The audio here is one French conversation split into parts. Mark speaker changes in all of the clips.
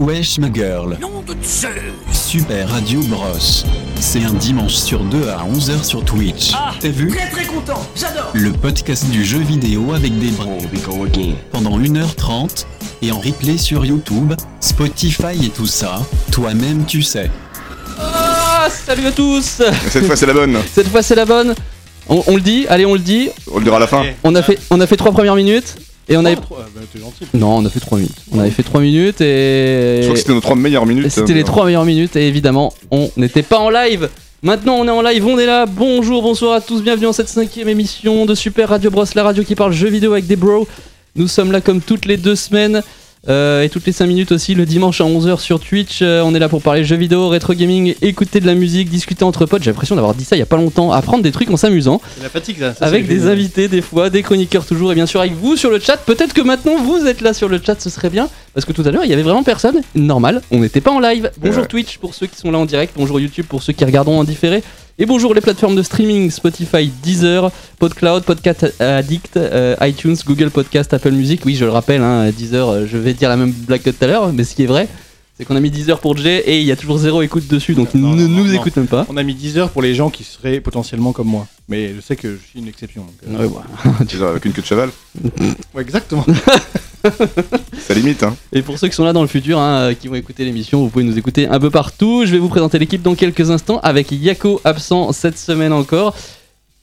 Speaker 1: Wesh ma girl.
Speaker 2: Nom de Dieu
Speaker 1: Super Radio Bros. C'est un dimanche sur deux à 11h sur Twitch.
Speaker 2: Ah,
Speaker 1: T'as vu
Speaker 2: Très très content, j'adore
Speaker 1: Le podcast du jeu vidéo avec des bros. Pendant 1h30 et en replay sur YouTube, Spotify et tout ça, toi-même tu sais.
Speaker 3: Ah, salut à tous
Speaker 4: Cette fois, c'est la bonne.
Speaker 3: Cette fois c'est la bonne. On, on le dit, allez on le dit.
Speaker 4: On le dira à la fin.
Speaker 3: On a fait, on a fait trois premières minutes et on avait.
Speaker 5: Ah, bah, t'es gentil.
Speaker 3: Non, on a fait trois minutes. On avait fait trois minutes et.
Speaker 4: Je crois que c'était nos trois meilleures minutes. hein.
Speaker 3: Et C'était les trois meilleures minutes et évidemment on n'était pas en live. Maintenant on est en live, on est là. Bonjour, bonsoir à tous, bienvenue dans cette cinquième émission de Super Radio Bros, la radio qui parle jeux vidéo avec des bros. Nous sommes là comme toutes les deux semaines euh, et toutes les cinq minutes aussi le dimanche à 11h sur Twitch. Euh, on est là pour parler jeux vidéo, rétro gaming, écouter de la musique, discuter entre potes. J'ai l'impression d'avoir dit ça il y a pas longtemps, apprendre des trucs en s'amusant.
Speaker 5: La fatigue, ça. ça,
Speaker 3: Avec
Speaker 5: c'est les
Speaker 3: des
Speaker 5: vénères.
Speaker 3: invités des fois, des chroniqueurs toujours, et bien sûr avec vous sur le chat. Peut-être que maintenant vous êtes là sur le chat, ce serait bien, parce que tout à l'heure il y avait vraiment personne. Normal, on n'était pas en live. Bonjour
Speaker 4: Ouais.
Speaker 3: Twitch pour ceux qui sont là en direct, bonjour YouTube pour ceux qui regarderont en différé, et bonjour les plateformes de streaming Spotify, Deezer, PodCloud, Podcast Addict, euh, iTunes, Google Podcast, Apple Music. Oui, je le rappelle, hein, Deezer, euh, je vais dire la même blague que tout à l'heure, mais ce qui est vrai. C'est qu'on a mis 10 heures pour Jay et il y a toujours zéro écoute dessus donc
Speaker 5: Non,
Speaker 3: il ne
Speaker 5: non, non,
Speaker 3: nous
Speaker 5: non.
Speaker 3: écoute même pas.
Speaker 5: On a mis 10 heures pour les gens qui seraient potentiellement comme moi. Mais je sais que je suis une exception. donc, euh,
Speaker 3: Ouais, ouais.
Speaker 4: Déjà, avec une queue de cheval.
Speaker 5: ouais, exactement.
Speaker 4: Ça limite, hein.
Speaker 3: Et pour ceux qui sont là dans le futur, hein, euh, qui vont écouter l'émission, vous pouvez nous écouter un peu partout. Je vais vous présenter l'équipe dans quelques instants avec Yako absent cette semaine encore.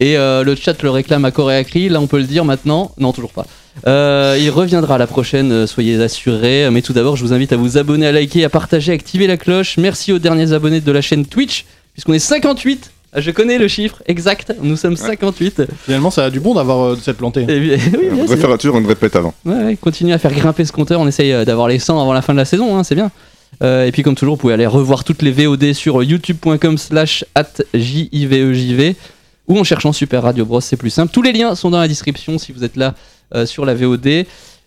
Speaker 3: Et euh, le chat le réclame à corps et à cri. Là, on peut le dire maintenant. Non, toujours pas. Euh, il reviendra la prochaine, euh, soyez assurés. Mais tout d'abord, je vous invite à vous abonner, à liker, à partager, à activer la cloche. Merci aux derniers abonnés de la chaîne Twitch, puisqu'on est 58. Ah, Je connais le chiffre exact. Nous sommes 58.
Speaker 5: Finalement, ça a du bon d'avoir euh, de s'être planté.
Speaker 3: Et oui, oui,
Speaker 4: On
Speaker 3: bien,
Speaker 4: devrait
Speaker 3: c'est
Speaker 4: faire on devrait pète avant.
Speaker 3: Ouais, ouais, continue à faire grimper ce compteur. On essaye euh, d'avoir les 100 avant la fin de la saison, hein, c'est bien. Euh, et puis comme toujours, vous pouvez aller revoir toutes les VOD sur youtube.com slash at JIVEJV E ou en cherchant Super Radio Bros, c'est plus simple. Tous les liens sont dans la description si vous êtes là euh, sur la VOD.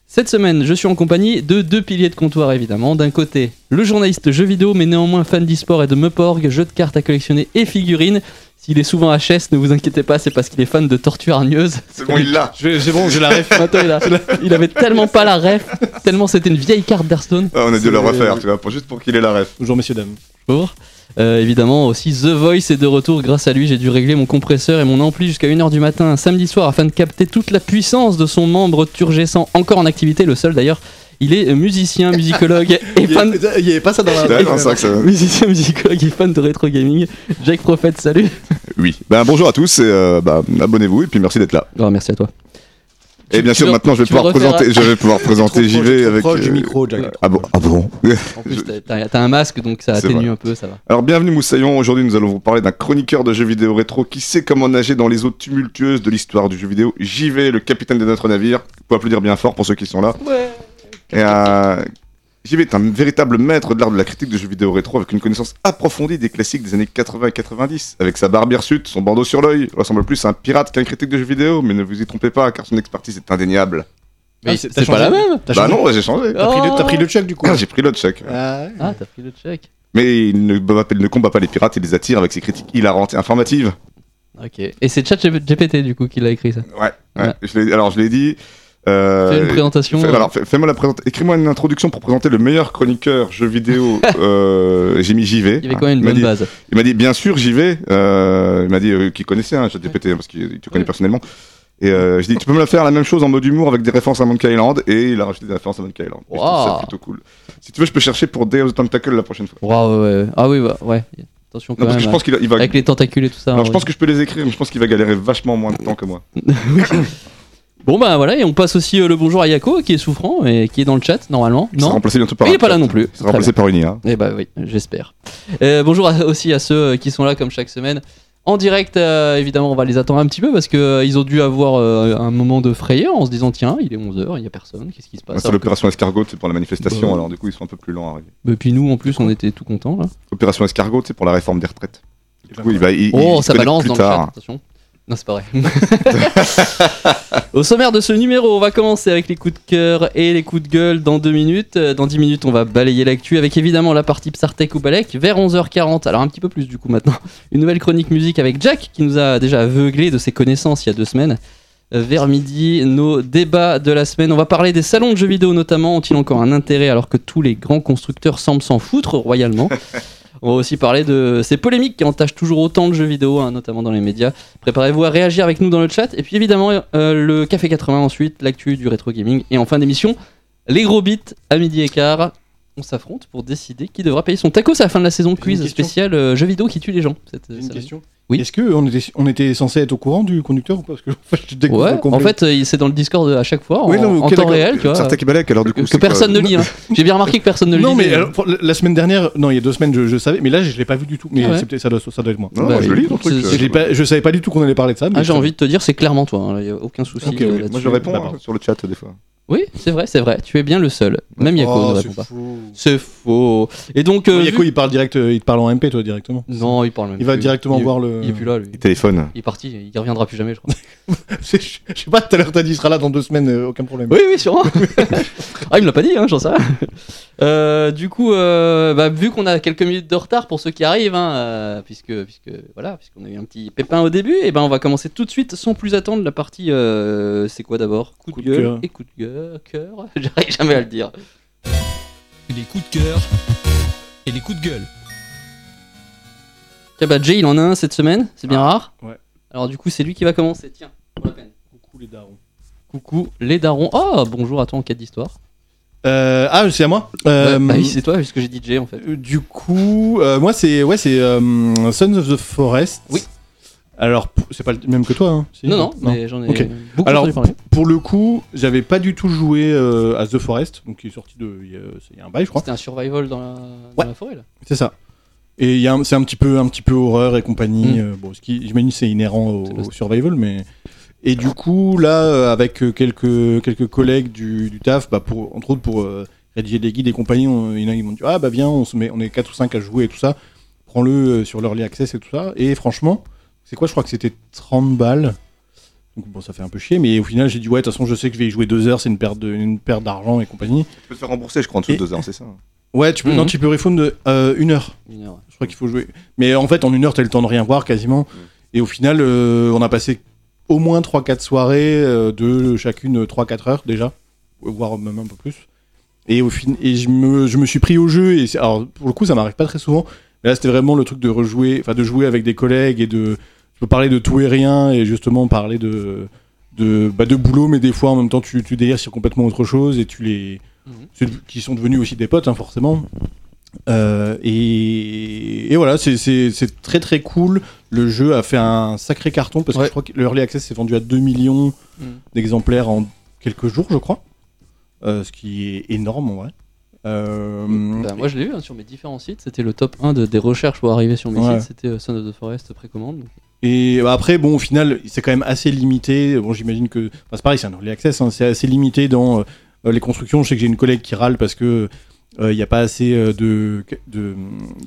Speaker 3: Cette semaine, je suis en compagnie de deux piliers de comptoir, évidemment. D'un côté, le journaliste jeux vidéo, mais néanmoins fan d'e-sport et de Meuporg, jeux de cartes à collectionner et figurines. S'il est souvent HS, ne vous inquiétez pas, c'est parce qu'il est fan de tortues hargneuses.
Speaker 4: C'est bon, il l'a.
Speaker 5: Je- C'est bon, je la ref.
Speaker 3: Attends, il, a- il avait tellement pas la ref, tellement c'était une vieille carte d'Hearthstone.
Speaker 4: Ah, on a dû le
Speaker 5: C'est-
Speaker 4: refaire, tu vois, pour, juste pour qu'il ait la ref.
Speaker 5: Bonjour, messieurs, dames.
Speaker 3: Pour. Euh, évidemment, aussi The Voice est de retour. Grâce à lui, j'ai dû régler mon compresseur et mon ampli jusqu'à 1h du matin un samedi soir afin de capter toute la puissance de son membre turgescent, encore en activité, le seul d'ailleurs. Il est musicien, musicologue et
Speaker 5: Il y
Speaker 3: fan.
Speaker 5: avait- il y avait pas ça
Speaker 3: Ah,
Speaker 5: dans la.
Speaker 4: Ouais, non, c'est vrai que ça-
Speaker 3: Musicien, musicologue et fan de rétro gaming. Jack Prophet, salut.
Speaker 4: Oui. Ben, bonjour à tous et euh, bah, abonnez-vous et puis merci d'être là.
Speaker 3: Oh, merci à toi.
Speaker 4: Et
Speaker 3: Tu-
Speaker 4: bien
Speaker 3: tu
Speaker 4: sûr,
Speaker 3: veux-
Speaker 4: maintenant, je vais
Speaker 3: tu veux
Speaker 4: pouvoir
Speaker 3: refaire
Speaker 4: présenter, je vais pouvoir présenter
Speaker 5: Trop proche-
Speaker 4: JV
Speaker 5: trop
Speaker 4: avec.
Speaker 5: proche du
Speaker 4: euh,
Speaker 5: micro, Jack.
Speaker 4: Ah bon, ah bon
Speaker 3: En plus, t'as- t'as t'as un masque donc ça
Speaker 4: C'est
Speaker 3: atténue
Speaker 4: vrai.
Speaker 3: un peu, ça va.
Speaker 4: Alors bienvenue Moussaillon, aujourd'hui nous allons vous parler d'un chroniqueur de jeux vidéo rétro qui sait comment nager dans les eaux tumultueuses de l'histoire du jeu vidéo. JV, le capitaine de notre navire, vous pouvez applaudir bien fort pour ceux qui sont là. Et, euh, JV est un véritable maître de l'art de la critique de jeux vidéo rétro avec une connaissance approfondie des classiques des années 80 et 90. Avec sa barbe hirsute, son bandeau sur l'œil, il ressemble plus à un pirate qu'à un critique de jeux vidéo, mais ne vous y trompez pas car son expertise est indéniable.
Speaker 3: Mais
Speaker 5: Ah,
Speaker 3: c'est
Speaker 5: t'as
Speaker 3: pas
Speaker 5: changé
Speaker 3: la même.
Speaker 5: T'as
Speaker 4: bah
Speaker 5: changé
Speaker 4: non, j'ai changé.
Speaker 5: T'as pris, le, t'as pris
Speaker 3: Oh.
Speaker 5: le check du coup.
Speaker 4: Ah, j'ai pris l'autre chèque.
Speaker 5: Ah, ouais.
Speaker 3: Ah, t'as pris le check.
Speaker 4: Mais il ne, bat pas- il ne combat pas les pirates, il les attire avec ses critiques hilarantes et informatives.
Speaker 3: Ok. Et c'est ChatGPT du coup qui l'a écrit ça.
Speaker 4: Ouais, ouais.
Speaker 3: Ouais.
Speaker 4: Je l'ai- alors je l'ai dit. euh,
Speaker 3: Fais une présentation.
Speaker 4: fais-
Speaker 3: euh,
Speaker 4: alors, fais- fais-moi la présentation. Écris-moi une introduction pour présenter le meilleur chroniqueur jeux vidéo. euh, J'ai mis JV.
Speaker 3: il y avait quand même une
Speaker 4: il m'a
Speaker 3: bonne
Speaker 4: dit,
Speaker 3: base.
Speaker 4: Il m'a dit, bien sûr, JV. Euh, il m'a dit euh, qu'il connaissait, hein, ChatGPT, hein, parce qu'il te connaît
Speaker 3: Ouais.
Speaker 4: personnellement. Et euh, je dis, tu peux me la faire la même chose en mode humour avec des références à Monkey Island. Et il a rajouté des références à Monkey Island. Et je trouve
Speaker 3: Wow.
Speaker 4: ça plutôt cool. Si tu veux, je peux chercher pour Day of the Tentacle la prochaine fois.
Speaker 3: Waouh, ouais, ouais. Ah oui, bah, ouais. Attention quand
Speaker 4: Non, parce
Speaker 3: même.
Speaker 4: que je
Speaker 3: ouais.
Speaker 4: pense qu'il a- il va.
Speaker 3: Avec les tentacules et tout ça.
Speaker 4: Alors
Speaker 3: hein,
Speaker 4: je
Speaker 3: ouais.
Speaker 4: pense que je peux les écrire, mais je pense qu'il va galérer vachement moins de temps que moi.
Speaker 3: Bon bah voilà, et on passe aussi euh, le bonjour à Yako qui est souffrant et qui est dans le chat normalement.
Speaker 4: Il sera
Speaker 3: Non
Speaker 4: remplacé bientôt par.
Speaker 3: Il
Speaker 4: un
Speaker 3: est pas là
Speaker 4: chat.
Speaker 3: non plus.
Speaker 4: Il sera remplacé par une IA.
Speaker 3: Eh bah oui, j'espère. Euh, bonjour à- aussi à ceux euh, qui sont là comme chaque semaine. En direct, euh, évidemment, on va les attendre un petit peu parce que euh, ils ont dû avoir euh, un moment de frayeur en se disant tiens, il est 11h, il y a personne, qu'est-ce qui se
Speaker 4: Ouais,
Speaker 3: passe
Speaker 4: c'est
Speaker 3: Alors que-
Speaker 4: l'opération Escargot, c'est pour la manifestation,
Speaker 3: Bah.
Speaker 4: alors du coup ils sont un peu plus lents à arriver.
Speaker 3: Et puis nous, en plus, on était tout contents. Là.
Speaker 4: Opération Escargot, c'est pour la réforme des retraites.
Speaker 5: Et
Speaker 4: Du
Speaker 5: ben,
Speaker 4: coup, il va, il,
Speaker 3: Oh,
Speaker 4: il
Speaker 3: ça
Speaker 4: se connecte
Speaker 3: balance
Speaker 4: plus
Speaker 3: dans le chat,
Speaker 4: tard.
Speaker 3: attention. Non, c'est pas vrai. Au sommaire de ce numéro, on va commencer avec les coups de cœur et les coups de gueule dans deux minutes. Euh, Dans 10 minutes, on va balayer l'actu avec évidemment la partie Psartec ou Balek vers 11h40. Alors un petit peu plus du coup maintenant. Une nouvelle chronique musique avec Jack qui nous a déjà aveuglé de ses connaissances il y a deux semaines. vers midi nos débats de la semaine. On va parler des salons de jeux vidéo notamment. Ont-ils encore un intérêt alors que tous les grands constructeurs semblent s'en foutre royalement On va aussi parler de ces polémiques qui entachent toujours autant le jeu vidéo, hein, notamment dans les médias. Préparez-vous à réagir avec nous dans le chat. Et puis évidemment, euh, le Café 80 ensuite, l'actu du rétro gaming. Et en fin d'émission, les gros bits à midi et quart. On s'affronte pour décider qui devra payer son tacos à la fin de la saison
Speaker 5: une
Speaker 3: quiz
Speaker 5: question.
Speaker 3: spéciale euh, jeux vidéo qui tue les gens. Cette-
Speaker 5: J'ai
Speaker 3: ça
Speaker 5: une
Speaker 3: va-
Speaker 5: question.
Speaker 3: Oui.
Speaker 5: Est-ce qu'on était, on était censé être au courant du conducteur ou pas Parce que en fait, je découvre
Speaker 3: Ouais,
Speaker 5: le complet.
Speaker 3: en fait, euh, c'est dans le Discord à chaque fois, en,
Speaker 5: Oui, non,
Speaker 3: en
Speaker 5: ok,
Speaker 3: temps
Speaker 5: d'accord.
Speaker 3: réel, tu vois.
Speaker 4: Sartak et Balek, alors du coup.
Speaker 3: Que,
Speaker 4: c'est quoi
Speaker 3: personne ne lit. hein. J'ai bien remarqué que personne ne le hein. Ah, lit.
Speaker 5: non, mais alors, pour- la semaine dernière, non, il y a deux semaines, je, je savais, mais là, je ne l'ai pas vu du tout. Mais
Speaker 3: Ah ouais.
Speaker 5: c'est peut-être- ça, doit, ça doit être moi.
Speaker 4: Non,
Speaker 3: Bah,
Speaker 4: moi, je
Speaker 3: oui.
Speaker 4: lis ton truc.
Speaker 3: C'est-
Speaker 4: euh,
Speaker 5: Je l'ai pas- je savais pas du tout qu'on allait parler de ça. mais
Speaker 3: Ah, j'ai
Speaker 5: je-
Speaker 3: envie de te dire, c'est clairement toi. Il n'y a aucun souci.
Speaker 5: Ok,
Speaker 3: euh,
Speaker 5: oui. Moi,
Speaker 3: là-dessus.
Speaker 4: Moi, je réponds
Speaker 5: D'accord.
Speaker 4: hein, sur le chat des fois.
Speaker 3: Oui, c'est vrai, c'est vrai. Tu es bien le seul. Même Yako
Speaker 5: Oh,
Speaker 3: ne
Speaker 5: c'est
Speaker 3: répond pas.
Speaker 5: faux.
Speaker 3: C'est faux. Et donc. euh,
Speaker 5: Non, Yako,
Speaker 3: vu-
Speaker 5: il parle direct, euh, il te parle en MP, toi, directement.
Speaker 3: Non, il parle même
Speaker 5: Il va
Speaker 3: plus.
Speaker 5: directement
Speaker 3: Il-
Speaker 5: voir euh, le.
Speaker 3: Il est plus là, lui.
Speaker 4: Il téléphone.
Speaker 3: Il est parti, il reviendra plus jamais, je crois.
Speaker 5: C'est- je je sais pas, tout à l'heure t'as dit il sera là dans deux semaines, euh, aucun problème.
Speaker 3: oui, oui, sûrement. ah, il me l'a pas dit, hein, j'en sais rien. Euh, du coup, euh, bah, vu qu'on a quelques minutes de retard pour ceux qui arrivent, hein, euh, puisque, puisque voilà, puisqu'on a eu un petit pépin au début, et ben on va commencer tout de suite, sans plus attendre, la partie. euh, c'est quoi d'abord Coup,
Speaker 5: Coup
Speaker 3: de
Speaker 5: de
Speaker 3: gueule
Speaker 5: cœur.
Speaker 3: et coup de gueule, cœur. J'arrive jamais à le dire.
Speaker 1: Les coups de cœur et les coups de gueule.
Speaker 3: Tiens, bah Jay, il en a un cette semaine, c'est bien rare.
Speaker 5: Ah, ouais.
Speaker 3: Alors du coup, c'est lui qui va commencer. Tiens, pour la peine.
Speaker 5: Coucou les darons.
Speaker 3: Coucou les darons. Ah, bonjour à toi en quête d'histoire.
Speaker 5: Euh, ah, c'est à moi Euh,
Speaker 3: Ouais, bah oui, c'est toi, puisque j'ai dit Jay en fait.
Speaker 5: euh, Du coup, euh, moi c'est ouais, c'est euh, Sons of the Forest.
Speaker 3: Oui.
Speaker 5: Alors, p- c'est pas le même que toi, hein si
Speaker 3: Non, non, mais j'en ai
Speaker 5: Ok.
Speaker 3: beaucoup
Speaker 5: Alors,
Speaker 3: entendu parler.
Speaker 5: Pour le coup, j'avais pas du tout joué euh, à The Forest, donc qui est sorti de, il y a- il y a un bail, je crois.
Speaker 3: C'était un survival dans la, dans
Speaker 5: Ouais.
Speaker 3: la forêt là.
Speaker 5: C'est ça. Et il y a un- c'est un petit peu, un petit peu horreur et
Speaker 3: Mm.
Speaker 5: compagnie. euh, bon, ce qui, j'imagine, c'est inhérent au,
Speaker 3: C'est le-
Speaker 5: au survival, mais. Et du coup, là, euh, avec euh, quelques quelques collègues du, du taf, bah pour, entre autres pour euh, rédiger des guides et compagnie, on- il y en a qui m'ont dit ah bah viens, on se met, on est 4 ou 5 à jouer et tout ça. Prends-le euh, sur l'early access et tout ça. Et franchement, c'est quoi Je crois que c'était 30 balles. Donc bon, ça fait un peu chier, mais au final, j'ai dit ouais, de toute façon, je sais que je vais y jouer deux heures, c'est une perte de, une perte d'argent et compagnie.
Speaker 4: Tu peux te faire rembourser, je crois, en dessous de
Speaker 5: Et-
Speaker 4: deux heures, c'est ça hein.
Speaker 5: Ouais, tu peux,
Speaker 3: Mhm.
Speaker 5: non, tu peux refund de euh, une heure.
Speaker 3: Une heure, ouais.
Speaker 5: Je crois qu'il faut jouer. Mais en fait, en une heure, t'as le temps de rien voir quasiment. Et au final, euh, on a passé au moins 3-4 soirées euh, de chacune 3-4 heures déjà, Euh, voire même un peu plus. Et, au fin... et je, me, je me suis pris au jeu. Et c'est- alors, pour le coup, ça m'arrive pas très souvent. Mais là, c'était vraiment le truc de rejouer, enfin, de jouer avec des collègues et de. Je peux parler de tout et rien et justement parler de. De, bah, de boulot, mais des fois en même temps tu, tu délires sur complètement autre chose et tu les.
Speaker 3: Mhm.
Speaker 5: ceux qui sont devenus aussi des potes, hein, forcément. Euh, et, et voilà, c'est- c'est c'est très très cool. Le jeu a fait un sacré carton parce
Speaker 3: Ouais.
Speaker 5: que je crois que le Early Access s'est vendu à 2 millions
Speaker 3: Mm.
Speaker 5: d'exemplaires en quelques jours, je crois. Euh, ce qui est énorme en vrai. Euh,
Speaker 4: Mm.
Speaker 3: Bah, moi je l'ai vu hein, sur mes différents sites, c'était le top 1 de- des recherches pour arriver sur mes
Speaker 5: Ouais.
Speaker 3: sites, c'était euh, Son of the Forest précommande. donc.
Speaker 5: Et bah, après, bon, au final, c'est quand même assez limité. Bon, j'imagine que. enfin, c'est pareil, c'est un early access, hein. c'est assez limité dans euh, les constructions. Je sais que j'ai une collègue qui râle parce que. Il n'y a pas assez euh, de, de,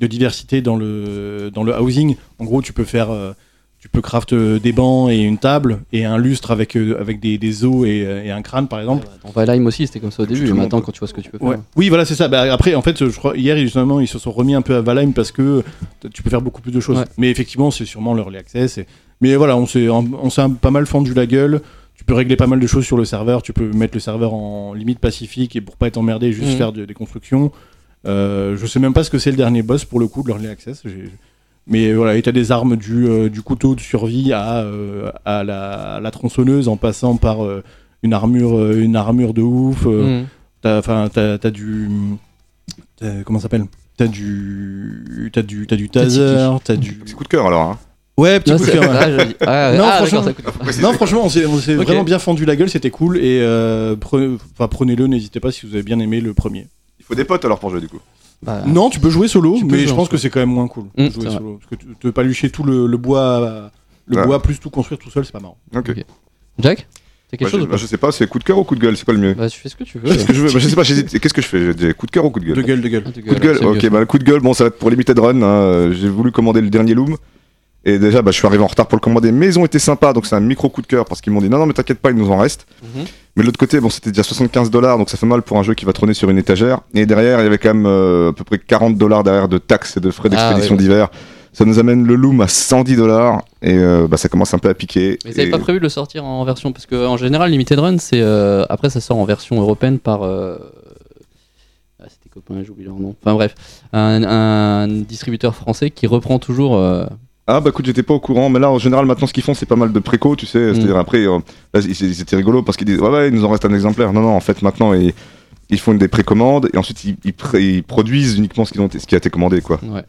Speaker 5: de diversité dans le, dans le housing. En gros, tu peux faire, euh, tu peux craft euh, des bancs et une table et un lustre avec, euh, avec des, des os et, euh, et un crâne, par exemple.
Speaker 3: Ouais, bah, dans Valheim aussi, c'était comme ça au début,
Speaker 4: tout
Speaker 3: mais
Speaker 4: le monde
Speaker 3: maintenant
Speaker 4: peut-
Speaker 3: quand tu vois ce que tu peux faire.
Speaker 5: Ouais. Oui, voilà, c'est ça. Bah, après, en fait, je crois, hier, justement, ils se sont remis un peu à Valheim parce que t- tu peux faire beaucoup plus de choses.
Speaker 3: Ouais.
Speaker 5: Mais effectivement, c'est sûrement leur early access. et- Mais voilà, on s'est on s'est un- pas mal fendu la gueule. Tu peux régler pas mal de choses sur le serveur. Tu peux mettre le serveur en limite pacifique et pour pas être emmerdé, juste
Speaker 3: Mhm.
Speaker 5: faire de- des constructions. Euh, je sais même pas ce que c'est le dernier boss pour le coup de l'early access. J'ai- Mais voilà, et t'as des armes du, euh, du couteau de survie à, euh, à, la, à la tronçonneuse en passant par euh, une armure euh, une armure de ouf. euh,
Speaker 3: Mm.
Speaker 5: T'as, enfin, t'as, t'as du, t'as- comment ça s'appelle T'as du, t'as du, t'as du taser, t'as du.
Speaker 4: C'est coup de cœur alors. hein.
Speaker 5: Ouais, petit
Speaker 3: Non,
Speaker 5: coup de
Speaker 3: c'est-
Speaker 5: cœur, ouais.
Speaker 3: ah, joli. Ah,
Speaker 5: Non,
Speaker 3: ah,
Speaker 5: franchement-
Speaker 3: d'accord, ça coûte pas.
Speaker 5: Non, franchement, on s'est, on s'est
Speaker 3: Ok.
Speaker 5: vraiment bien fendu la gueule, c'était cool et euh, pre- enfin, prenez-le, n'hésitez pas si vous avez bien aimé le premier.
Speaker 4: Il faut des potes alors pour jouer du coup.
Speaker 3: Bah,
Speaker 5: Non, tu peux jouer solo,
Speaker 3: Tu peux
Speaker 5: mais
Speaker 3: jouer
Speaker 5: je
Speaker 3: en
Speaker 5: pense
Speaker 3: solo.
Speaker 5: que c'est quand même moins cool. de
Speaker 3: Mm,
Speaker 5: jouer
Speaker 3: c'est
Speaker 5: solo, parce que tu te palucher tout le, le bois, le
Speaker 4: Ouais.
Speaker 5: bois plus tout construire tout seul, c'est pas marrant.
Speaker 4: Ok.
Speaker 3: Ok. Jack T'as quelque
Speaker 4: Moi,
Speaker 3: chose
Speaker 4: je,
Speaker 3: ou pas
Speaker 4: moi, je sais pas, c'est coup de cœur ou coup de gueule, c'est quoi le mieux
Speaker 3: Bah, tu fais ce que tu veux.
Speaker 4: C'est ce que je veux. Moi, je sais pas, j'hésite. Qu'est-ce que je fais Je dis Coup de cœur ou coup de gueule
Speaker 5: De gueule, de gueule.
Speaker 3: Ah, tu
Speaker 4: Coup de
Speaker 3: gueules,
Speaker 4: gueule,
Speaker 3: c'est
Speaker 4: ok,
Speaker 3: mieux.
Speaker 4: bah le coup de gueule, bon ça va être pour Limited Run, hein, euh, j'ai voulu commander le dernier Loom, et déjà bah, je suis arrivé en retard pour le commander, mais ils ont été sympas, donc c'est un micro coup de cœur, parce qu'ils m'ont dit non non mais t'inquiète pas, il nous en reste.
Speaker 3: Mhm.
Speaker 4: Mais de l'autre côté, bon c'était déjà 75 dollars, donc ça fait mal pour un jeu qui va trôner sur une étagère, et derrière il y avait quand même euh, à peu près 40 dollars derrière de taxes et de frais
Speaker 3: Ah,
Speaker 4: d'expédition
Speaker 3: ouais, ouais.
Speaker 4: d'hiver, Ça nous amène le Loom à 110 dollars et euh, bah, ça commence un peu à piquer.
Speaker 3: Mais ils avaient
Speaker 4: Et-
Speaker 3: pas prévu de le sortir en version parce que en général Limited Run c'est euh, après ça sort en version européenne par euh, ah, c'était copain j'oublie leur nom enfin bref un, un distributeur français qui reprend toujours euh,
Speaker 4: Ah bah écoute, j'étais pas au courant, mais là en général maintenant ce qu'ils font c'est pas mal de préco, tu sais,
Speaker 3: Mm.
Speaker 4: c'est-à-dire après euh, là ils- ils étaient rigolos parce qu'ils disent ouais ouais il nous en reste un exemplaire, non non en fait maintenant ils, ils font des précommandes et ensuite ils, ils pré- ils produisent uniquement ce, qu'ils ont ce qui a été commandé quoi.
Speaker 3: ouais.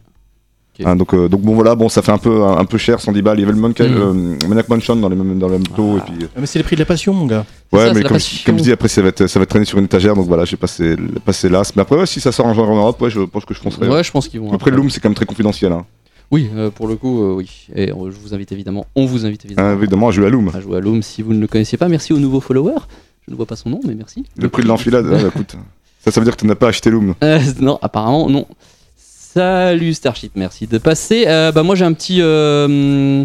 Speaker 4: Hein, donc, euh, donc bon voilà, bon ça fait un peu, un, un peu cher 110 balles, il y avait le Monkey,
Speaker 3: Mm.
Speaker 4: euh, Maniac Mansion dans, les mêmes, dans le même taux
Speaker 3: Ah.
Speaker 4: et puis... euh,
Speaker 5: Ah, mais c'est le prix de la passion, mon gars.
Speaker 3: C'est
Speaker 4: Ouais,
Speaker 3: ça,
Speaker 4: mais
Speaker 3: c'est la
Speaker 4: comme,
Speaker 3: passion.
Speaker 4: je- comme je dis, après ça va, être, ça va traîner sur une étagère, donc voilà, j'ai passé, passé l'as. Mais après, ouais, si ça sort un jour en Europe, ouais, je pense que je foncerai.
Speaker 3: ouais je pense qu'ils vont
Speaker 4: Après, le Loom, c'est quand même très confidentiel. Hein.
Speaker 3: oui euh, pour le coup euh, oui et on- je vous invite évidemment on vous invite évidemment
Speaker 4: Ah, évidemment, je joue à Loom.
Speaker 3: à jouer à Loom si vous ne le connaissiez pas merci au nouveau follower je ne vois pas son nom mais merci
Speaker 4: Le prix de l'enfilade, ah, bah, écoute. Ça, ça veut dire que tu n'as pas acheté Loom.
Speaker 3: Euh, non, apparemment, non. Salut Starship, merci de passer. Euh, bah moi j'ai un petit, euh, euh,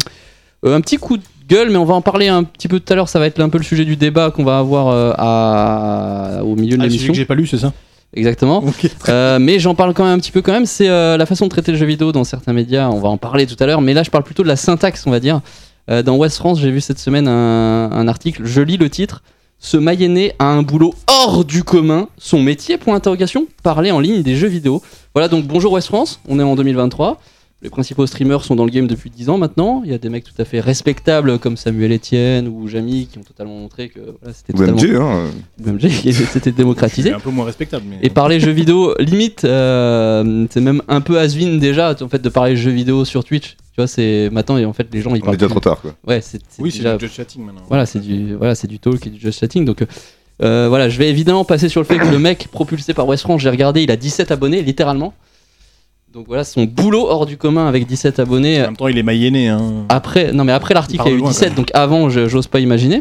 Speaker 3: un petit coup de gueule, mais on va en parler un petit peu tout à l'heure. Ça va être un peu le sujet du débat qu'on va avoir euh, à- au milieu de
Speaker 5: Ah, c'est celui
Speaker 3: l'émission.
Speaker 5: que j'ai pas lu, c'est ça
Speaker 3: Exactement.
Speaker 5: Ok.
Speaker 3: Euh, mais j'en parle quand même un petit peu quand même. C'est euh, la façon de traiter le jeu vidéo dans certains médias. On va en parler tout à l'heure. Mais là, je parle plutôt de la syntaxe, on va dire. Euh, dans West France, j'ai vu cette semaine un, un article. Je lis le titre. Ce Mayennais a un boulot hors du commun. Son métier, point d'interrogation, parler en ligne des jeux vidéo. Voilà, donc bonjour West France. On est en 2023. Les principaux streamers sont dans le game depuis 10 ans maintenant. Il y a des mecs tout à fait respectables comme Samuel Etienne ou Jamy qui ont totalement montré que voilà, c'était
Speaker 4: Ou
Speaker 3: totalement...
Speaker 4: MJ, hein.
Speaker 3: OMG, c'était démocratisé.
Speaker 5: C'est un peu moins respectable, mais.
Speaker 3: Et parler jeux vidéo, limite, euh, c'est même un peu has déjà en fait de parler jeux vidéo sur Twitch. Tu vois, c'est maintenant et en fait les gens ils
Speaker 4: On est
Speaker 3: parlent.
Speaker 4: déjà trop tard, quoi.
Speaker 3: Ouais, c'est c'est
Speaker 5: Oui,
Speaker 3: déjà-
Speaker 5: c'est du chatting maintenant.
Speaker 3: voilà, c'est du voilà, c'est du talk et du just chatting. Donc euh, euh, voilà, je vais évidemment passer sur le fait que le mec propulsé par West France, j'ai regardé, il a 17 abonnés littéralement. Donc voilà, son boulot hors du commun avec 17 abonnés.
Speaker 5: En même temps, il est mayennais. Hein.
Speaker 3: Après, non mais après l'article, il y a
Speaker 5: Il part de
Speaker 3: eu
Speaker 5: loin,
Speaker 3: 17,
Speaker 5: quand
Speaker 3: donc avant, je- j'ose pas imaginer.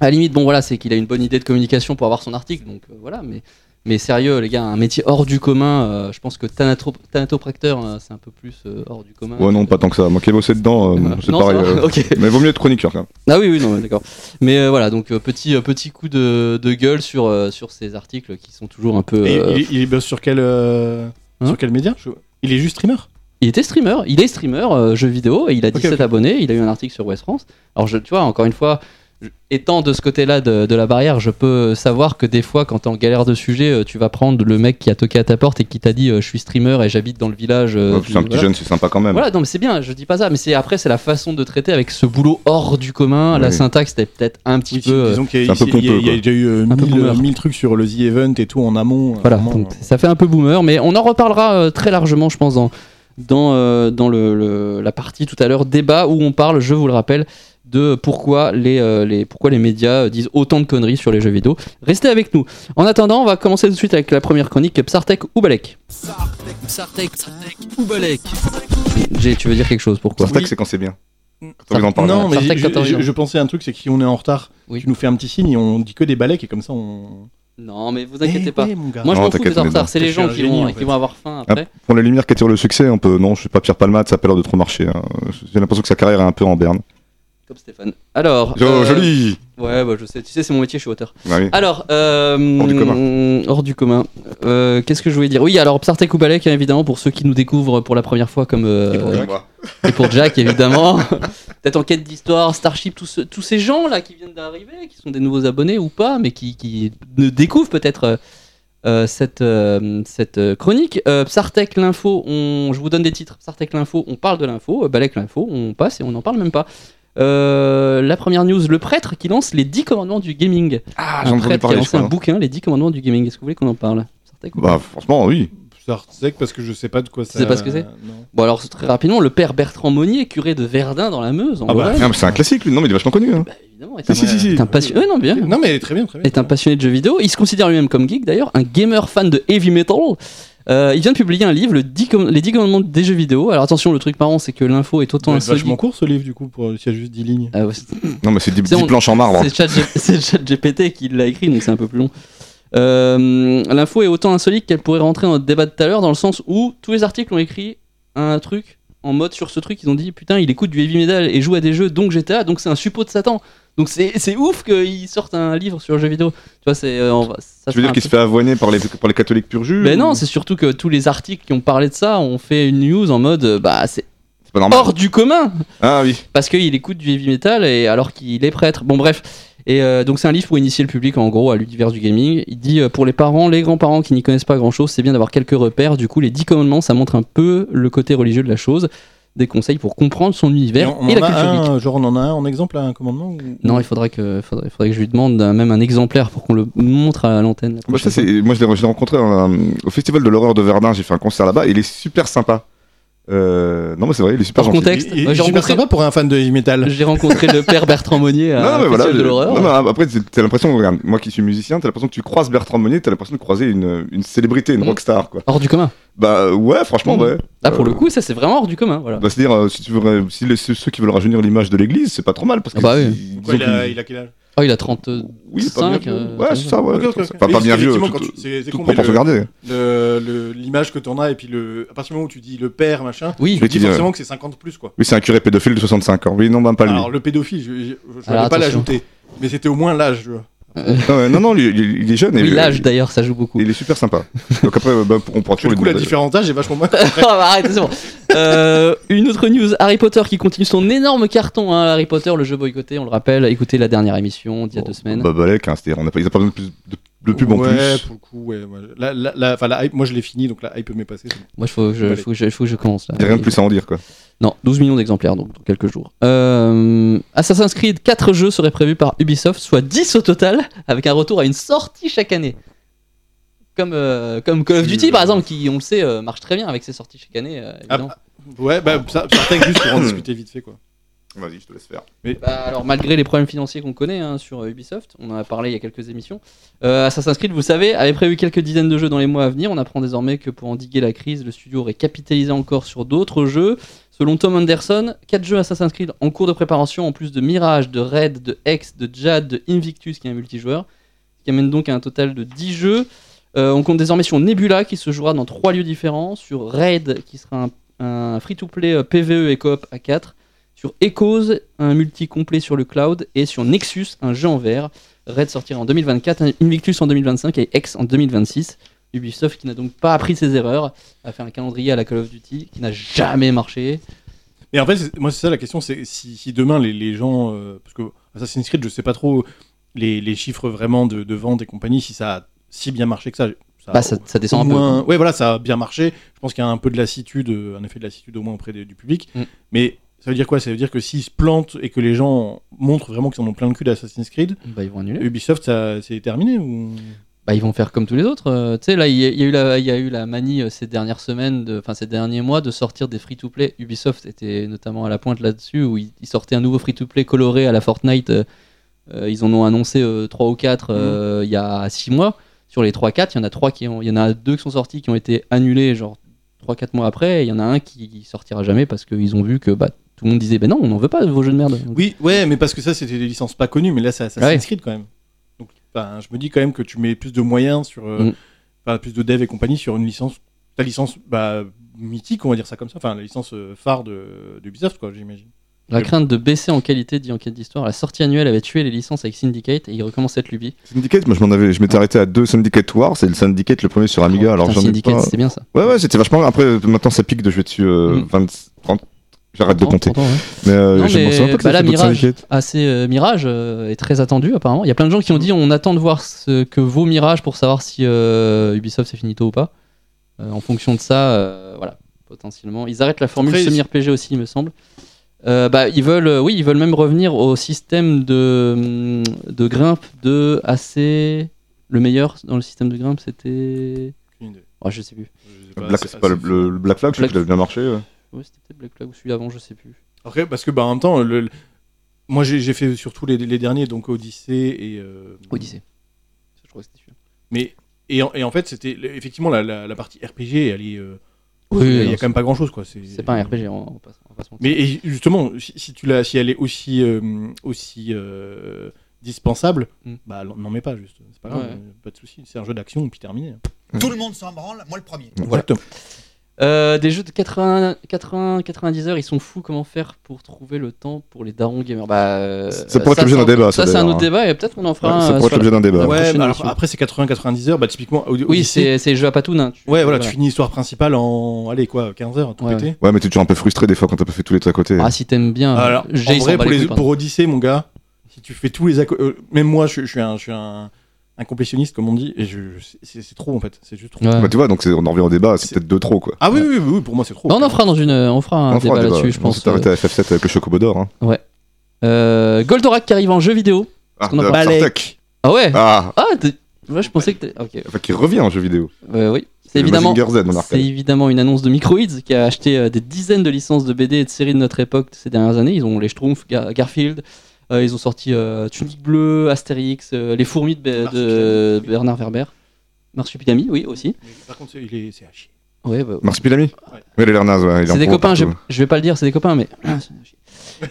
Speaker 3: À la limite, bon voilà, c'est qu'il a une bonne idée de communication pour avoir son article, donc euh, voilà, mais, mais sérieux, les gars, un métier hors du commun, euh, je pense que thanatro- thanatopracteur, euh, c'est un peu plus euh, hors du commun.
Speaker 4: Ouais, non, pas tant que ça. Moi qui ai bossé dedans, euh,
Speaker 3: Euh,
Speaker 4: c'est
Speaker 3: non,
Speaker 4: pareil.
Speaker 3: ça va
Speaker 4: euh.
Speaker 3: Ok.
Speaker 4: Mais vaut mieux être chroniqueur, quand même.
Speaker 3: Ah oui, oui, non, d'accord. Mais euh, voilà, donc euh, petit, euh, petit coup de, de gueule sur, euh, sur ces articles qui sont toujours un peu.
Speaker 5: Et
Speaker 3: euh,
Speaker 5: il, il bosse sur quel, euh,
Speaker 3: Hein
Speaker 5: sur quel média Je- Il est juste streamer
Speaker 3: Il était streamer, il est streamer euh, jeux vidéo et il a
Speaker 5: Ok,
Speaker 3: 17
Speaker 5: ok.
Speaker 3: abonnés, il a eu un article sur West France. Alors je, tu vois, encore une fois, je- étant de ce côté-là de, de la barrière, je peux savoir que des fois, quand t'es en galère de sujet, euh, tu vas prendre le mec qui a toqué à ta porte et qui t'a dit euh, je suis streamer et j'habite dans le village. euh,
Speaker 4: Ouais,
Speaker 3: du-
Speaker 4: c'est un petit
Speaker 3: voilà.
Speaker 4: jeune, c'est sympa quand même.
Speaker 3: Voilà, non mais c'est bien, je dis pas ça, mais c'est après c'est la façon de traiter avec ce boulot hors du commun. La
Speaker 4: Oui.
Speaker 3: syntaxe était peut-être un petit
Speaker 5: Oui,
Speaker 3: peu. euh,
Speaker 5: disons qu'il y,
Speaker 4: c'est
Speaker 5: a-
Speaker 4: un peu
Speaker 5: il y a-
Speaker 4: pompeux,
Speaker 5: il y a
Speaker 4: quoi.
Speaker 5: déjà eu euh,
Speaker 3: Un peu
Speaker 5: 1000 euh,
Speaker 3: boomer.
Speaker 5: 1000 trucs sur le The Event et tout en amont. euh,
Speaker 3: Voilà,
Speaker 5: vraiment,
Speaker 3: donc
Speaker 5: euh.
Speaker 3: ça fait un peu boomer, mais on en reparlera euh, très largement, je pense, dans, dans, euh, dans le, le- la partie tout à l'heure débat où on parle, je vous le rappelle, de pourquoi les, euh, les, pourquoi les médias euh, disent autant de conneries sur les jeux vidéo. Restez avec nous. En attendant, on va commencer tout de suite avec la première chronique Psartek ou Balek. Psartek, ou Balek. Jay, tu veux dire quelque chose Pourquoi
Speaker 4: Sartak,
Speaker 5: Oui.
Speaker 4: c'est quand c'est bien. Quand on
Speaker 5: Ça-
Speaker 4: vous en parle.
Speaker 5: non, mais
Speaker 3: Sartek,
Speaker 5: je,
Speaker 3: t'as raison.
Speaker 5: je- je pensais à un truc, c'est que si on est en retard,
Speaker 3: Oui.
Speaker 5: tu nous fais un petit signe et on dit que des balais et comme ça on.
Speaker 3: Non, mais vous
Speaker 5: Eh
Speaker 3: inquiétez pas.
Speaker 5: ouais, mon gars.
Speaker 3: Moi, je
Speaker 4: Non,
Speaker 3: m'en fous
Speaker 4: t'inquiète,
Speaker 3: des en
Speaker 4: on est
Speaker 3: retard,
Speaker 4: dedans.
Speaker 3: c'est les
Speaker 5: Je suis
Speaker 3: gens
Speaker 5: un
Speaker 3: qui,
Speaker 5: génie,
Speaker 3: vont,
Speaker 5: en
Speaker 3: qui
Speaker 5: fait.
Speaker 3: vont avoir faim après.
Speaker 4: Pour les lumières qui attirent le succès, on peut. Non, je suis pas Pierre Palmade, ça a pas l'air de trop marcher. hein. J'ai l'impression que sa carrière est un peu en berne.
Speaker 3: Comme Stéphane. Alors.
Speaker 4: Jo-
Speaker 3: euh,
Speaker 4: Joli
Speaker 3: Ouais, bah, je sais. Tu sais, c'est mon métier, je suis auteur.
Speaker 4: Ah oui.
Speaker 3: Alors, euh,
Speaker 4: Hors du
Speaker 3: hors du commun. Euh, Qu'est-ce que je voulais dire Oui, alors Psartek ou Balek, hein, évidemment, pour ceux qui nous découvrent pour la première fois, comme euh,
Speaker 5: Et pour Jack.
Speaker 3: et pour Jack, évidemment. Peut-être en quête d'histoire, Starship, tous ce- tous ces gens là qui viennent d'arriver, qui sont des nouveaux abonnés ou pas, mais qui, qui ne découvrent peut-être euh, euh, cette euh, cette euh, chronique. Euh, Psartek l'info, on, je vous donne des titres. Psartek l'info, on parle de l'info. Euh, Balek l'info, on passe et on n'en parle même pas. Euh, la première news, le prêtre qui lance les 10 commandements du gaming
Speaker 4: Ah, j'ai
Speaker 3: un
Speaker 4: entendu
Speaker 3: prêtre qui a
Speaker 4: parler, je
Speaker 3: lancé un
Speaker 4: crois.
Speaker 3: bouquin, Les 10 commandements du gaming. Est-ce que vous voulez qu'on en parle Sartek ou pas
Speaker 4: Bah, franchement, oui.
Speaker 5: Sartek, parce que je sais pas de quoi ça.
Speaker 3: sais pas ce que c'est
Speaker 5: Non.
Speaker 3: Bon, alors très rapidement, le père Bertrand Monnier, curé de Verdun dans la Meuse, en
Speaker 5: Ah bah,
Speaker 3: Lorraine,
Speaker 4: Ah, mais c'est un classique, lui. Non, mais il est vachement connu. hein.
Speaker 3: bah, évidemment, est
Speaker 4: Si,
Speaker 3: un,
Speaker 4: si, si, si.
Speaker 3: est un passionné. ouais, non, bien.
Speaker 5: Non, mais très bien, très bien.
Speaker 3: Est un passionné de jeux vidéo. Il se considère lui-même comme geek d'ailleurs, un gamer fan de heavy metal. Euh, il vient de publier un livre, le 10 com- Les 10 commandements des jeux vidéo. Alors attention, le truc marrant, c'est que l'info est
Speaker 5: Il
Speaker 3: autant
Speaker 5: doit être vachement
Speaker 3: insolite.
Speaker 5: court ce livre du coup, pour... s'il y a juste 10 lignes.
Speaker 3: Ah ouais,
Speaker 4: Non, mais c'est des
Speaker 3: C'est
Speaker 4: petites
Speaker 3: on-
Speaker 4: planches en marbre.
Speaker 3: C'est Chat G- c'est ChatGPT qui l'a écrit, donc c'est un peu plus long. Euh, L'info est autant insolite qu'elle pourrait rentrer dans notre débat de tout à l'heure, dans le sens où tous les articles ont écrit un truc en mode sur ce truc. Ils ont dit Putain, il écoute du heavy metal et joue à des jeux, donc GTA, donc c'est un suppôt de Satan. Donc c'est c'est ouf qu'ils sortent un livre sur le jeu vidéo. Tu vois, c'est. euh, on va- ça
Speaker 4: Tu veux
Speaker 3: fait
Speaker 4: dire
Speaker 3: un
Speaker 4: qu'il
Speaker 3: peu-
Speaker 4: se fait avoiner par les, par les catholiques pur jus
Speaker 3: mais
Speaker 4: ou-
Speaker 3: non, c'est surtout que tous les articles qui ont parlé de ça ont fait une news en mode euh, bah c'est
Speaker 4: pas normal.
Speaker 3: hors du commun
Speaker 4: Ah oui.
Speaker 3: parce qu'il écoute du heavy metal et alors qu'il est prêtre. Bon bref. Et euh, donc c'est un livre pour initier le public en gros à l'univers du gaming. Il dit euh, pour les parents, les grands-parents qui n'y connaissent pas grand-chose, c'est bien d'avoir quelques repères. Du coup, les 10 commandements, ça montre un peu le côté religieux de la chose. Des conseils pour comprendre son
Speaker 5: Et
Speaker 3: univers
Speaker 5: on, on
Speaker 3: et
Speaker 5: en
Speaker 3: la
Speaker 5: a
Speaker 3: culture geek.
Speaker 5: un, genre on en a un en exemple, un commandement ou-
Speaker 3: Non, il faudrait que, faudrait, faudrait que je lui demande euh, même un exemplaire pour qu'on le montre à l'antenne. la
Speaker 4: Moi, Bah, ça,
Speaker 3: prochaine fois.
Speaker 4: c'est- moi, je l'ai je l'ai rencontré dans la- au Festival de l'horreur de Verdun. J'ai fait un concert là-bas. et Il est super sympa. Euh, Non, mais c'est vrai, il est super
Speaker 3: Hors
Speaker 4: gentil.
Speaker 3: contexte,
Speaker 5: Il- il-
Speaker 3: ouais, j'ai
Speaker 5: il est super
Speaker 3: rencontré-
Speaker 5: sympa pour un fan de heavy metal.
Speaker 3: J'ai rencontré le père Bertrand Monnier à
Speaker 4: Non,
Speaker 3: un
Speaker 4: mais voilà.
Speaker 3: festival de
Speaker 4: je-
Speaker 3: l'horreur.
Speaker 4: non, mais après, t'as t'as l'impression, regarde, moi qui suis musicien, t'as l'impression que tu croises Bertrand Monnier, t'as l'impression de croiser une, une célébrité, une
Speaker 3: Mm.
Speaker 4: rockstar, quoi.
Speaker 3: Hors du commun.
Speaker 4: Bah ouais, franchement,
Speaker 3: Mm.
Speaker 4: ouais.
Speaker 3: Là, pour
Speaker 4: Euh,
Speaker 3: le coup, ça c'est vraiment hors du commun. Voilà.
Speaker 4: Bah, c'est-à-dire, euh, si, tu veux, si les- ceux ceux qui veulent rajeunir l'image de l'église, c'est pas trop mal. Parce que
Speaker 3: Ah bah oui.
Speaker 4: ils- ils
Speaker 5: Pourquoi
Speaker 4: ont
Speaker 5: il, a,
Speaker 4: une-
Speaker 5: il a quel âge
Speaker 3: Oh, il a 30.
Speaker 4: Oui, pas
Speaker 3: 5,
Speaker 4: bien.
Speaker 3: euh,
Speaker 4: ouais, c'est ça, ouais.
Speaker 5: Ok, ok, ok.
Speaker 4: Enfin, pas
Speaker 5: Oui,
Speaker 4: bien vieux.
Speaker 5: effectivement,
Speaker 4: tout-
Speaker 5: quand tu- c'est- c'est
Speaker 4: Tout
Speaker 5: con,
Speaker 4: pour
Speaker 5: mais le-
Speaker 4: regarder.
Speaker 5: le- le- l'image que t'en as et puis le à partir du moment où tu dis le père machin
Speaker 3: Oui,
Speaker 4: Je vais
Speaker 5: tu dis
Speaker 4: te dire.
Speaker 5: forcément que c'est 50 plus quoi
Speaker 4: Oui, c'est un curé pédophile de 65 ans. Oui, non, même pas lui.
Speaker 5: alors le pédophile je, je, je
Speaker 3: Alors,
Speaker 5: vais pas
Speaker 3: attention.
Speaker 5: l'ajouter mais c'était au moins l'âge je-
Speaker 4: Ah ouais, non, non, lui, il, il est jeune. et
Speaker 3: oui
Speaker 4: lui- euh,
Speaker 3: l'âge d'ailleurs, ça joue beaucoup.
Speaker 4: Il est super sympa. Donc après, bah, on prend
Speaker 5: du
Speaker 4: toujours
Speaker 5: coup la
Speaker 4: les bons-
Speaker 5: différence d'âge est vachement moins
Speaker 3: Ah, bah, arrête, c'est bon. Euh, une autre news, Harry Potter qui continue son énorme carton. hein, Harry Potter, le jeu boycotté, on le rappelle. Écoutez la dernière émission d'il y a deux semaines.
Speaker 4: Bah, Balek, hein, c'est-à-dire, on a pas, ils ont pas besoin de, plus, de, de pub en
Speaker 5: ouais
Speaker 4: plus.
Speaker 5: pour le coup ouais ouais. la, la, la- enfin, la hype moi je l'ai fini donc la hype m'est passée c'est bon.
Speaker 3: Moi, il faut, que je-
Speaker 5: Allez.
Speaker 3: faut, que je- faut que je commence. Là.
Speaker 4: Il y a rien de plus à en dire, quoi.
Speaker 3: Non, 12 millions d'exemplaires, donc dans quelques jours. Euh, Assassin's Creed, 4 jeux seraient prévus par Ubisoft, soit 10 au total, avec un retour à une sortie chaque année. Comme, euh, comme Call of Duty, par exemple, qui, on le sait, euh, marche très bien avec ses sorties chaque année.
Speaker 4: Ah,
Speaker 3: euh, évidemment.
Speaker 5: ouais bah ça, ça peut-être juste pour en discuter vite fait quoi
Speaker 4: Vas-y, je te laisse faire.
Speaker 3: Bah, alors malgré les problèmes financiers qu'on connaît hein, sur euh, Ubisoft, on en a parlé il y a quelques émissions, euh, Assassin's Creed, vous savez, avait prévu quelques dizaines de jeux dans les mois à venir. On apprend désormais que pour endiguer la crise, le studio aurait capitalisé encore sur d'autres jeux. Selon Tom Anderson, 4 jeux Assassin's Creed en cours de préparation, en plus de Mirage, de Red, de Hex, de Jad, de Invictus qui est un multijoueur, ce qui amène donc à un total de 10 jeux. Euh, on compte désormais sur Nebula qui se jouera dans 3 lieux différents, sur Raid qui sera un, un free-to-play euh, PVE et coop à 4 sur Echoes, un multi complet sur le cloud, et sur Nexus, un jeu en verre. Red sortira en 2024, Invictus en 2025 et X en 2026. Ubisoft qui n'a donc pas appris ses erreurs, a fait un calendrier à la Call of Duty qui n'a jamais marché.
Speaker 5: Et en fait, c'est- moi, c'est ça la question, c'est si, si demain les, les gens. euh, parce que Assassin's Creed, je sais pas trop les, les chiffres vraiment de, de vente et compagnie, si ça a si bien marché que ça. Ça, a
Speaker 3: Bah, ça, ça
Speaker 5: au
Speaker 3: descend un
Speaker 5: moins- hein.
Speaker 3: peu.
Speaker 5: Ouais, voilà, ça a bien marché. Je pense qu'il y a un peu de lassitude, euh, un effet de lassitude au moins auprès des- du public.
Speaker 3: Mm.
Speaker 5: Mais ça veut dire quoi Ça veut dire que s'ils se plantent et que les gens montrent vraiment qu'ils en ont plein le cul d'Assassin's Creed,
Speaker 3: Bah, ils vont annuler.
Speaker 5: Ubisoft, ça- c'est terminé ou...
Speaker 3: Bah, ils vont faire comme tous les autres. euh, tu sais, là, il y, a- il y a eu la- il y a eu la manie euh, ces dernières semaines, de- enfin ces derniers mois, de sortir des free-to-play. Ubisoft était notamment à la pointe là-dessus, où ils, ils sortaient un nouveau free-to-play coloré à la Fortnite. euh, euh, ils en ont annoncé 3 ou 4 il y a 6 mois. Sur les 3-4, il y en a trois qui ont, il y en a deux qui sont sortis qui ont été annulés genre 3-4 mois après. et Il y en a un qui, qui sortira jamais parce qu'ils ont vu que bah, tout le monde disait ben non, on n'en veut pas de vos jeux de merde. Donc,
Speaker 5: Oui, ouais, mais parce que ça, c'était des licences pas connues, mais là, c'est Assassin's
Speaker 3: Ah Ouais.
Speaker 5: Creed quand même. Donc, ben, je me dis quand même que tu mets plus de moyens sur. euh,
Speaker 3: Mm.
Speaker 5: enfin, plus de dev et compagnie sur une licence. Ta licence, bah, mythique, on va dire ça comme ça. Enfin, la licence euh, phare de, d'Ubisoft, quoi, j'imagine.
Speaker 3: La crainte de baisser en qualité, dit Enquête d'Histoire, la sortie annuelle avait tué les licences avec Syndicate et ils recommencent cette lubie.
Speaker 4: Syndicate, moi, je m'en avais, je m'étais arrêté à deux Syndicate Wars. C'est le Syndicate, le premier sur Amiga. alors,
Speaker 3: Oh, Putain,
Speaker 4: j'en ai
Speaker 3: Syndicate,
Speaker 4: pas.
Speaker 3: c'était bien ça.
Speaker 4: Ouais, ouais, c'était vachement bien. Après, euh, maintenant, ça pique de jouer dessus euh,
Speaker 3: Mm.
Speaker 4: 20, 30. J'arrête de
Speaker 3: Attends,
Speaker 4: compter.
Speaker 3: attends, ouais.
Speaker 4: Mais euh,
Speaker 3: Non,
Speaker 4: je
Speaker 3: mais,
Speaker 4: m'en souviens pas que
Speaker 3: bah,
Speaker 4: ça
Speaker 3: là,
Speaker 4: fait d'autres
Speaker 3: Mirage.
Speaker 4: Syndicate.
Speaker 3: Ah, c'est euh, Mirage euh, est très attendu apparemment. Il y a plein de gens qui ont dit on attend de voir ce que vaut Mirage pour savoir si euh, Ubisoft c'est finito ou pas. Euh, en fonction de ça, euh, voilà, potentiellement. Ils arrêtent la formule
Speaker 5: Après, ils-
Speaker 3: semi-RPG aussi, il me semble. Euh, bah, ils veulent, euh, oui, ils veulent même revenir au système de, hum, de grimpe de AC. Le meilleur dans le système de grimpe, c'était.
Speaker 5: Aucune idée.
Speaker 3: Oh, je sais plus.
Speaker 5: Je sais
Speaker 4: Le
Speaker 5: pas,
Speaker 4: Black-
Speaker 5: c'est
Speaker 4: C'est pas le,
Speaker 5: assez-
Speaker 4: le- le Black Flag, je sais
Speaker 3: Black-
Speaker 4: qu'il a bien marché. ouais.
Speaker 3: Ouais, c'était peut-être Black Flag ou celui d'avant, je sais plus.
Speaker 5: Après, parce que, bah, en même temps, le- le- moi, j'ai, j'ai fait surtout les, les derniers, donc Odyssey et. euh,
Speaker 3: Odyssey. Je crois que c'était celui-là.
Speaker 5: Mais, et, en, et en fait, c'était effectivement la, la- la partie RPG, elle est. euh,
Speaker 3: Oui, oui,
Speaker 5: il y
Speaker 3: non,
Speaker 5: a quand même pas grand chose, quoi. C'est,
Speaker 3: C'est pas un RPG, on va pas, on va pas se mentir.
Speaker 5: Mais et justement, si, si tu l'as, si elle est aussi euh, aussi euh, dispensable,
Speaker 3: Mm.
Speaker 5: bah l'en- n'en mets pas juste. C'est pas grave,
Speaker 3: Ouais.
Speaker 5: euh, pas de souci. C'est un jeu d'action, puis terminé.
Speaker 6: Tout le monde s'en branle, moi le premier.
Speaker 5: Exactement.
Speaker 3: Euh, des jeux de 80, 80, 90 heures, ils sont fous. Comment faire pour trouver le temps pour les darons gamers bah, euh,
Speaker 4: Ça pourrait être l'objet
Speaker 3: c'est
Speaker 4: d'un débat, ça,
Speaker 3: Ça, c'est un
Speaker 4: d'ailleurs,
Speaker 3: autre
Speaker 4: hein.
Speaker 3: débat et peut-être qu'on en fera
Speaker 4: Ouais,
Speaker 3: un.
Speaker 4: ça
Speaker 3: euh,
Speaker 4: pourrait être
Speaker 3: sur la-
Speaker 4: l'objet d'un débat.
Speaker 3: la
Speaker 5: Ouais,
Speaker 3: prochaine
Speaker 5: mais alors,
Speaker 3: émission.
Speaker 5: après c'est 80-90 heures, bah typiquement.
Speaker 3: Oui, c'est c'est jeu à patoune. hein. Tu-
Speaker 5: Ouais, voilà, tu finis l'histoire principale en. Allez, quoi, 15 heures, tout
Speaker 3: Ouais.
Speaker 5: pété.
Speaker 4: Ouais, mais t'es toujours un peu frustré des fois quand t'as pas fait tous les trucs à côté.
Speaker 3: Ah, si t'aimes bien.
Speaker 5: Alors,
Speaker 3: Jay, il
Speaker 5: en
Speaker 3: s'en
Speaker 5: vrai,
Speaker 3: bat
Speaker 5: pour,
Speaker 3: les
Speaker 5: les,
Speaker 3: couilles,
Speaker 5: pour Odyssey, mon gars, si tu fais tous les. acco- euh, même moi, je, je suis, un, je suis un, un complétionniste, comme on dit, et je, je- c'est c'est trop, en fait. C'est juste trop.
Speaker 3: pardon. Ouais.
Speaker 4: Bah, tu vois, donc c'est- on en revient au débat, c'est
Speaker 5: C'est-
Speaker 4: peut-être deux trop quoi.
Speaker 5: Ah oui, oui, oui, oui, pour moi, c'est trop.
Speaker 3: Non, on en fera dans une, euh, on fera un
Speaker 4: On fera
Speaker 3: débat là-dessus, je
Speaker 4: On
Speaker 3: pense.
Speaker 4: s'est bah, arrêté à FF7 avec le Chocobo d'or. Hein.
Speaker 3: Euh, Goldorak qui arrive en jeu vidéo.
Speaker 4: Ah,
Speaker 3: qu'on en
Speaker 4: de
Speaker 3: parle.
Speaker 4: Sartek.
Speaker 3: Ah ouais.
Speaker 4: Ah,
Speaker 3: Ah, t'es- moi je pensais que. t'es- Ok.
Speaker 4: enfin qui revient en jeu vidéo.
Speaker 3: Euh, oui. C'est
Speaker 4: Le
Speaker 3: évidemment.
Speaker 4: Mazinger Z, mon
Speaker 3: C'est
Speaker 4: arcade.
Speaker 3: évidemment une annonce de Microids qui a acheté euh, des dizaines de licences de BD et de séries de notre époque ces dernières années. Ils ont les Schtroumpfs, Gar- Garfield, euh, ils ont sorti euh, Tunique Bleue, Astérix, euh, Les Fourmis de, Be- de
Speaker 5: Marsupilami.
Speaker 3: Bernard Werber, Marsupilami, oui, aussi.
Speaker 5: Mais Par contre, c'est- il est- c'est à chier.
Speaker 3: Ouais, bah,
Speaker 4: Mars Pilami Ouais, il a l'air naze, ouais. il est en
Speaker 3: c'est des
Speaker 4: pro
Speaker 3: copains, je,
Speaker 4: partout. Ah,
Speaker 3: je vais pas le dire, c'est des copains, mais.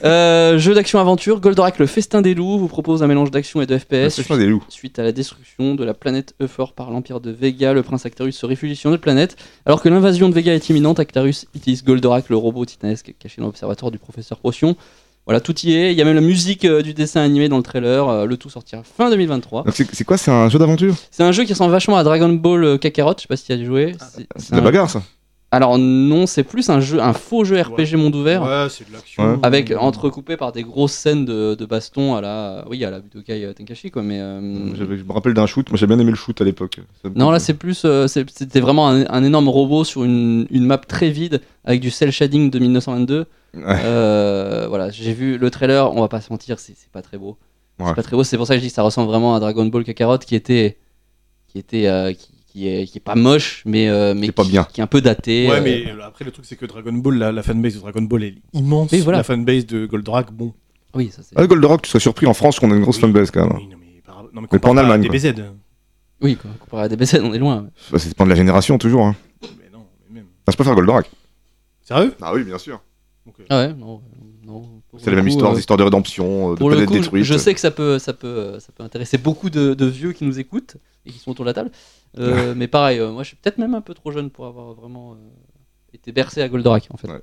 Speaker 3: Euh, jeu d'action-aventure, Goldorak, le festin des loups, vous propose un mélange d'action et de
Speaker 4: Le
Speaker 3: FPS.
Speaker 4: festin des loups.
Speaker 3: Suite à la destruction de la planète Euphor par l'empire de Vega, le prince Actarus se réfugie sur notre planète. Alors que l'invasion de Vega est imminente, Actarus utilise Goldorak, le robot titanesque caché dans l'observatoire du professeur Potion. Voilà, tout y est. Il y a même la musique euh, du dessin animé dans le trailer. euh, le tout sortira fin 2023.
Speaker 4: Donc c'est c'est quoi, c'est un jeu d'aventure
Speaker 3: C'est un jeu qui ressemble vachement à Dragon Ball euh, Kakarot. Je sais pas si tu as joué. C'est-
Speaker 4: Ah, C'est de la
Speaker 3: un-
Speaker 4: bagarre ça.
Speaker 3: Alors non, c'est plus un jeu, un faux jeu RPG monde ouvert.
Speaker 5: Ouais, c'est de l'action.
Speaker 4: Ouais.
Speaker 3: Avec entrecoupé par des grosses scènes de, de baston à la, oui à la Budokai euh, Tenkaichi quoi, mais euh,
Speaker 4: J'avais- Je me rappelle d'un shoot, moi j'ai bien aimé le shoot à l'époque. Ça me-
Speaker 3: Non, là c'est plus. euh, c'est- C'était vraiment un, un énorme robot sur une, une map très vide avec du cel shading de 1922.
Speaker 4: Ouais.
Speaker 3: Euh, voilà, j'ai vu le trailer, on va pas se mentir, c'est c'est pas très beau.
Speaker 4: Ouais.
Speaker 3: C'est pas très beau, c'est pour ça que je dis que ça ressemble vraiment à Dragon Ball Kakarot qui était. qui était. euh, qui, qui est, qui est pas moche, mais. euh, mais
Speaker 4: Qui est pas bien.
Speaker 3: Qui est un peu daté.
Speaker 5: Ouais,
Speaker 3: euh,
Speaker 5: mais euh, après, le truc, c'est que Dragon Ball, la, la fanbase de Dragon Ball est immense.
Speaker 3: Oui, voilà.
Speaker 5: La fanbase de Goldorak, bon.
Speaker 3: Oui, ça c'est.
Speaker 4: Ah, Goldorak, tu serais surpris en France qu'on a une grosse
Speaker 5: Oui.
Speaker 4: fanbase quand même.
Speaker 5: Oui, non, mais, par- non, mais
Speaker 4: Mais pas en
Speaker 5: comparé à
Speaker 4: Allemagne, quoi.
Speaker 5: DBZ.
Speaker 3: Oui, quoi, comparé à DBZ, on est loin.
Speaker 4: Bah, ça dépend de la génération toujours. Hein.
Speaker 5: Mais non, mais même.
Speaker 4: Enfin, je préfère Goldorak.
Speaker 5: Sérieux
Speaker 4: Ah oui, bien sûr.
Speaker 5: Donc, euh,
Speaker 3: Ah ouais, non. non pour
Speaker 4: C'est la
Speaker 3: le
Speaker 4: même
Speaker 3: coup,
Speaker 4: histoire,
Speaker 3: euh,
Speaker 4: des histoires de rédemption, euh, de
Speaker 3: Pour le
Speaker 4: planète
Speaker 3: coup,
Speaker 4: détruite.
Speaker 3: je sais que ça peut, ça peut, ça peut intéresser beaucoup de, de vieux qui nous écoutent et qui sont autour de la table. Euh, mais pareil, euh, moi je suis peut-être même un peu trop jeune pour avoir vraiment euh, été bercé à Goldorak en fait.
Speaker 4: Ouais.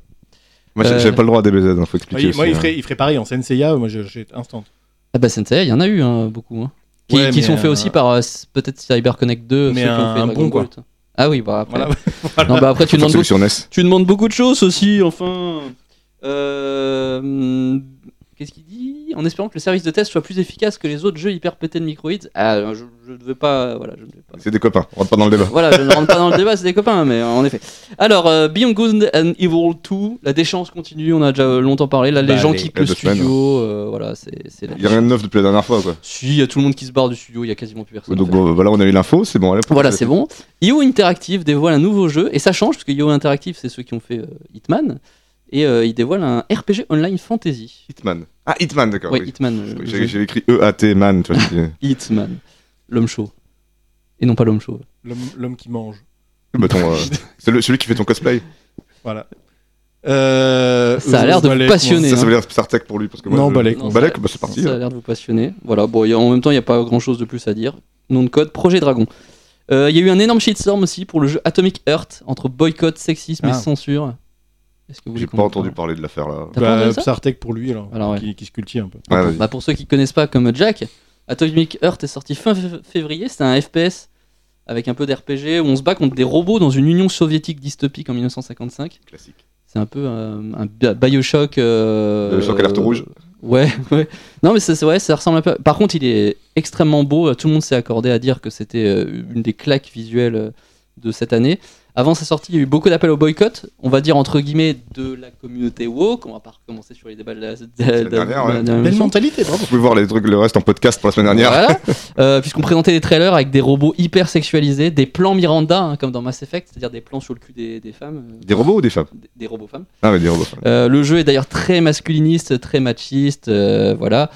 Speaker 4: Moi j'ai-
Speaker 3: Euh,
Speaker 4: j'avais pas le droit à DBZ, hein, faut
Speaker 5: Moi,
Speaker 4: expliquer.
Speaker 5: il, moi,
Speaker 4: aussi,
Speaker 5: il
Speaker 4: hein.
Speaker 5: ferait, il ferait pareil en Senseiya, moi je- j'ai instant.
Speaker 3: Ah bah Sensei, il y en a eu hein, beaucoup. hein. qui,
Speaker 5: Ouais,
Speaker 3: qui
Speaker 5: mais
Speaker 3: sont faits
Speaker 5: un-
Speaker 3: aussi par euh, c- peut-être CyberConnect 2,
Speaker 5: Mais
Speaker 3: ceux qui ont
Speaker 5: un
Speaker 3: fait Dragon
Speaker 5: bon, quoi.
Speaker 3: Ball, toi. Ah oui, bah après.
Speaker 5: Voilà.
Speaker 3: Non, bah après tu
Speaker 4: Faut faire
Speaker 3: demandes,
Speaker 4: celui sur NES.
Speaker 3: beaucoup- tu demandes beaucoup de choses aussi, enfin. Euh, hum, Qu'est-ce qu'il dit En espérant que le service de test soit plus efficace que les autres jeux hyper pétés de Microids. Ah, je je ne veux pas. Voilà, je ne veux pas.
Speaker 4: C'est des copains, on rentre pas dans le débat.
Speaker 3: Voilà, je ne rentre pas dans le débat, c'est des copains, mais euh, en effet. Alors, euh, Beyond Good and Evil 2, la déchéance continue, on a déjà euh, longtemps parlé. Là, les
Speaker 5: Bah,
Speaker 3: gens
Speaker 5: les-
Speaker 3: quittent
Speaker 4: les
Speaker 3: le
Speaker 4: deux semaines,
Speaker 3: studio, euh, voilà, c'est c'est la
Speaker 4: hein. Il y a rien de neuf depuis la dernière fois quoi.
Speaker 3: Si, il y a tout le monde qui se barre du studio, il y a quasiment plus personne.
Speaker 4: Donc
Speaker 3: en fait.
Speaker 4: bon, bah, là on a eu l'info, c'est bon. allez, pour-
Speaker 3: Voilà, c'est bon. IO Interactive dévoile un nouveau jeu, et ça change, parce que IO Interactive, c'est ceux qui ont fait euh, Hitman, et euh, ils dévoilent un RPG Online Fantasy.
Speaker 4: Hitman. Ah, Hitman, d'accord.
Speaker 3: ouais,
Speaker 4: oui.
Speaker 3: Hitman. euh, le
Speaker 4: J'ai
Speaker 3: jeu.
Speaker 4: j'ai écrit E-A-T, man, tu vois. je dis-
Speaker 3: Hitman. L'homme chaud. Et non pas l'homme chaud.
Speaker 5: L'homme l'homme qui mange.
Speaker 4: Bah, ton, euh, c'est le- celui qui fait ton cosplay.
Speaker 5: Voilà. Euh,
Speaker 3: Ça a
Speaker 5: euh,
Speaker 3: l'air de
Speaker 5: Balek,
Speaker 3: passionner.
Speaker 4: Ça, ça
Speaker 3: hein.
Speaker 4: veut dire Sartek pour lui. Parce que moi,
Speaker 5: Non,
Speaker 4: je-
Speaker 5: Balek.
Speaker 3: Non, ça-
Speaker 4: Balek, bah, c'est parti.
Speaker 3: Ça a
Speaker 4: hein.
Speaker 3: l'air de vous passionner. Voilà, bon, y a- en même temps, il n'y a pas grand chose de plus à dire. Nom de code, Projet Dragon. Euh, Il y a eu un énorme shitstorm aussi pour le jeu Atomic Heart entre boycott, sexisme et
Speaker 5: Ah.
Speaker 3: censure. Est-ce que vous voulez
Speaker 4: J'ai
Speaker 3: qu'on
Speaker 4: pas
Speaker 3: en
Speaker 4: entendu
Speaker 3: parle
Speaker 4: parler de l'affaire là.
Speaker 3: T'as
Speaker 5: moi,
Speaker 3: pas
Speaker 5: bah,
Speaker 3: entendu ça
Speaker 5: Sartek pour lui, alors.
Speaker 3: Alors, ouais.
Speaker 5: qui, qui se cultive un peu.
Speaker 4: Ouais, vas-y.
Speaker 3: Bah, pour ceux qui connaissent pas comme Jack, Atomic Heart est sorti fin fév- février. C'est un FPS avec un peu d'RPG où on se bat contre des robots dans une union soviétique dystopique en 1955.
Speaker 4: Classique.
Speaker 3: C'est un peu euh, un Bi- Bioshock. euh,
Speaker 4: Bioshock alerte rouge.
Speaker 3: Ouais, ouais. Non, mais ça, c'est- ouais, ça ressemble un peu. Par contre, il est extrêmement beau. Euh, Tout le monde s'est accordé à dire que c'était euh, une des claques visuelles euh, de cette année. Avant sa sortie, il y a eu beaucoup d'appels au boycott, on va dire entre guillemets, de la communauté woke. On va pas recommencer sur les débats de la, de- de-
Speaker 4: dernière,
Speaker 3: de la
Speaker 4: ouais.
Speaker 3: dernière
Speaker 5: Belle
Speaker 3: émission.
Speaker 5: mentalité, bravo.
Speaker 4: Vous pouvez voir les trucs, le reste en podcast pour la semaine dernière.
Speaker 3: Voilà. Euh, Puisqu'on présentait des trailers avec des robots hyper sexualisés, des plans Miranda, hein, comme dans Mass Effect, c'est-à-dire des plans sur le cul des, des femmes, euh,
Speaker 4: Des robots ou des femmes
Speaker 3: des- des robots femmes.
Speaker 4: Ah, mais des robots.
Speaker 3: Euh, le jeu est d'ailleurs très masculiniste, très machiste, euh, voilà.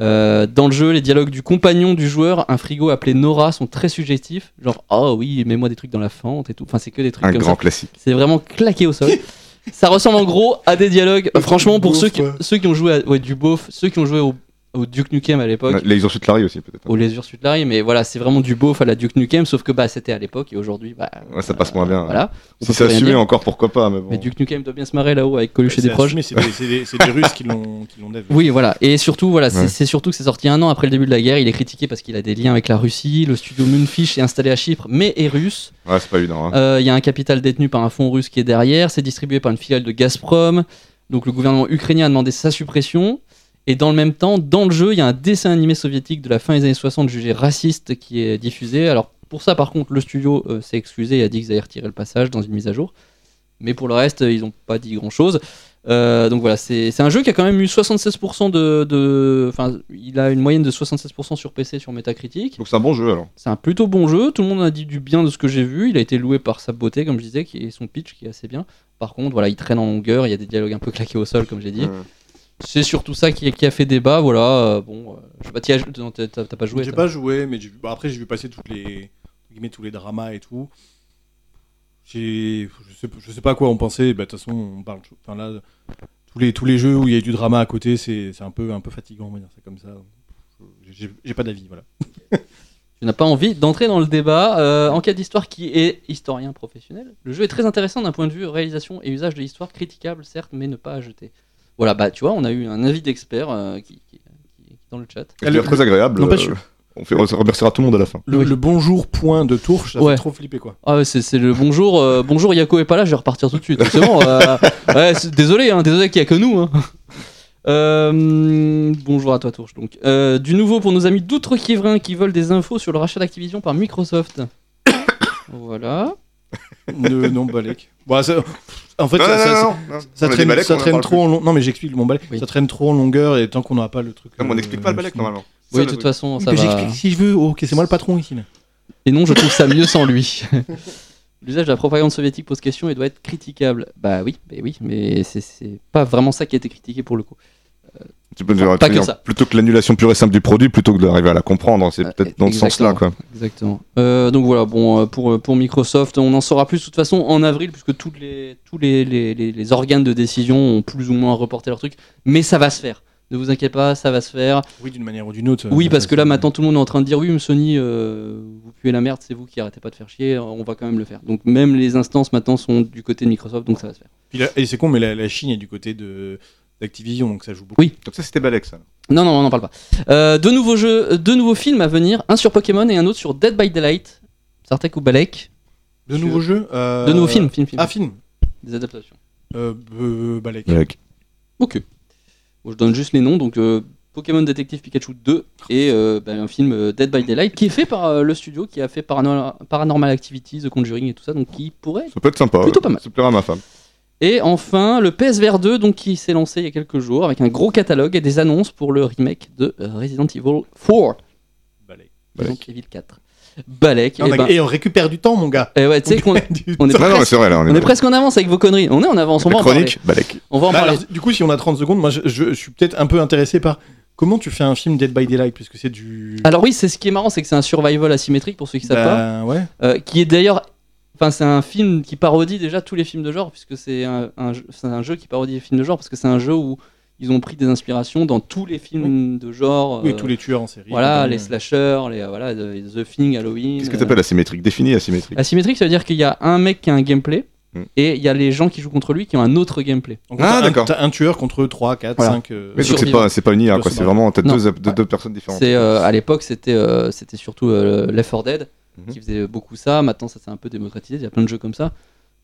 Speaker 3: Euh, dans le jeu, les dialogues du compagnon du joueur, un frigo appelé Nora, sont très suggestifs. Genre, oh oui, mets-moi des trucs dans la fente et tout. Enfin, c'est que des trucs
Speaker 4: Un
Speaker 3: comme
Speaker 4: grand
Speaker 3: ça.
Speaker 4: classique.
Speaker 3: C'est vraiment claqué au sol. ça ressemble en gros à des dialogues. bah, franchement, pour
Speaker 5: Beauf,
Speaker 3: ceux qui,
Speaker 5: ouais.
Speaker 3: ceux qui ont joué à, ouais, du beauf, ceux qui ont joué au, au Duke Nukem à l'époque,
Speaker 4: Là, ils ont suite Larry aussi, peut-être. hein.
Speaker 3: aux lésures sur Larry, mais voilà, c'est vraiment du beauf à la Duke Nukem, sauf que bah, c'était à l'époque et aujourd'hui, bah,
Speaker 4: Ouais, ça passe moins bien.
Speaker 3: voilà. On
Speaker 4: Si
Speaker 3: peut
Speaker 4: c'est
Speaker 3: plus rien
Speaker 4: assumé
Speaker 3: dire.
Speaker 4: encore, pourquoi pas, mais bon.
Speaker 3: Mais Duke Nukem doit bien se marrer là-haut avec Coluche et
Speaker 5: C'est
Speaker 3: des proches.
Speaker 5: assumé, C'est des, c'est des- c'est des Russes qui l'ont qui l'ont dev.
Speaker 3: Oui, voilà. Et surtout, voilà, c'est-
Speaker 4: Ouais.
Speaker 3: c'est surtout que c'est sorti un an après le début de la guerre. Il est critiqué parce qu'il a des liens avec la Russie. Le studio Moonfish est installé à Chypre, mais est russe.
Speaker 4: Ouais, c'est pas évident. hein.
Speaker 3: Euh, Il y a un capital détenu par un fonds russe qui est derrière. C'est distribué par une filiale de Gazprom. Donc le gouvernement ukrainien a demandé sa suppression. Et dans le même temps, dans le jeu, il y a un dessin animé soviétique de la fin des années 60 jugé raciste qui est diffusé. Alors pour ça, par contre, le studio euh, s'est excusé et a dit qu'ils allaient retirer le passage dans une mise à jour. Mais pour le reste, euh, ils n'ont pas dit grand-chose. Euh, donc voilà, c'est c'est un jeu qui a quand même eu 76% de... de- Enfin, il a une moyenne de 76% sur PC sur Metacritic.
Speaker 4: Donc c'est un bon jeu alors.
Speaker 3: C'est un plutôt bon jeu, tout le monde a dit du bien de ce que j'ai vu, il a été loué par sa beauté, comme je disais, qui est son pitch qui est assez bien. Par contre, voilà, il traîne en longueur, il y a des dialogues un peu claqués au sol, comme j'ai dit.
Speaker 4: Ouais.
Speaker 3: C'est surtout ça qui, qui a fait débat, voilà. euh, bon, euh, je sais pas, t'y as- non, t'as t'as- t'as pas joué.
Speaker 5: J'ai
Speaker 3: t'as-
Speaker 5: pas joué, mais j'ai vu- bah, après j'ai vu passer toutes les entre guillemets, tous les dramas et tout. J'ai, je sais, je sais pas à quoi on pensait. bah, De toute façon, on parle. Enfin là, tous les tous les jeux où il y a du drama à côté, c'est c'est un peu un peu fatigant, on va dire ça comme ça. J'ai j'ai pas d'avis, voilà.
Speaker 3: Tu n'as pas envie d'entrer dans le débat. Euh, en cas d'histoire qui est historien professionnel, le jeu est très intéressant d'un point de vue réalisation et usage de l'histoire, critiquable certes, mais ne pas à jeter. Voilà, bah tu vois, on a eu un avis d'expert euh, qui, qui- qui- qui est dans le chat.
Speaker 4: C'est d'ailleurs très agréable.
Speaker 5: N'empêche-
Speaker 4: euh, on, fait, on se remerciera tout le monde à la fin.
Speaker 5: Le,
Speaker 3: Oui.
Speaker 5: le bonjour point de tour, ça
Speaker 3: Ouais.
Speaker 5: fait trop flipper quoi.
Speaker 3: Ah ouais, c'est c'est le bonjour, euh, bonjour Yako est pas là, je vais repartir tout de suite. C'est bon, euh, ouais, c'est- désolé, hein, désolé qu'il y a que nous. hein. Euh, bonjour à toi Tourche donc. Euh, du nouveau pour nos amis d'outre-Quiverin qui veulent des infos sur le rachat d'Activision par Microsoft. voilà.
Speaker 5: de non balèque. Bon, ça- en fait,
Speaker 4: Non,
Speaker 5: ça,
Speaker 4: non,
Speaker 5: ça-
Speaker 4: non,
Speaker 5: ça-
Speaker 4: non, non. On
Speaker 5: ça
Speaker 4: a des
Speaker 5: traîne,
Speaker 4: balais qu'on
Speaker 5: ça
Speaker 4: en
Speaker 5: traîne
Speaker 4: parle
Speaker 5: trop en long... Non, mais j'explique mon balai.
Speaker 3: Oui.
Speaker 5: Ça traîne trop en longueur et tant qu'on n'aura pas le truc.
Speaker 4: plus. Non, Ah, mais on
Speaker 5: euh,
Speaker 4: n'explique pas le balèque normalement. C'est
Speaker 3: Oui, de
Speaker 4: ça, le
Speaker 3: toute
Speaker 4: truc.
Speaker 3: façon,
Speaker 5: Que
Speaker 3: ça va.
Speaker 5: j'explique si je veux. Oh, ok, c'est moi le patron ici. là.
Speaker 3: Et non, je trouve ça mieux sans lui. L'usage de la propagande soviétique pose question et doit être critiquable. Bah oui, bah oui, mais c'est- c'est pas vraiment ça qui a été critiqué pour le coup.
Speaker 4: Tu peux dire,
Speaker 3: Pas
Speaker 4: tu
Speaker 3: que
Speaker 4: veux
Speaker 3: ça.
Speaker 4: dire, plutôt que l'annulation pure et simple du produit, plutôt que d'arriver à la comprendre, c'est
Speaker 3: Ah,
Speaker 4: peut-être dans ce sens-là. Quoi.
Speaker 3: Exactement. Euh, donc voilà, bon, euh, pour, euh, pour Microsoft, on en saura plus de toute façon en avril, puisque toutes les, tous les, les, les- les organes de décision ont plus ou moins reporté leur truc, mais ça va se faire. Ne vous inquiétez pas, ça va se faire.
Speaker 5: Oui, d'une manière ou d'une autre.
Speaker 3: Oui,
Speaker 5: ça-
Speaker 3: parce
Speaker 5: ça-
Speaker 3: que là maintenant tout le monde est en train de dire oui, mais Sony, euh, vous puez la merde, c'est vous qui arrêtez pas de faire chier, on va quand même le faire. Donc même les instances maintenant sont du côté de Microsoft, donc ça va se faire.
Speaker 5: Puis là- Et c'est con, mais la, la Chine est du côté de d'Activision, donc ça joue beaucoup.
Speaker 3: Oui.
Speaker 4: Donc ça, c'était balèque ça.
Speaker 3: Non, non, on n'en parle pas. Euh, deux nouveaux jeux, euh, deux nouveaux films à venir, un sur Pokémon et un autre sur Dead by Daylight, Sartek ou Balek.
Speaker 5: De nouveaux jeux. euh,
Speaker 3: De nouveaux films, films, films.
Speaker 5: Ah, film.
Speaker 3: des adaptations.
Speaker 5: Euh, euh, Balek.
Speaker 4: Balèque.
Speaker 3: Ok. Bon, je donne juste les noms. Donc, euh, Pokémon Détective Pikachu 2 et euh, ben, un film euh, Dead by Daylight qui est fait par euh, le studio qui a fait Parano- Paranormal Activity, The Conjuring et tout ça. Donc, qui pourrait.
Speaker 4: Ça peut être sympa.
Speaker 3: Plutôt
Speaker 4: ouais.
Speaker 3: pas mal.
Speaker 4: Ça plaira à ma femme.
Speaker 3: Et enfin, le PSVR 2, donc qui s'est lancé il y a quelques jours avec un gros catalogue et des annonces pour le remake de euh, Resident Evil 4.
Speaker 5: Balek.
Speaker 4: Balek.
Speaker 3: Resident Evil 4. Balek.
Speaker 5: Non,
Speaker 3: Et,
Speaker 5: on a-
Speaker 3: ben,
Speaker 5: Et on récupère du temps, mon gars.
Speaker 3: eh ouais, tu sais qu'on
Speaker 5: Du-
Speaker 3: on est,
Speaker 4: Non, non, mais
Speaker 3: presque,
Speaker 4: c'est vrai, là, on est,
Speaker 3: on est presque en avance avec vos conneries. On est en avance, on va en parler.
Speaker 4: Chronique, balèque.
Speaker 3: On va en
Speaker 5: Bah,
Speaker 3: parler.
Speaker 5: alors, du coup, si on a 30 secondes, moi, je, je- je suis peut-être un peu intéressé par comment tu fais un film Dead by Daylight, puisque c'est du.
Speaker 3: Alors oui, c'est ce qui est marrant, c'est que c'est un survival asymétrique pour ceux qui savent pas.
Speaker 5: Bah, ouais.
Speaker 3: Euh, qui est d'ailleurs. Enfin, c'est un film qui parodie déjà tous les films de genre, puisque c'est un, un jeu- c'est un jeu qui parodie les films de genre, parce que c'est un jeu où ils ont pris des inspirations dans tous les films de genre.
Speaker 5: Oui,
Speaker 3: euh,
Speaker 5: tous les tueurs en série.
Speaker 3: Voilà,
Speaker 5: compagnie.
Speaker 3: les slashers, les, euh, voilà, The, The Thing, Halloween.
Speaker 4: Qu'est-ce que
Speaker 3: euh.
Speaker 4: t'appelles asymétrique Défini asymétrique.
Speaker 3: Asymétrique, ça veut dire qu'il y a un mec qui a un gameplay,
Speaker 5: Mm.
Speaker 4: Hmm.
Speaker 3: et il y a les gens qui jouent contre lui qui ont un autre gameplay.
Speaker 5: En gros,
Speaker 4: Ah,
Speaker 5: t'as un-
Speaker 4: d'accord.
Speaker 5: T'as un tueur contre 3, 4,
Speaker 3: Voilà.
Speaker 5: 5.
Speaker 4: Mais donc,
Speaker 3: survivre.
Speaker 4: c'est pas, c'est pas une IA, quoi. C'est vraiment, t'as
Speaker 3: Non.
Speaker 4: deux, deux, deux personnes différentes.
Speaker 3: C'est euh, à l'époque, c'était euh, c'était surtout euh, Left 4 Dead
Speaker 4: Mhm.
Speaker 3: qui faisait beaucoup ça. Maintenant, ça s'est un peu démocratisé. Il y a plein de jeux comme ça.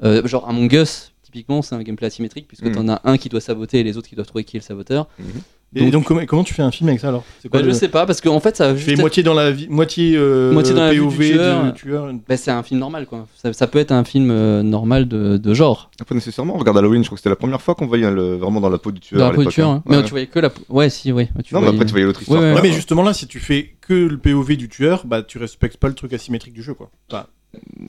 Speaker 3: Euh, genre Among Us, typiquement, c'est un gameplay asymétrique puisque
Speaker 4: Mhm.
Speaker 3: t'en as un qui doit saboter et les autres qui doivent trouver qui est le saboteur.
Speaker 5: Et donc, comment, comment tu fais un film avec ça alors C'est
Speaker 3: Bah,
Speaker 5: quoi
Speaker 3: Je
Speaker 5: le-
Speaker 3: sais pas parce qu'en fait, ça va
Speaker 5: Tu
Speaker 3: juste
Speaker 5: fais
Speaker 3: être-
Speaker 5: moitié dans la vie, moitié, euh,
Speaker 3: Moitié dans la vie du
Speaker 5: POV
Speaker 3: tueur.
Speaker 5: de tueur.
Speaker 3: bah, c'est un film normal quoi. Ça, ça peut être un film euh, normal de, de genre.
Speaker 4: Pas nécessairement. Regarde Halloween, je crois que c'était la première fois qu'on voyait le- vraiment dans la peau du tueur.
Speaker 3: Dans la
Speaker 4: à
Speaker 3: peau de
Speaker 4: l'époque,
Speaker 3: tueur,
Speaker 4: hein.
Speaker 3: hein. Mais
Speaker 4: Ouais.
Speaker 3: tu voyais que la. Ouais, si, ouais. Tu
Speaker 4: Non, mais
Speaker 3: voyais-
Speaker 4: après, tu voyais l'autre histoire.
Speaker 3: Ouais, ouais.
Speaker 4: quoi.
Speaker 5: Ouais, mais justement là, si tu fais que le POV du tueur, bah tu respectes pas le truc asymétrique du jeu quoi. Enfin,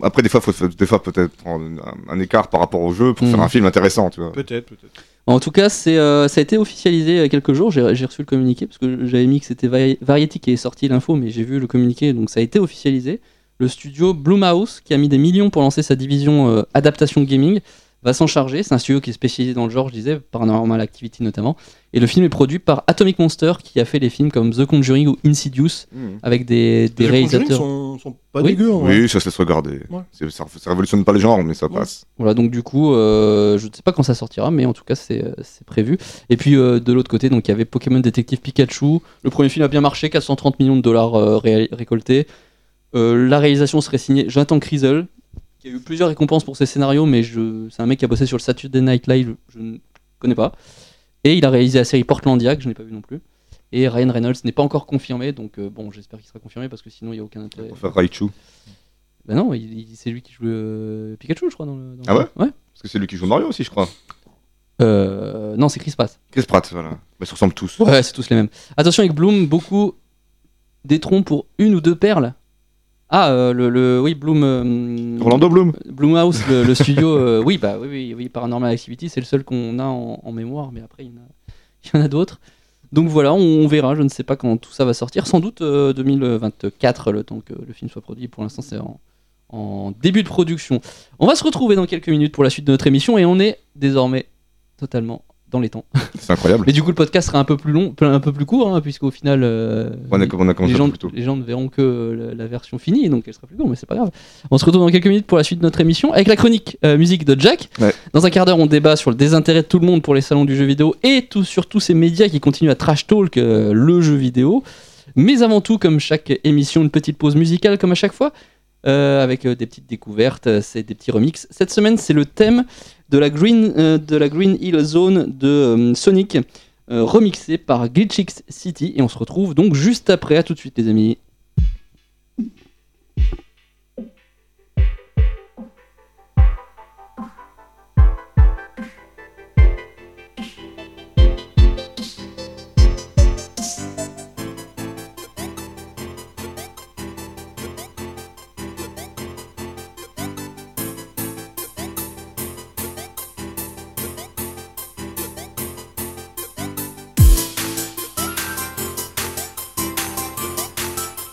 Speaker 4: Après, des fois, faut, des fois peut-être prendre un, un écart par rapport au jeu pour faire
Speaker 3: Mhm.
Speaker 4: un film intéressant, tu vois.
Speaker 5: peut-être, peut-être.
Speaker 3: En tout cas, c'est, euh, ça a été officialisé il y a quelques jours. J'ai j'ai reçu le communiqué parce que j'avais mis que c'était Vari- Variety qui est sorti l'info, mais j'ai vu le communiqué, donc ça a été officialisé. Le studio Blumhouse qui a mis des millions pour lancer sa division euh, adaptation gaming va s'en charger. C'est un studio qui est spécialisé dans le genre, je disais, Paranormal Activity notamment. Et le film est produit par Atomic Monster, qui a fait les films comme The Conjuring ou Insidious,
Speaker 4: Mmh.
Speaker 3: avec des, des
Speaker 5: Les Conjuring
Speaker 3: réalisateurs.
Speaker 5: sont, sont pas
Speaker 3: Oui.
Speaker 5: dégueux. hein. en vrai.
Speaker 4: Oui, ça se laisse regarder.
Speaker 5: Ouais.
Speaker 4: C'est- Ça, ça révolutionne pas le genre, mais ça
Speaker 5: Ouais.
Speaker 4: passe.
Speaker 3: Voilà, donc du coup, euh, je ne sais pas quand ça sortira, mais en tout cas, c'est euh, c'est prévu. Et puis euh, de l'autre côté, donc il y avait Pokémon Détective Pikachu. Le premier film a bien marché, 430 millions de dollars euh, ré- récoltés. Euh, la réalisation serait signée Jonathan Kriesel, qui a eu plusieurs récompenses pour ses scénarios, mais je... c'est un mec qui a bossé sur le Saturday Night Live, je ne connais pas. Et il a réalisé la série Portlandia, que je n'ai pas vu non plus. Et Ryan Reynolds n'est pas encore confirmé, donc euh, bon, j'espère qu'il sera confirmé parce que sinon il n'y a aucun intérêt.
Speaker 4: Pour faire Raichu.
Speaker 3: Bah non, il- il- c'est lui qui joue euh, Pikachu, je crois. Dans le, dans
Speaker 4: Ah
Speaker 3: le-
Speaker 4: ouais Parce que c'est lui qui joue Mario aussi, je crois.
Speaker 3: Euh, non, c'est Chris Pratt.
Speaker 4: Chris Pratt, voilà. Bah, Ils se ressemblent tous.
Speaker 3: Ouais, c'est tous les mêmes. Attention avec Bloom, beaucoup d'étrons pour une ou deux perles. Ah, euh, le, le- oui, Bloom. euh,
Speaker 4: Orlando Bloom
Speaker 3: Bloomhouse, le, le studio. euh, oui, bah oui, oui, oui, Paranormal Activity, c'est le seul qu'on a en, en mémoire, mais après, il y en a, il y en a d'autres. Donc voilà, on, on verra. Je ne sais pas quand tout ça va sortir. Sans doute euh, 2024, le temps que le film soit produit. Pour l'instant, c'est en, en début de production. On va se retrouver dans quelques minutes pour la suite de notre émission et on est désormais totalement dans les temps.
Speaker 4: C'est incroyable.
Speaker 3: Mais du coup, le podcast sera un peu plus long, un peu plus court, hein, puisqu'au final, euh,
Speaker 4: On a, on a
Speaker 3: les,
Speaker 4: commencé
Speaker 3: gens,
Speaker 4: plus tôt.
Speaker 3: les gens ne verront que euh, la- la version finie, et donc elle sera plus courte, mais c'est pas grave. On se retrouve dans quelques minutes pour la suite de notre émission avec la chronique euh, musique de Jack.
Speaker 4: Ouais.
Speaker 3: Dans un quart d'heure, on débat sur le désintérêt de tout le monde pour les salons du jeu vidéo et tout, sur tous ces médias qui continuent à trash talk euh, le jeu vidéo. Mais avant tout, comme chaque émission, une petite pause musicale comme à chaque fois, euh, avec euh, des petites découvertes, euh, c'est des petits remixes. Cette semaine, c'est le thème de la Green, euh, de la Green Hill Zone de euh, Sonic, euh, remixé par Glitchix City. Et on se retrouve donc juste après. À tout de suite, les amis.
Speaker 6: Thank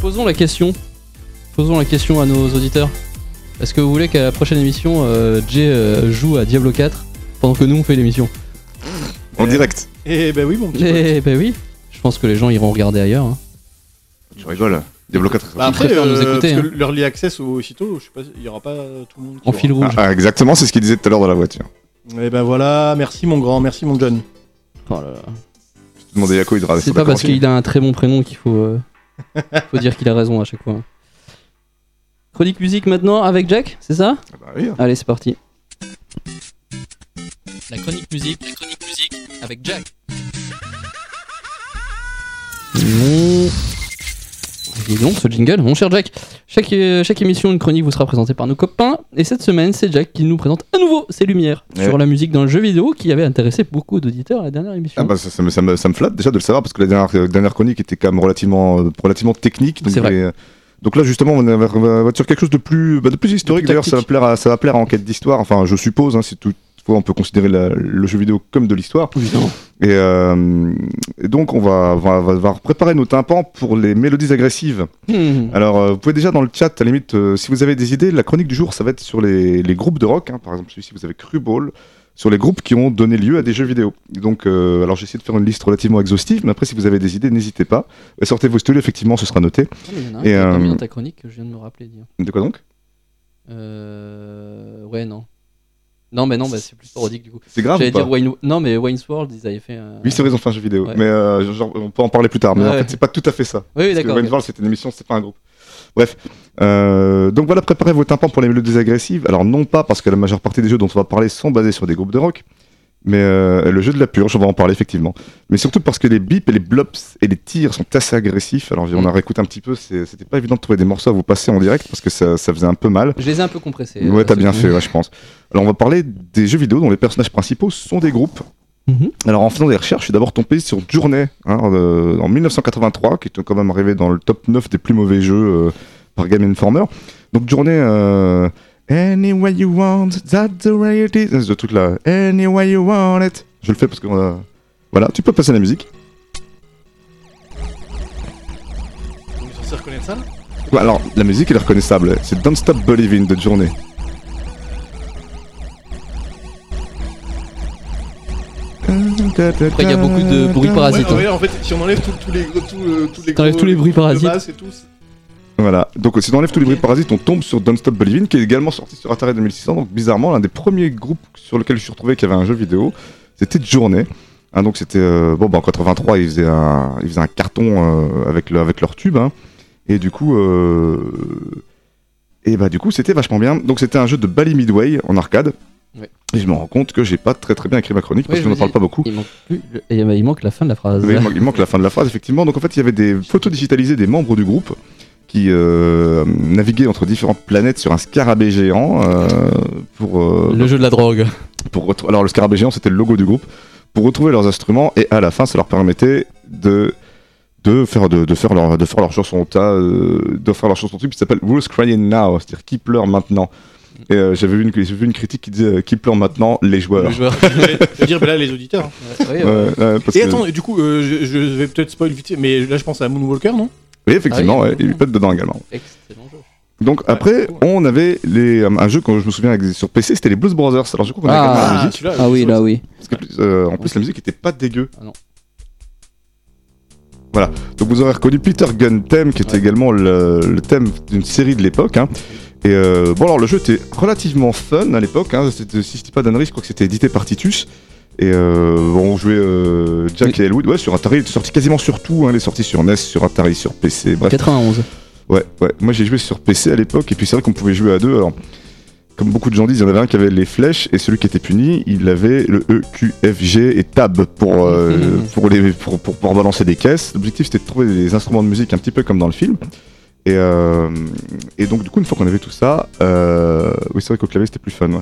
Speaker 3: Posons la question. Posons la question à nos auditeurs. Est-ce que vous voulez qu'à la prochaine émission, euh, Jay euh, joue à Diablo 4 pendant que nous on fait l'émission
Speaker 4: En direct.
Speaker 5: Et ben oui, mon petit. pote.
Speaker 3: Eh ben oui, je pense que les gens iront regarder ailleurs. hein.
Speaker 4: Tu rigoles. Diablo 4 est sorti.
Speaker 5: Bah après,
Speaker 3: préfèrent nous
Speaker 5: euh,
Speaker 3: écouter,
Speaker 5: parce que
Speaker 3: hein.
Speaker 5: l'early access aussitôt, je sais pas, il y aura pas tout le monde. qui
Speaker 3: En fil
Speaker 5: aura.
Speaker 3: rouge.
Speaker 4: Ah, ah, exactement, c'est ce qu'il disait tout à l'heure dans la voiture.
Speaker 5: Et ben voilà, merci mon grand, merci mon John.
Speaker 3: Oh là là.
Speaker 4: Je demandais à Yako, il devra
Speaker 3: C'est pas parce qu'il a un très bon prénom qu'il faut, euh, faut dire qu'il a raison à chaque fois. Chronique musique maintenant avec Jack, c'est ça
Speaker 4: Ah bah oui, hein.
Speaker 3: Allez, c'est parti. La chronique musique, la chronique musique avec Jack. Non. Il est long ce jingle, mon cher Jack. Chaque, euh, chaque émission, une chronique vous sera présentée par nos copains. Et cette semaine, c'est Jack qui nous présente à nouveau ses lumières
Speaker 4: Ouais.
Speaker 3: sur la musique dans le jeu vidéo qui avait intéressé beaucoup d'auditeurs à la dernière émission.
Speaker 4: Ah bah ça, ça me, ça me- ça me flatte déjà de le savoir parce que la dernière, la dernière chronique était quand même relativement, euh, relativement technique. Donc
Speaker 3: C'est vrai.
Speaker 4: les- euh, donc là justement on va- on va sur quelque chose de plus, bah, de plus historique.
Speaker 5: plus
Speaker 4: D'ailleurs ça va
Speaker 5: tactique.
Speaker 4: plaire à, ça va plaire à enquête d'histoire. Enfin je suppose hein, si toutefois on peut considérer la- le jeu vidéo comme de l'histoire.
Speaker 3: Ah
Speaker 4: Et, euh, et donc on va, va, va, va préparer nos tympans pour les mélodies agressives.
Speaker 3: Hmm.
Speaker 4: Alors, euh, vous pouvez déjà dans le chat, à la limite, euh, si vous avez des idées, la chronique du jour, ça va être sur les, les groupes de rock. hein. par exemple, celui-ci, vous avez Cruball, sur les groupes qui ont donné lieu à des jeux vidéo. Et donc, euh, alors j'ai essayé de faire une liste relativement exhaustive, mais après, si vous avez des idées, n'hésitez pas. Euh, Sortez vos stylos, effectivement, ce sera noté.
Speaker 3: Ah, mais il y en a un qui est
Speaker 4: Et, euh,
Speaker 3: mis dans ta chronique que je viens de me rappeler. dis donc.
Speaker 4: De quoi donc
Speaker 3: Euh, ouais, non. Non, mais non, bah, c'est plus parodique du coup.
Speaker 4: C'est grave
Speaker 3: J'allais
Speaker 4: Ah, ou pas
Speaker 3: dire Wayne... Non, mais Wayne's World, ils avaient fait. un-
Speaker 4: Oui, c'est vrai, ils ont fait un jeu vidéo.
Speaker 3: Ouais.
Speaker 4: Mais euh, genre, on peut en parler plus tard. Mais
Speaker 3: Ah
Speaker 4: en
Speaker 3: ouais.
Speaker 4: fait, c'est pas tout à fait ça.
Speaker 3: Oui, oui,
Speaker 4: Parce que
Speaker 3: d'accord.
Speaker 4: Wayne's
Speaker 3: ok.
Speaker 4: World, c'était une émission, c'était pas un groupe. Bref, Euh, donc voilà, préparez vos tympans pour les mélodies agressives. Alors non pas parce que la majeure partie des jeux dont on va parler sont basés sur des groupes de rock, mais euh, le jeu de la purge, on va en parler effectivement. Mais surtout parce que les bips et les blops et les tirs sont assez agressifs. Alors
Speaker 3: Mm.
Speaker 4: on a réécouté un petit peu, c'est- c'était pas évident de trouver des morceaux à vous passer en direct parce que ça, ça faisait un peu mal.
Speaker 3: Je les ai un peu compressés. euh,
Speaker 4: Ouais, t'as
Speaker 3: ceux
Speaker 4: bien
Speaker 3: qui-
Speaker 4: fait, ouais, je pense. Alors on va parler des jeux vidéo dont les personnages principaux sont des groupes.
Speaker 3: Mhm.
Speaker 4: Alors en faisant des recherches, je suis d'abord tombé sur Journey hein, euh, en 1983, qui est quand même arrivé dans le top 9 des plus mauvais jeux euh, par Game Informer. Donc Journey, euh, Anywhere you want, that's the way it is. Euh, Ce truc là, Anywhere you want it. Je le fais parce que euh, voilà, tu peux passer la musique.
Speaker 5: On est censé reconnaître ça là
Speaker 4: Ouais, alors la musique elle est reconnaissable, c'est Don't Stop Believing de Journey.
Speaker 3: Après, il y a beaucoup de bruits
Speaker 5: Ouais,
Speaker 3: parasites. hein.
Speaker 5: ouais, en fait, si on enlève tout- tous les gros- tous, euh, tous les
Speaker 3: T'enlèves
Speaker 5: gros-
Speaker 3: tous les bruits
Speaker 5: de
Speaker 3: parasites.
Speaker 5: basse et tout, c'est-
Speaker 4: Voilà, donc euh, si on enlève tous les
Speaker 5: Ok.
Speaker 4: bruits parasites, on tombe sur Don't Stop Believin, qui est également sorti sur Atari 2600, donc bizarrement, l'un des premiers groupes sur lequel je suis retrouvé qui avait un jeu vidéo, c'était Journée. Hein, donc c'était, euh, bon, bah, en 83, ils faisaient un, ils faisaient un carton euh, avec, le- avec leur tube, hein. et du coup, euh, et bah du coup, c'était vachement bien. Donc c'était un jeu de Bally Midway en arcade,
Speaker 3: Ouais.
Speaker 4: et je me rends compte que j'ai pas très très bien écrit ma chronique, parce
Speaker 3: Ouais,
Speaker 4: que
Speaker 3: je
Speaker 4: je ne parle
Speaker 3: me dis-
Speaker 4: pas beaucoup.
Speaker 3: Il manque, plus le- et, bah, il manque la fin de la phrase.
Speaker 4: Oui, il manque- il manque la fin de la phrase, effectivement. Donc en fait, il y avait des photos digitalisées des membres du groupe qui euh, naviguaient entre différentes planètes sur un scarabée géant euh, pour, euh,
Speaker 3: Le jeu de la drogue.
Speaker 4: pour retrou- alors le scarabée géant c'était le logo du groupe pour retrouver leurs instruments et à la fin ça leur permettait de de faire de, de faire leur de faire leur chanson t'as, euh, de faire leur chanson truc qui s'appelle Who's Crying Now c'est-à-dire qui pleure maintenant et euh, j'avais vu une j'ai vu une critique qui disait euh, qui pleure maintenant les joueurs
Speaker 3: Le joueur.
Speaker 5: Je veux dire, ben là, les auditeurs.
Speaker 3: Oui,
Speaker 4: Ouais,
Speaker 3: ouais.
Speaker 4: ouais, parce
Speaker 5: Et
Speaker 4: que-
Speaker 5: attends, du coup, euh, je, je vais peut-être spoil vite, fait, mais là, je pense à Moonwalker, non
Speaker 4: oui effectivement
Speaker 3: Ah oui,
Speaker 4: ouais, il pète dedans également
Speaker 3: Excellent jeu.
Speaker 4: Donc après,
Speaker 5: cool.
Speaker 4: on avait les, euh, un jeu que je me souviens sur PC, c'était les Blues Brothers. Alors je crois qu'on a
Speaker 3: Ah.
Speaker 4: gagné la musique.
Speaker 5: celui-là,
Speaker 3: Ah oui, là oui.
Speaker 4: Parce que, plus- euh, en plus, la musique était pas dégueu.
Speaker 3: Ah non.
Speaker 4: Voilà. Donc vous aurez reconnu Peter Gunn Theme, qui était
Speaker 3: Ouais.
Speaker 4: également le, le thème d'une série de l'époque. hein. Et euh, bon, alors le jeu était relativement fun à l'époque. Hein. C'était- Si je dis pas d'annerie, je crois que c'était édité par Titus. Et euh, bon, on jouait euh, Jack et Elwood. Ouais, sur Atari, il était sorti quasiment sur tout. Hein. Il est sorti sur NES, sur Atari, sur PC. Bref,
Speaker 3: 91.
Speaker 4: Ouais, ouais. Moi j'ai joué sur PC à l'époque et puis c'est vrai qu'on pouvait jouer à deux. Alors, comme beaucoup de gens disent, il y en avait un qui avait les flèches et celui qui était puni, il avait le E, Q, F, G et Tab pour, euh, pour, les, pour, pour pouvoir balancer des caisses. L'objectif c'était de trouver des instruments de musique un petit peu comme dans le film. Et, euh, et donc du coup, une fois qu'on avait tout ça, euh, oui c'est vrai qu'au clavier c'était plus fun. ouais.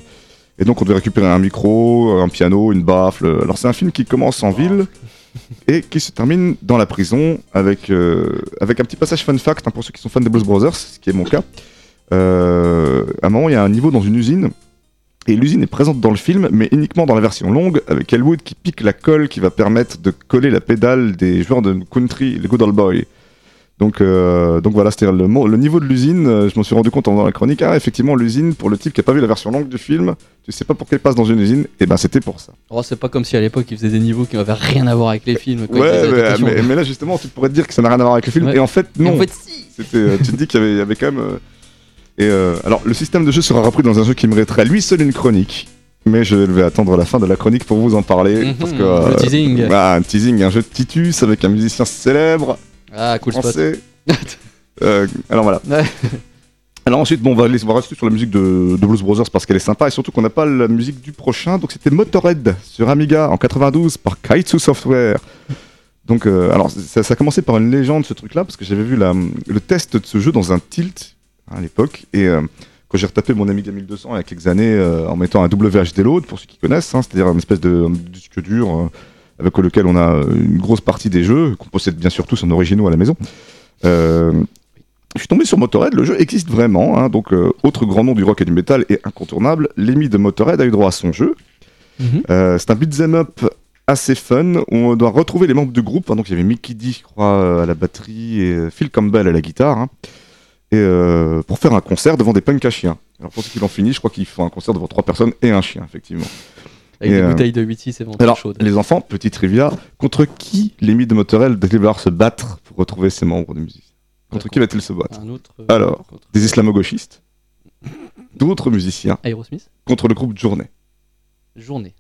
Speaker 4: Et donc on devait récupérer un micro, un piano, une baffle. Alors c'est un film qui commence en ville et qui se termine dans la prison avec, euh, avec un petit passage fun fact hein, pour ceux qui sont fans des Blues Brothers, ce qui est mon cas. Euh, à un moment, il y a un niveau dans une usine et l'usine est présente dans le film, mais uniquement dans la version longue avec Elwood qui pique la colle qui va permettre de coller la pédale des joueurs de country, les Good Old Boys. Donc, euh, donc voilà, c'était le, mo- le niveau de l'usine. euh, je m'en suis rendu compte en faisant la chronique. Ah, effectivement, l'usine, pour le type qui a pas vu la version longue du film, tu sais pas pour qu'elle passe dans une usine, et ben c'était pour ça.
Speaker 3: Oh, c'est pas comme si à l'époque ils faisaient des niveaux qui n'avaient rien à voir avec les films. quoi, avec
Speaker 4: Ouais,
Speaker 3: les
Speaker 4: mais,
Speaker 3: adaptations.
Speaker 4: mais- mais là justement, tu pourrais te dire que ça n'a rien à voir avec le film,
Speaker 3: Ouais.
Speaker 4: et en fait,
Speaker 3: Et
Speaker 4: non.
Speaker 3: en fait, si.
Speaker 4: C'était, euh, tu te dis qu'il y avait, il y avait quand même. euh, et euh, alors, le système de jeu sera repris dans un jeu qui mériterait à lui seul une chronique. Mais je vais attendre la fin de la chronique pour vous en parler.
Speaker 3: Mhm,
Speaker 4: parce que,
Speaker 3: le teasing.
Speaker 4: bah, un teasing, un jeu de Titus avec un musicien célèbre
Speaker 3: Ah, cool spot.
Speaker 4: français. Euh, alors voilà.
Speaker 3: Ouais.
Speaker 4: Alors ensuite, bon, on va, laisser- on va rester sur la musique de, de Blues Brothers parce qu'elle est sympa et surtout qu'on n'a pas la musique du prochain. Donc c'était Motorhead sur Amiga en 92 par Kaitsu Software. Donc euh, alors ça, ça a commencé par une légende ce truc-là parce que j'avais vu la, le test de ce jeu dans un tilt hein, à l'époque et euh, quand j'ai retapé mon Amiga 1200 il y a quelques années euh, en mettant un WHD load pour ceux qui connaissent, hein, c'est-à-dire une espèce de disque dur euh, avec lequel on a euh, une grosse partie des jeux qu'on possède bien sûr tous en originaux à la maison. Euh, je suis tombé sur Motorhead, le jeu existe vraiment, hein, donc euh, autre grand nom du rock et du métal et incontournable, l'émi de Motorhead a eu droit à son jeu.
Speaker 3: Mhm.
Speaker 4: Euh, c'est un beat'em up assez fun, où on doit retrouver les membres du groupe, hein, donc il y avait Mickey D, je crois, euh, à la batterie et euh, Phil Campbell à la guitare, hein, et, euh, pour faire un concert devant des punks à chiens. Alors pour ceux qui l'ont fini, je crois qu'ils font un concert devant trois personnes et un chien, effectivement.
Speaker 3: Avec
Speaker 4: Et,
Speaker 3: des
Speaker 4: euh,
Speaker 3: bouteilles de 8 c'est vraiment
Speaker 4: Alors,
Speaker 3: très chaude.
Speaker 4: les enfants, petite trivia, contre qui l'émi de Motorhead doit-il vouloir se battre pour retrouver ses membres de musique Contre qui va-t-il se battre
Speaker 3: Un autre. euh,
Speaker 4: Alors,
Speaker 3: contre-
Speaker 4: des islamo-gauchistes, d'autres musiciens
Speaker 3: Aerosmith
Speaker 4: contre le groupe Journée.
Speaker 3: Journée.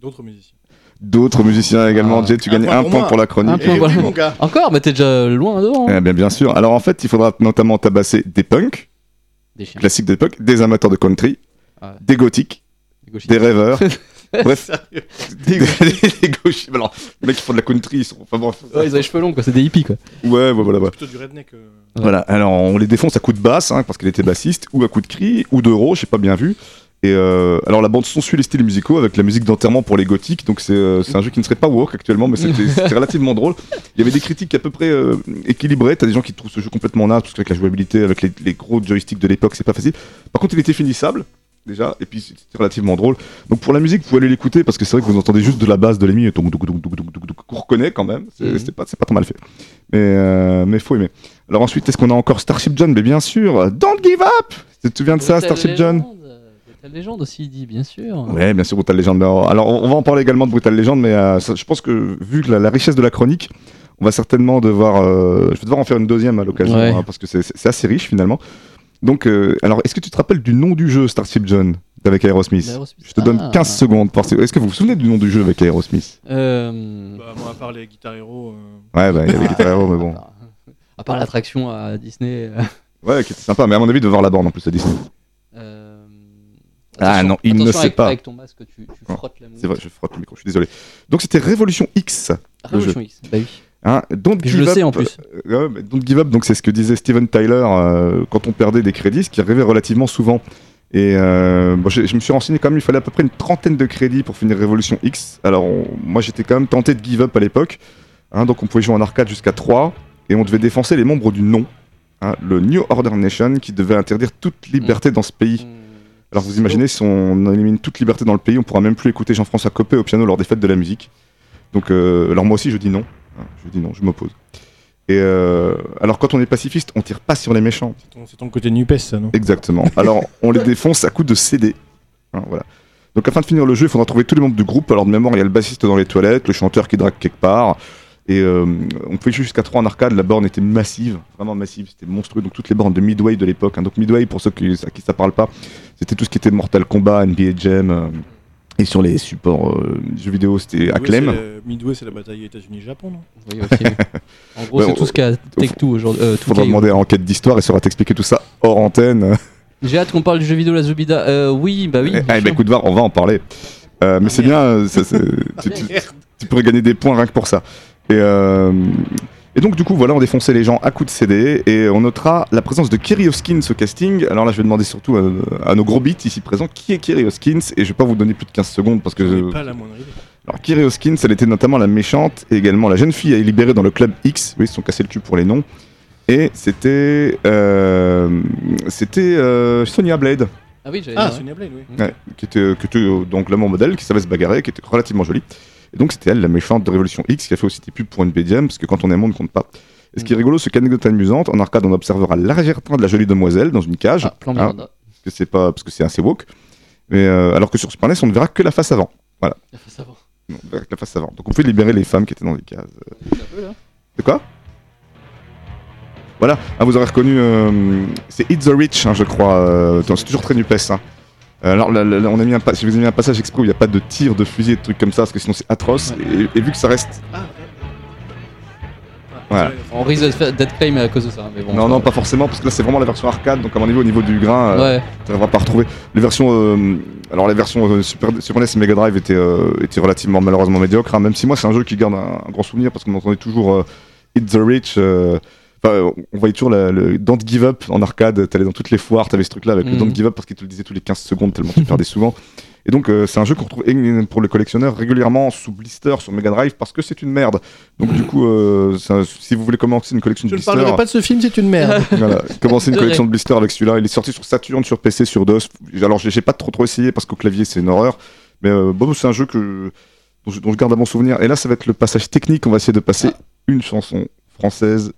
Speaker 5: D'autres musiciens.
Speaker 4: D'autres musiciens également.
Speaker 3: Ah.
Speaker 4: Jay, tu
Speaker 5: Un
Speaker 4: gagnes
Speaker 5: point
Speaker 4: un
Speaker 5: pour
Speaker 4: point
Speaker 5: moi.
Speaker 4: pour la chronique.
Speaker 3: Un point,
Speaker 5: Eh
Speaker 3: Ah, voilà.
Speaker 5: oui, mon gars.
Speaker 3: Encore, mais t'es déjà loin devant. hein.
Speaker 4: Eh bien, bien sûr. Alors en fait, il faudra notamment tabasser des punks,
Speaker 3: Des chiens.
Speaker 4: classiques d'époque, des amateurs de country,
Speaker 3: Ah ouais.
Speaker 4: des gothiques,
Speaker 3: Des gauchistes.
Speaker 4: des rêveurs. Bref,
Speaker 5: Sérieux.
Speaker 4: des, des gauchistes. Alors, les mecs qui font de la country, ils sont. Enfin, bon,
Speaker 3: Ouais, ils ont les cheveux longs, quoi. C'est des hippies, quoi.
Speaker 4: ouais, ouais, voilà, ouais.
Speaker 5: Plutôt du redneck. euh.
Speaker 3: Ouais.
Speaker 4: Voilà, alors on les défonce à coups de basse, hein, parce qu'elle était bassiste, ou à coups de cri, ou d'euro, j'ai pas bien vu. Et euh, alors la bande son suit les styles musicaux avec la musique d'enterrement pour les gothiques, donc c'est euh, c'est un jeu qui ne serait pas woke actuellement, mais c'était c'était relativement drôle. Il y avait des critiques à peu près euh, équilibrées, t'as des gens qui trouvent ce jeu complètement naze, parce qu'avec la jouabilité, avec les, les gros joysticks de l'époque, c'est pas facile. Par contre, il était finissable. Déjà, et puis c'était relativement drôle. Donc pour la musique, vous pouvez aller l'écouter parce que c'est vrai que vous entendez juste de la base de l'émi, donc, donc, donc, donc, donc, donc, donc, qu'on reconnaît quand même. C'est
Speaker 3: Mhm.
Speaker 4: c'est pas, c'est pas trop mal fait. Mais, euh, mais faut aimer. Alors ensuite, est-ce qu'on a encore Starship John Mais bien sûr, Don't Give Up Tu te souviens de ça, Starship John
Speaker 3: La légende aussi, il dit, bien sûr.
Speaker 4: Ouais, bien sûr, Brutal Legend. Mais Alors, alors, on va en parler également de Brutal Legend, mais euh, ça- je pense que vu que la, la richesse de la chronique, on va certainement devoir. euh, je vais devoir en faire une deuxième à l'occasion,
Speaker 3: Ouais.
Speaker 4: hein, parce que c'est- c'est c'est assez riche finalement. Donc, euh, alors, est-ce que tu te rappelles du nom du jeu Starship John avec Aerosmith
Speaker 3: Aerosmith.
Speaker 4: Je te donne
Speaker 3: Ah.
Speaker 4: 15 secondes. parce que- Est-ce que vous vous souvenez du nom du jeu avec Aerosmith
Speaker 3: Euh,
Speaker 5: Bah, moi, à part les Guitar Hero. euh,
Speaker 4: Ouais, bah, il y avait Guitar Hero, mais bon.
Speaker 3: à part- À part l'attraction à Disney. euh,
Speaker 4: Ouais, qui était sympa, mais à mon avis, de voir la borne en plus à Disney.
Speaker 3: euh,
Speaker 4: Ah
Speaker 3: attention-
Speaker 4: non, il ne
Speaker 3: attention
Speaker 4: sait
Speaker 3: avec-
Speaker 4: pas.
Speaker 3: Avec ton masque, tu, tu
Speaker 4: Oh,
Speaker 3: frottes la mousse.
Speaker 4: C'est vrai, je frotte le micro, je suis désolé. Donc, c'était Révolution X.
Speaker 3: Révolution X. Bah oui.
Speaker 4: Hein, Don't
Speaker 3: Puis je
Speaker 4: Give
Speaker 3: le
Speaker 4: Up,
Speaker 3: sais en plus.
Speaker 4: euh, ouais, mais Don't Give Up, donc c'est ce que disait Steven Tyler euh, quand on perdait des crédits, ce qui arrivait relativement souvent. Et euh, bon, j'ai- je me suis renseigné quand même, il fallait à peu près une trentaine de crédits pour finir Révolution X. Alors on- moi j'étais quand même tenté de give up à l'époque, hein, donc on pouvait jouer en arcade jusqu'à 3, et on devait défoncer les membres du non, hein, le New Order Nation, qui devait interdire toute liberté
Speaker 3: Mm.
Speaker 4: dans ce pays. Alors vous imaginez, si on élimine toute liberté dans le pays, on pourra même plus écouter Jean-François Copé au piano lors des fêtes de la musique. Donc, euh, alors moi aussi, je dis non. Hein, Je dis non, je m'oppose. Et euh, alors quand on est pacifiste, on tire pas sur les méchants.
Speaker 5: C'est ton- C'est ton côté Nupes, ça, non
Speaker 4: Exactement. Alors on les défonce à coups de CD. Hein, voilà. Donc afin de finir le jeu, il faudra trouver tous les membres du groupe. Alors de mémoire, il y a le bassiste dans les toilettes, le chanteur qui drague quelque part. Et euh, on pouvait jouer jusqu'à 3 en arcade, la borne était massive, vraiment massive, c'était monstrueux. Donc toutes les bornes de Midway de l'époque. hein. Donc Midway, pour ceux qui, à qui ça parle pas, c'était tout ce qui était Mortal Kombat, NBA Jam. euh, et sur les supports euh, jeux vidéo, c'était
Speaker 5: Midway,
Speaker 4: Acclaim.
Speaker 5: c'est la- Midway, c'est la bataille États-Unis-Japon, non
Speaker 3: Oui, aussi, oui. En gros,
Speaker 4: Ouais,
Speaker 3: c'est
Speaker 4: on-
Speaker 3: tout ce qu'a Take-Two aujourd'hui. euh, 2K
Speaker 4: Faudra demander à Enquête d'Histoire, et saura t'expliquer tout ça hors antenne.
Speaker 3: J'ai hâte qu'on parle du jeu vidéo La Zubida. Euh, oui, bah oui.
Speaker 4: Eh, ah, eh ben, écoute, Var, on va en parler. Euh,
Speaker 5: Ah,
Speaker 4: mais c'est bien, euh, ça, c'est- tu, tu- tu pourrais gagner des points rien que pour ça. Et, euh, et donc, du coup, voilà, on défonçait les gens à coups de CD et on notera la présence de Kerry Hoskins au casting. Alors là, je vais demander surtout euh, à, nos gros beats ici présents qui est Kerry Hoskins et je vais pas vous donner plus de 15 secondes parce que.
Speaker 5: J'en ai
Speaker 4: je-
Speaker 5: pas la moindre idée.
Speaker 3: Ah,
Speaker 4: Alors, Kerry Hoskins, elle était notamment la méchante et également la jeune fille à libérée dans le club X. Oui, ils se sont cassés le cul pour les noms. Et c'était. euh, c'était euh, Sonia Blade
Speaker 3: Ah oui, j'avais
Speaker 5: Ah,
Speaker 3: dit, ouais.
Speaker 5: Sonia Blade, oui.
Speaker 4: ouais, qui était, qui était, euh, donc la modèle, qui savait se bagarrer, qui était relativement jolie. Et donc c'était elle, la méchante de Révolution X, qui a fait aussi des pubs pour une BDM, parce que quand on aime, on ne compte pas. Et ce qui est rigolo, c'est qu'anecdote amusante, en arcade, on observera l'arrière-train de la jolie demoiselle dans une cage.
Speaker 3: Ah, plan
Speaker 4: hein,
Speaker 3: Miranda.
Speaker 4: parce que c'est pas parce que c'est assez woke. Mais euh, alors que sur Super NES, on ne verra que la face avant.
Speaker 3: Il faut savoir.
Speaker 4: On ne verra que la face avant. Donc on pouvait libérer les femmes qui étaient dans les cases. euh.
Speaker 3: hein.
Speaker 4: De quoi Voilà, Ah, vous aurez reconnu, euh, c'est It's the Rich, hein, je crois. euh, c'est toujours très nupes. Hein. Euh, Alors là, là, là, on a mis un pas- je vous ai mis un passage exprès où il n'y a pas de tir, de fusil et de trucs comme ça, parce que sinon c'est atroce. Et, et vu que ça reste.
Speaker 5: Ah,
Speaker 4: Voilà.
Speaker 3: On risque de se faire dead claim à cause de ça, hein, mais bon.
Speaker 4: non, non, pas forcément, parce que là c'est vraiment la version arcade, donc à mon avis, au niveau du grain, euh,
Speaker 3: Ouais,
Speaker 4: on va pas retrouver. Les versions. euh, alors les versions euh, Super, Super NES et Mega Drive étaient, euh, étaient relativement malheureusement médiocres, hein, même si moi c'est un jeu qui garde un, un grand souvenir parce qu'on entendait toujours euh, Hit the Rich. euh, Enfin, euh, on voyait toujours la- le Don't Give Up en arcade. T'allais dans toutes les foires, t'avais ce truc-là avec le
Speaker 3: Mhm.
Speaker 4: Don't Give Up parce qu'ils te le disaient tous les 15 secondes tellement tu perdais souvent. Et donc, euh, c'est un jeu qu'on retrouve euh, pour le collectionneur régulièrement sous blister sur Mega Drive parce que c'est une merde. Donc, du coup, euh, ça- si vous voulez commencer une collection
Speaker 5: Je
Speaker 4: de
Speaker 5: ne
Speaker 4: blister,
Speaker 5: parlerai pas de ce film, c'est une merde.
Speaker 4: voilà, commencer une
Speaker 3: De
Speaker 4: collection de blisters avec celui-là. Il est sorti sur Saturn, sur PC, sur DOS. Alors, j'ai j'ai pas trop trop essayé parce qu'au clavier, c'est une horreur. Mais euh, bon, c'est un jeu que, dont, je, dont je garde un bon souvenir. Et là, ça va être le passage technique. On va essayer de passer
Speaker 3: Ah.
Speaker 4: une chanson française,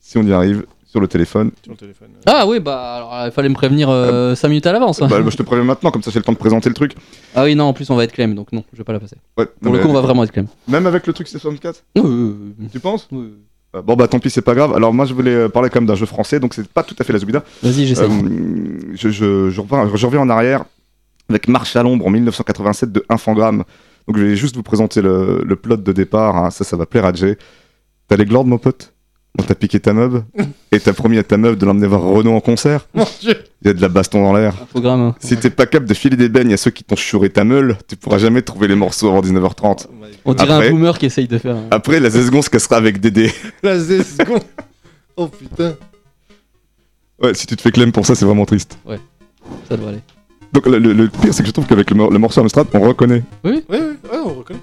Speaker 4: si on y arrive, sur le téléphone.
Speaker 5: Sur le téléphone.
Speaker 3: Ah oui, bah alors euh, il fallait me prévenir 5 minutes à l'avance. hein.
Speaker 4: Bah, je te préviens maintenant, comme ça, j'ai le temps de présenter le truc.
Speaker 3: Ah oui, non, en plus on va être claim, donc non, je vais pas la passer.
Speaker 4: Ouais,
Speaker 3: Pour
Speaker 4: mais-
Speaker 3: le coup, on va vraiment être claim.
Speaker 4: Même avec le truc C64,
Speaker 3: Oui, oui, oui,
Speaker 4: tu penses
Speaker 3: oui, oui.
Speaker 4: Euh, Bon, bah tant pis, c'est pas grave. Alors, moi, je voulais euh, parler quand même d'un jeu français, donc c'est pas tout à fait la Zubida.
Speaker 3: Vas-y, j'essaie.
Speaker 4: Euh, je, je- je reviens, je reviens en arrière avec Marche à l'ombre en 1987 de Infangramme. Donc je vais juste vous présenter le, le plot de départ. hein. Ça, ça va plaire à Jay. T'as les glandes, mon pote On t'a piqué ta meub Et t'as promis à ta meub de l'emmener voir Renault en concert
Speaker 5: Mon Dieu.
Speaker 4: Il y a de la baston dans l'air.
Speaker 3: Programme. hein.
Speaker 4: Si t'es pas capable de filer des beignes à ceux qui t'ont chouré ta meule, tu pourras jamais trouver les morceaux avant 19h30.
Speaker 3: On dirait
Speaker 4: Après-
Speaker 3: un boomer qui essaye de faire. un-
Speaker 4: Après, la Zesgon se cassera avec Dédé.
Speaker 5: La secondes. Ah, Oh putain.
Speaker 4: Ouais, si tu te fais clem pour ça, c'est vraiment triste.
Speaker 3: Ça devrait aller.
Speaker 4: Donc le, le- le pire, c'est que je trouve qu'avec le, mor- le morceau Amstrad, on reconnaît.
Speaker 5: Ouais, ouais, ouais, on reconnaît.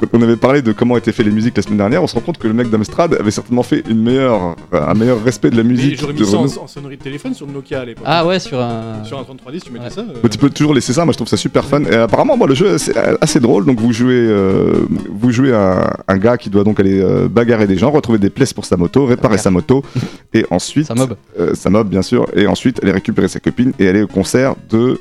Speaker 4: Donc, On avait parlé de comment étaient faites les musiques la semaine dernière. On se rend compte que le mec d'Amstrad avait certainement fait une meilleure, un meilleur respect de la
Speaker 5: Mais
Speaker 4: musique.
Speaker 5: j'aurais
Speaker 4: de
Speaker 5: mis ça en,
Speaker 4: Renaud.
Speaker 5: en sonnerie de téléphone sur le Nokia à l'époque.
Speaker 3: Ah ouais, sur un.
Speaker 5: Sur un 3310, tu mettais
Speaker 3: Ouais.
Speaker 5: ça. euh,
Speaker 4: Mais tu peux toujours laisser ça. Moi, je trouve ça super fun. Et apparemment, moi, le jeu c'est assez, drôle. Donc, vous jouez, euh, vous jouez un, un gars qui doit donc aller euh, bagarrer des gens, retrouver des places pour sa moto, réparer
Speaker 3: Bagarre.
Speaker 4: sa moto, et ensuite
Speaker 3: Ça mob.
Speaker 4: euh, sa mob bien sûr, et ensuite aller récupérer sa copine et aller au concert de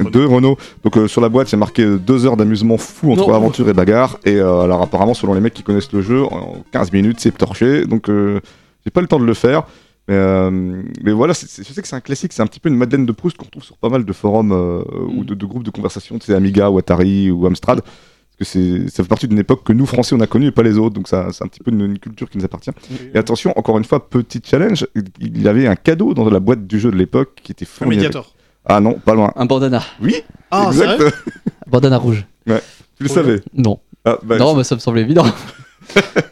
Speaker 4: de Renault. Donc euh, sur la boîte, c'est marqué euh, deux heures d'amusement fou entre
Speaker 3: Non.
Speaker 4: aventure et bagarre. Et euh, alors apparemment, selon les mecs qui connaissent le jeu, en 15 minutes, c'est torché. Donc euh, j'ai pas le temps de le faire. Mais, euh, mais voilà, c'est- c'est- je sais que c'est un classique, c'est un petit peu une Madeleine de Proust qu'on trouve sur pas mal de forums euh, ou de, de groupes de conversation, tu sais, Amiga ou Atari ou Amstrad. Parce que c'est- ça fait partie d'une époque que nous, Français, on a connue et pas les autres. Donc ça- c'est un petit peu une- une culture qui nous appartient. Et attention, encore une fois, petit challenge, il y avait un cadeau dans la boîte du jeu de l'époque qui était fou.
Speaker 5: Un médiator.
Speaker 4: Ah non, pas loin.
Speaker 3: Un bandana.
Speaker 5: Ah,
Speaker 4: exact.
Speaker 5: sérieux
Speaker 3: Bandana rouge.
Speaker 4: tu le
Speaker 5: Ouais.
Speaker 4: savais.
Speaker 3: Non.
Speaker 4: Ah, bah,
Speaker 3: non, mais ça me semble évident.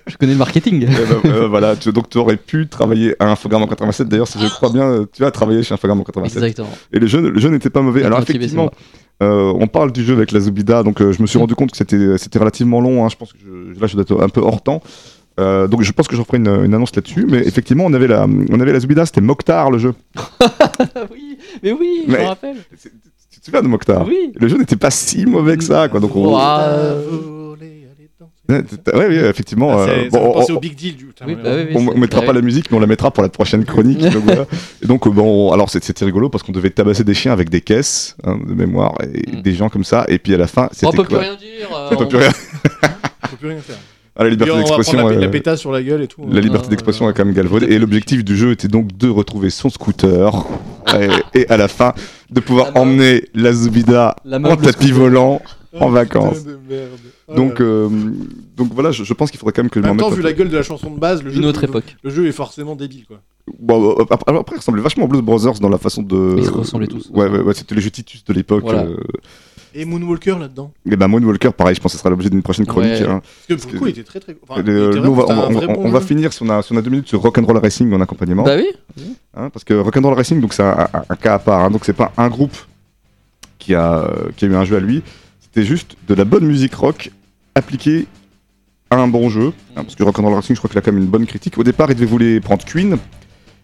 Speaker 3: je connais le marketing.
Speaker 4: eh ben, euh, voilà, tu- donc tu aurais pu travailler à Infogramme en 87. D'ailleurs, si je crois bien, euh, tu as travaillé chez Infogramme en 87.
Speaker 3: Exactement.
Speaker 4: Et le jeu, le jeu n'était pas mauvais. Alors
Speaker 3: Motivé, c'est
Speaker 4: effectivement, euh, on parle du jeu avec la Zubida, donc euh, je me suis rendu compte que c'était c'était relativement long. hein. Je pense que je- là, je dois être un peu hors temps. Euh, donc je pense que j'en ferai une, une annonce là-dessus. Mais effectivement, on avait la, on avait la Zubida, c'était Mokhtar le jeu.
Speaker 3: Ah oui, mais oui,
Speaker 4: je
Speaker 3: je
Speaker 4: Mais- ah. m'en
Speaker 3: me rappelle.
Speaker 4: C'est- Tu te souviens de Mokhtar
Speaker 3: Oui.
Speaker 4: Le jeu n'était pas si mauvais que ça, quoi. Donc on-
Speaker 3: Ouah.
Speaker 5: Ah,
Speaker 3: euh,
Speaker 4: Ouais, ouais, ouais, effectivement.
Speaker 5: Ah,
Speaker 4: euh, bon,
Speaker 5: c'est- ça fait
Speaker 4: on-
Speaker 5: penser
Speaker 4: on-
Speaker 5: au Big Deal du. putain,
Speaker 3: Oui,
Speaker 5: ouais,
Speaker 3: bah
Speaker 5: ouais.
Speaker 3: oui, oui.
Speaker 4: on,
Speaker 3: c'est-
Speaker 4: on mettra
Speaker 3: bah
Speaker 4: pas
Speaker 3: oui.
Speaker 4: la musique, mais on la mettra pour la prochaine chronique. donc voilà. Et donc, euh, bon, alors c'est- c'était rigolo parce qu'on devait tabasser des chiens avec des caisses hein, de mémoire et
Speaker 3: Mm. Oh,
Speaker 4: des gens comme ça. Et puis à la fin, c'était
Speaker 3: On peut plus
Speaker 4: quoi
Speaker 3: rien dire. euh,
Speaker 4: On peut plus rien.
Speaker 5: On peut plus rien faire.
Speaker 4: Ah, la
Speaker 5: Et
Speaker 4: liberté
Speaker 5: on va prendre
Speaker 4: d'expression.
Speaker 5: la, la
Speaker 4: euh,
Speaker 5: pétasse sur la gueule et tout. hein.
Speaker 4: La liberté
Speaker 3: Euh,
Speaker 4: d'expression est quand même galvaudée. Et l'objectif du jeu était donc de retrouver son scooter et, et à la fin de pouvoir
Speaker 3: La meuf.
Speaker 4: emmener la Zubida
Speaker 3: La meuf,
Speaker 4: en
Speaker 3: le
Speaker 4: tapis
Speaker 3: scooter.
Speaker 4: volant.
Speaker 5: Oh,
Speaker 4: en vacances.
Speaker 5: putain de merde. Oh
Speaker 4: Donc,
Speaker 5: là là.
Speaker 4: euh, donc voilà, je, je pense qu'il faudrait quand même que je
Speaker 5: en
Speaker 4: m'en
Speaker 5: même temps,
Speaker 4: mette.
Speaker 5: vu
Speaker 4: un
Speaker 5: la gueule de la chanson de base, le jeu,
Speaker 3: Une autre époque.
Speaker 5: le jeu est forcément débile quoi.
Speaker 4: Bon, euh, après, après, il ressemblait vachement aux Blues Brothers dans la façon de.
Speaker 3: Ils se ressemblaient tous.
Speaker 4: Ouais, ouais, ouais, c'était les jeux Titus de l'époque.
Speaker 3: Voilà.
Speaker 4: euh.
Speaker 5: Et Moonwalker là-dedans.
Speaker 4: Et ben Moonwalker, pareil, je pense que ce sera l'objet d'une prochaine chronique.
Speaker 3: Ouais.
Speaker 4: hein.
Speaker 5: Parce que pour
Speaker 4: que-
Speaker 5: le coup, il était très très. Enfin,
Speaker 4: Et,
Speaker 5: il
Speaker 4: euh,
Speaker 5: était
Speaker 4: nous, on va,
Speaker 5: vraiment-
Speaker 4: on-
Speaker 5: c'était un
Speaker 4: on-
Speaker 5: vrai
Speaker 4: on
Speaker 5: bon
Speaker 4: va
Speaker 5: jeu.
Speaker 4: finir, si on, a, si on a deux minutes, sur Rock'n'Roll Racing en accompagnement.
Speaker 3: Bah oui.
Speaker 4: hein, parce que Rock'n'Roll Racing, donc c'est un, un- un cas à part. hein, donc c'est pas un groupe qui a, euh, qui a eu un jeu à lui. C'était juste de la bonne musique rock appliquée à un bon jeu. hein, parce que Rock'n'Roll Racing, je crois qu'il a quand même une bonne critique. Au départ, il devait voulu prendre Queen.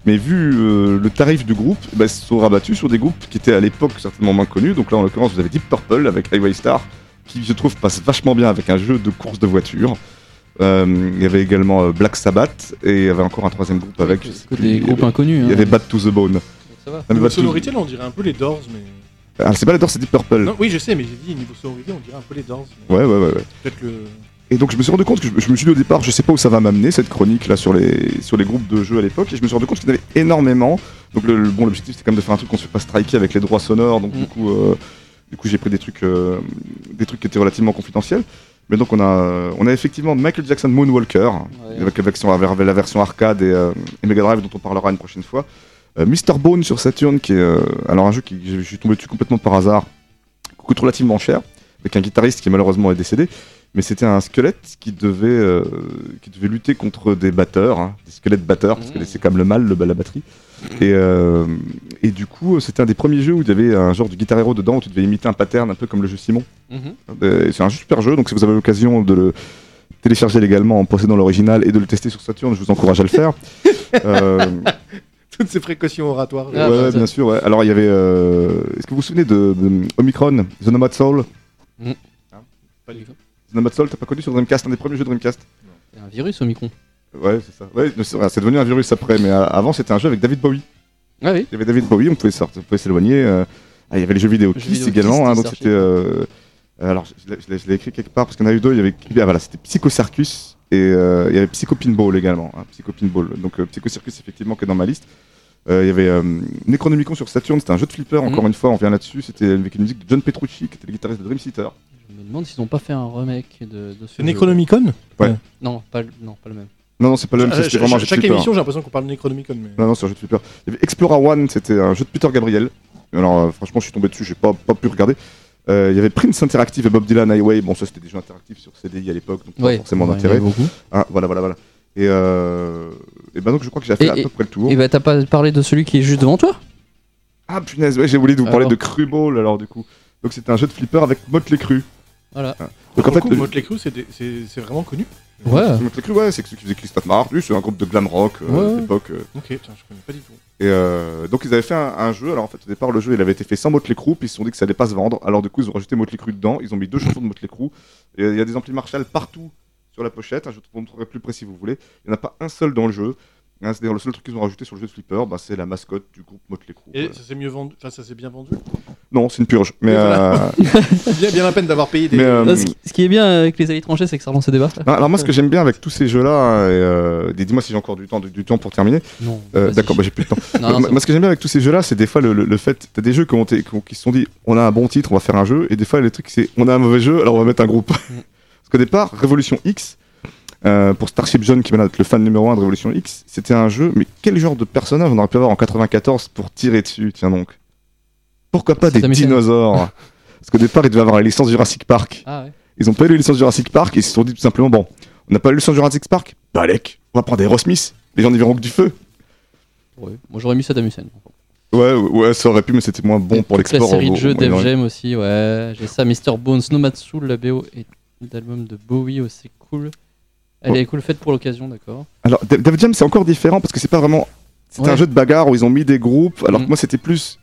Speaker 4: Mais vu euh, le tarif du groupe, bah, ils se sont rabattus sur des groupes qui étaient à l'époque certainement moins connus. Donc là, en l'occurrence, vous avez Deep Purple avec Highway Star, qui je trouve passe vachement bien avec un jeu de course de voiture. Euh, il y avait également euh, Black Sabbath et il y avait encore un troisième groupe avec. je sais
Speaker 3: Que
Speaker 4: plus,
Speaker 3: des
Speaker 4: il y
Speaker 3: groupes
Speaker 4: avait-
Speaker 3: inconnus.
Speaker 4: Il y
Speaker 3: hein.
Speaker 4: avait Bad to the Bone.
Speaker 3: Ça va.
Speaker 4: Ah, mais
Speaker 5: Niveau
Speaker 4: Bad to-
Speaker 5: sonorité, là, on dirait un peu les Doors, mais.
Speaker 4: Ah, c'est pas les Doors, c'est Deep Purple.
Speaker 5: Non, oui, je sais, mais j'ai dit niveau sonorité, on dirait un peu les Doors. mais
Speaker 4: Ouais, ouais, ouais, ouais.
Speaker 5: Peut-être le.
Speaker 4: Et donc je me suis rendu compte que je, je me suis dit au départ, je sais pas où ça va m'amener cette chronique là sur les sur les groupes de jeux à l'époque, et je me suis rendu compte qu'il y en avait énormément. Donc le, le- bon, l'objectif c'était quand même de faire un truc qu'on se fait pas striker avec les droits sonores, donc
Speaker 3: Mm.
Speaker 4: du coup, euh, du coup j'ai pris des trucs euh, des trucs qui étaient relativement confidentiels. Mais donc on a on a effectivement Michael Jackson Moonwalker
Speaker 3: Ouais.
Speaker 4: avec la version, avec la version arcade et, euh, et Mega Drive dont on parlera une prochaine fois. Euh, Mr Bone sur Saturn qui est euh, alors un jeu qui je suis tombé dessus complètement par hasard, qui coûte relativement cher avec un guitariste qui malheureusement est décédé, mais c'était un squelette qui devait, euh, qui devait lutter contre des batteurs, hein, des squelettes batteurs, parce que
Speaker 3: Mmh.
Speaker 4: c'est comme le mal, le, la batterie. Et, euh, et du coup, c'était un des premiers jeux où il y avait un genre de guitar hero dedans, où tu devais imiter un pattern, un peu comme le jeu Simon.
Speaker 3: Mhm.
Speaker 4: Euh, c'est un super jeu, donc si vous avez l'occasion de le télécharger légalement en possédant l'original et de le tester sur Saturn, je vous encourage à le faire. Euh,
Speaker 5: Toutes ces précautions oratoires.
Speaker 3: Ah, bah,
Speaker 4: ouais, ouais,
Speaker 3: ça-
Speaker 4: bien sûr. ouais. Alors, il y avait. euh, Est-ce que vous vous souvenez de, de Omicron, The Nomad Soul
Speaker 5: Mm.
Speaker 4: Hein
Speaker 5: Pas du tout.
Speaker 4: The Nomad Soul, t'as pas connu sur Dreamcast, un des premiers jeux Dreamcast
Speaker 3: Il y a un virus au micron.
Speaker 4: Ouais, c'est ça. Ouais, mais c'est vrai, c'est devenu un virus après, mais euh, avant c'était un jeu avec David Bowie.
Speaker 3: Ah oui.
Speaker 4: Il y avait David Bowie, on pouvait sortir, on pouvait s'éloigner. euh, ah, il y avait les jeux vidéo
Speaker 3: Jeux
Speaker 4: Kiss
Speaker 3: vidéo
Speaker 4: également,
Speaker 3: Kiss,
Speaker 4: hein, donc
Speaker 3: Kiss
Speaker 4: c'était. euh, alors, je l'ai- je l'ai- je l'ai écrit quelque part parce qu'il y en a eu deux. Il y avait, ah, voilà, c'était Psycho Circus et euh, il y avait Psycho Pinball également. hein, Psycho Pinball. Donc euh, Psycho Circus effectivement qui est dans ma liste. Euh, il y avait euh, Necronomicon sur Saturn, c'était un jeu de flipper.
Speaker 3: Mhm.
Speaker 4: Encore une fois, on revient là-dessus. C'était avec une musique de John Petrucci qui était le guitariste de Dream Theater.
Speaker 3: Je me demande s'ils ont pas fait un remake de, de ce
Speaker 5: C'est
Speaker 3: jeu.
Speaker 5: Necronomicon
Speaker 3: Non, pas le- non, pas le même.
Speaker 4: Non, non, c'est pas le même.
Speaker 5: Ah,
Speaker 4: c'est- c'était
Speaker 5: cha-
Speaker 4: vraiment un jeu
Speaker 5: cha-
Speaker 4: de
Speaker 5: Chaque
Speaker 4: flipper.
Speaker 5: émission, j'ai l'impression qu'on parle de Necronomicon, mais.
Speaker 4: Non, non, c'est un jeu de flipper. Il y avait Explora One, c'était un jeu de Peter Gabriel. Alors, euh, franchement, je suis tombé dessus, j'ai pas, pas pu regarder. Euh, il y avait Prince Interactive et Bob Dylan Highway. Bon, ça, c'était des jeux interactifs sur CDI à l'époque, donc pas
Speaker 3: Ouais.
Speaker 4: forcément
Speaker 3: Ouais, il y en
Speaker 4: d'intérêt.
Speaker 3: avait beaucoup.
Speaker 4: Ah, voilà, voilà, voilà. Et, euh... et ben donc, je crois que j'ai fait
Speaker 3: Et-
Speaker 4: à peu près le tour.
Speaker 3: Et bah t'as pas parlé de celui qui est juste devant toi
Speaker 4: Ah, punaise, ouais, j'ai oublié de vous parler
Speaker 3: Alors.
Speaker 4: de Cruball, alors, du coup. Donc, c'était un jeu de flipper avec Motley Crue.
Speaker 3: Voilà.
Speaker 4: Ah. Donc, en fait, le-
Speaker 5: Motley Crue, c'est des- c'est c'est vraiment connu.
Speaker 3: Ouais.
Speaker 4: Motley Crue, ouais, c'est celui qui faisait Christophe Marlus, c'est un groupe de glam rock euh,
Speaker 3: Ouais,
Speaker 4: à
Speaker 3: ouais.
Speaker 4: l'époque. euh,
Speaker 5: Ok, putain, je connais pas du tout.
Speaker 4: Et euh, donc ils avaient fait un, un jeu, alors en fait au départ le jeu il avait été fait sans Motley Crue, puis ils se sont dit que ça allait pas se vendre, alors du coup ils ont rajouté Motley Crue dedans, ils ont mis deux chansons de Motley Crue, et il y a des amplis Marshall partout sur la pochette, hein, je vous montrerai plus près si vous voulez, il n'y en a pas un seul dans le jeu, Hein, c'est-à-dire le seul truc qu'ils ont rajouté sur le jeu de Flipper, bah, c'est la mascotte du groupe Motley Crue.
Speaker 5: Et
Speaker 4: voilà.
Speaker 5: ça s'est mieux vendu, enfin ça s'est bien vendu.
Speaker 4: Non c'est une purge, mais...
Speaker 5: Et
Speaker 4: euh,
Speaker 5: bien, bien la peine d'avoir payé des.
Speaker 4: mais euh,
Speaker 3: Ah, ce, qui, ce qui est bien avec les alliés étrangers, c'est que ça relance le débat. ça.
Speaker 4: non, bah, alors moi ce que j'aime bien avec tous ces jeux-là, hein, et, euh, dis-moi si j'ai encore du temps, du, du temps pour terminer,
Speaker 3: Non.
Speaker 4: Euh,
Speaker 3: vas-y.
Speaker 4: d'accord bah, j'ai plus de temps.
Speaker 3: Non, non,
Speaker 4: moi,
Speaker 3: c'est
Speaker 4: moi, ce que j'aime bien avec tous ces jeux-là, c'est des fois le, le- le fait. T'as des jeux qui, ont été- qui ont- qui se sont dit, on a un bon titre, on va faire un jeu, et des fois, les trucs, c'est, on a un mauvais jeu, alors on va mettre un
Speaker 3: Mm.
Speaker 4: groupe. Parce qu'au départ, Révolution X, euh, pour Starship John, qui est maintenant le fan numéro 1 de Révolution X, c'était un jeu, mais quel genre de personnage on aurait pu avoir en 94 pour tirer dessus, tiens donc Pourquoi pas
Speaker 3: C'est
Speaker 4: des
Speaker 3: Tommy Chen.
Speaker 4: dinosaures Parce qu'au départ, ils devaient avoir la licence Jurassic Park.
Speaker 3: Ah ouais.
Speaker 4: Ils ont pas eu la licence Jurassic Park, ils se sont dit tout simplement, bon, on n'a pas eu la licence Jurassic Park Bah, Alec, on va prendre Aerosmith, les gens n'y verront que du feu.
Speaker 3: ouais. Moi j'aurais mis Saddam Hussein.
Speaker 4: Ouais, ouais, ça aurait pu, mais c'était moins bon
Speaker 3: Et
Speaker 4: pour
Speaker 3: toute
Speaker 4: l'export.
Speaker 3: La série
Speaker 4: en
Speaker 3: de
Speaker 4: gros.
Speaker 3: jeux
Speaker 4: On
Speaker 3: Def
Speaker 4: dirait-
Speaker 3: Jam aussi, ouais. J'ai ça, Mr. Bones, Nomad Soul, la BO et l'album de Bowie aussi, cool. Elle
Speaker 4: Ouais.
Speaker 3: est cool, faite pour l'occasion, d'accord.
Speaker 4: Alors, Def Def Jam, c'est encore différent parce que c'est pas vraiment. C'était
Speaker 3: Ouais.
Speaker 4: un jeu de bagarre où ils ont mis des groupes, alors que
Speaker 3: Mhm.
Speaker 4: moi, c'était plus.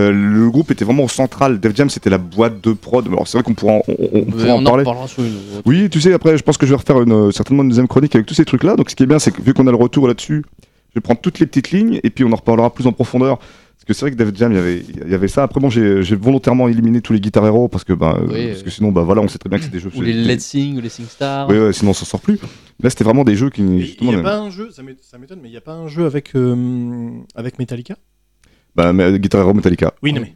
Speaker 4: euh, le groupe était vraiment au central. Def Jam, c'était la boîte de prod. Alors, c'est vrai qu'on pourra en, on, on
Speaker 3: Mais
Speaker 4: pourra en
Speaker 3: Euh, on
Speaker 4: parler.
Speaker 3: en parlera sur une autre.
Speaker 4: Oui, tu sais, après, je pense que je vais refaire une, euh, certainement une deuxième chronique avec tous ces trucs-là. Donc, ce qui est bien, c'est que vu qu'on a le retour là-dessus, je vais prendre toutes les petites lignes et puis on en reparlera plus en profondeur. Parce que c'est vrai que David Jam, il y avait- il y avait ça. Après, bon, j'ai j'ai volontairement éliminé tous les Guitar Hero parce que, bah, euh,
Speaker 3: Oui,
Speaker 4: parce
Speaker 3: euh.
Speaker 4: que sinon, bah, voilà, on sait très bien que c'est des jeux.
Speaker 3: Ou les
Speaker 4: c'est-
Speaker 3: Let's Sing, ou les Sing Star.
Speaker 4: Ouais, ouais, sinon on s'en sort plus. Là, c'était vraiment des jeux qui.
Speaker 5: Il
Speaker 4: justement,
Speaker 5: n'y a
Speaker 4: même-
Speaker 5: pas un jeu, ça m'é- ça m'étonne, mais il n'y a pas un jeu avec, euh, avec Metallica
Speaker 4: Bah, mais, euh, Guitar Hero Metallica.
Speaker 5: Oui, non, mais.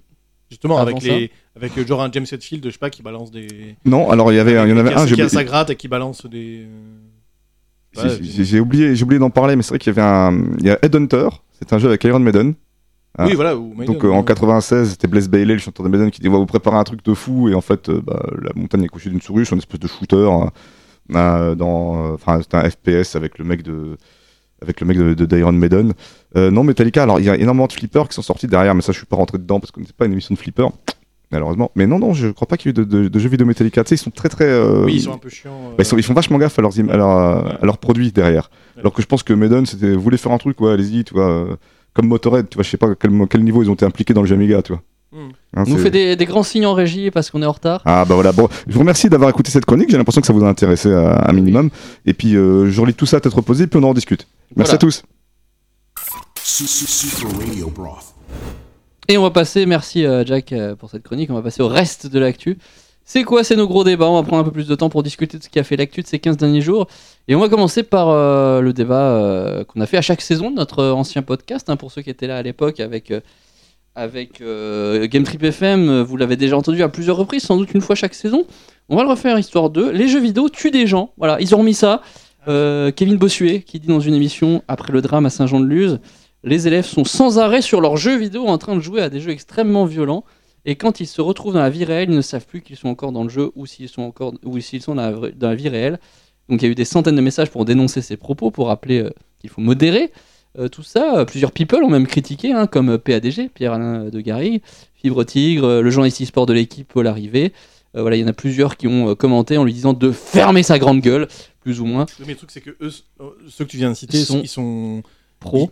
Speaker 5: Justement,
Speaker 3: Avant
Speaker 5: avec,
Speaker 3: ça
Speaker 5: les, avec euh, genre un James Hetfield, je sais pas, qui balance des.
Speaker 4: Non, alors il y avait, euh, il y en avait
Speaker 5: qui a-
Speaker 4: un. J'ai
Speaker 5: Qui
Speaker 4: oublié,
Speaker 5: a sa gratte et qui balance des. euh,
Speaker 4: si, si, si, j'ai oublié, j'ai oublié d'en parler, mais c'est vrai qu'il y avait un. Il y a Headhunter. C'est un jeu avec Iron Maiden.
Speaker 5: Oui, voilà. ou Maiden,
Speaker 4: Donc euh, en
Speaker 5: ouais.
Speaker 4: 96, c'était Blaze Bailey, le chanteur de Maiden, qui dit on va vous préparer un truc de fou et en fait, euh, bah, la montagne est couchée d'une souris, c'est une espèce de shooter. euh, euh, dans, euh, enfin, c'était un FPS avec le mec de, avec le mec de, de- d'Iron Maiden. Euh, non, Metallica. Alors il y a énormément de flippers qui sont sortis derrière, mais ça, je suis pas rentré dedans parce qu'on n'était pas une émission de flippers. Malheureusement. Mais non, non, je crois pas qu'il y ait eu de, de- de jeux vidéo Metallica. Tu sais, ils sont très, très. euh,
Speaker 5: Oui, ils sont un peu chiants. euh,
Speaker 4: bah, ils, sont- ils font vachement gaffe à leurs, im- à leurs-
Speaker 5: Ouais.
Speaker 4: à leurs produits derrière.
Speaker 5: Ouais.
Speaker 4: Alors que je pense que Maiden, c'était, voulait faire un truc, ouais, allez-y, tu vois, euh, comme Motorhead, tu vois, je sais pas à quel, mo- quel niveau ils ont été impliqués dans le Jamiga, tu vois. Hein,
Speaker 3: nous
Speaker 4: c'est-
Speaker 3: fait des, des grands signes en régie parce qu'on est en retard.
Speaker 4: Ah bah voilà, bon, je vous remercie d'avoir écouté cette chronique, j'ai l'impression que ça vous a intéressé à un minimum. Et puis euh, je relis tout ça à tête reposée, puis on en rediscute. Merci
Speaker 3: Voilà.
Speaker 4: à tous.
Speaker 2: Super Radio Broth.
Speaker 3: Et on va passer, merci euh, Jack euh, pour cette chronique, on va passer au reste de l'actu. C'est quoi C'est nos gros débats. On va prendre un peu plus de temps pour discuter de ce qui a fait l'actu de ces 15 derniers jours. Et on va commencer par euh, le débat euh, qu'on a fait à chaque saison de notre euh, ancien podcast. hein, pour ceux qui étaient là à l'époque avec, euh, avec euh, Game Trip FM, euh, vous l'avez déjà entendu à plusieurs reprises, sans doute une fois chaque saison. On va le refaire histoire de les jeux vidéo tuent des gens. Voilà, ils ont remis ça. Euh, Kevin Bossuet qui dit dans une émission après le drame à Saint-Jean-de-Luz les élèves sont sans arrêt sur leurs jeux vidéo en train de jouer à des jeux extrêmement violents. Et quand ils se retrouvent dans la vie réelle, ils ne savent plus qu'ils sont encore dans le jeu ou s'ils sont encore ou s'ils sont dans la, vraie- dans la vie réelle. Donc il y a eu des centaines de messages pour dénoncer ces propos, pour rappeler euh, qu'il faut modérer euh, tout ça. Euh, Plusieurs people ont même critiqué, hein, comme euh, PADG, Pierre-Alain de Garrigue, Fibre Tigre, euh, le journaliste e-sport de l'équipe Paul Arrivé. Euh, voilà, il y en a plusieurs qui ont euh, commenté en lui disant de fermer sa grande gueule, plus ou
Speaker 4: Ah,
Speaker 3: moins.
Speaker 5: Mais le truc, c'est que eux, euh, ceux que tu viens de citer,
Speaker 3: Sont-
Speaker 5: ils sont.
Speaker 3: Pro.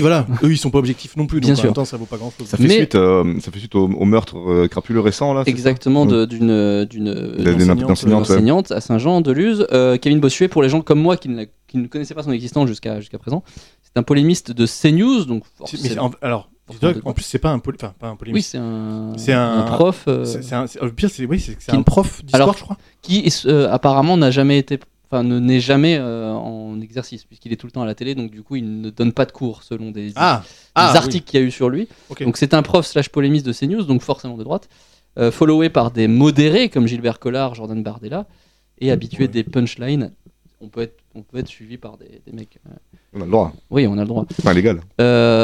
Speaker 5: voilà, eux, ils sont pas objectifs non plus, donc
Speaker 3: Bien
Speaker 5: en
Speaker 3: sûr.
Speaker 5: même temps, ça vaut pas grand chose.
Speaker 4: Ça fait,
Speaker 3: Mais-
Speaker 4: suite, euh, ça fait suite au, au meurtre euh, crapuleux récent là c'est
Speaker 3: Exactement,
Speaker 4: ça
Speaker 3: de- d'une euh, d'une
Speaker 4: ça D'un-
Speaker 5: d'enseignante,
Speaker 4: d'un-
Speaker 3: une
Speaker 4: d'enseignante, ouais.
Speaker 3: enseignante à Saint-Jean-de-Luz. Euh, Kevin Bossuet, pour les gens comme moi qui ne, la- qui ne connaissaient pas son existence jusqu'à jusqu'à présent, c'est un polémiste de CNews. Donc
Speaker 5: C'est-
Speaker 3: forcément-
Speaker 5: mais en- alors,
Speaker 3: Forcément
Speaker 5: dis-toi
Speaker 3: de-
Speaker 5: qu'en plus, c'est pas un, poly... enfin, pas un polémique.
Speaker 3: oui, c'est un,
Speaker 5: C'est un-
Speaker 3: un prof euh,
Speaker 5: C'est- c'est un- c'est- le pire, c'est oui, c'est que c'est
Speaker 3: Qui-
Speaker 5: un prof
Speaker 3: Alors-
Speaker 5: d'histoire, je crois.
Speaker 3: qui euh, apparemment n'a jamais été, enfin ne n'est jamais euh, en exercice puisqu'il est tout le temps à la télé, donc du coup il ne donne pas de cours selon des,
Speaker 5: Ah,
Speaker 3: des articles qu'il y a eu sur lui.
Speaker 5: Ok.
Speaker 3: Donc c'est un prof slash polémiste de CNews, donc forcément de droite, euh, followé par des modérés comme Gilbert Collard, Jordan Bardella, et habitué des punchlines. On peut être, on peut être suivi par des, des mecs. euh,
Speaker 4: On a le droit,
Speaker 3: Oui, on a le droit.
Speaker 4: enfin légal.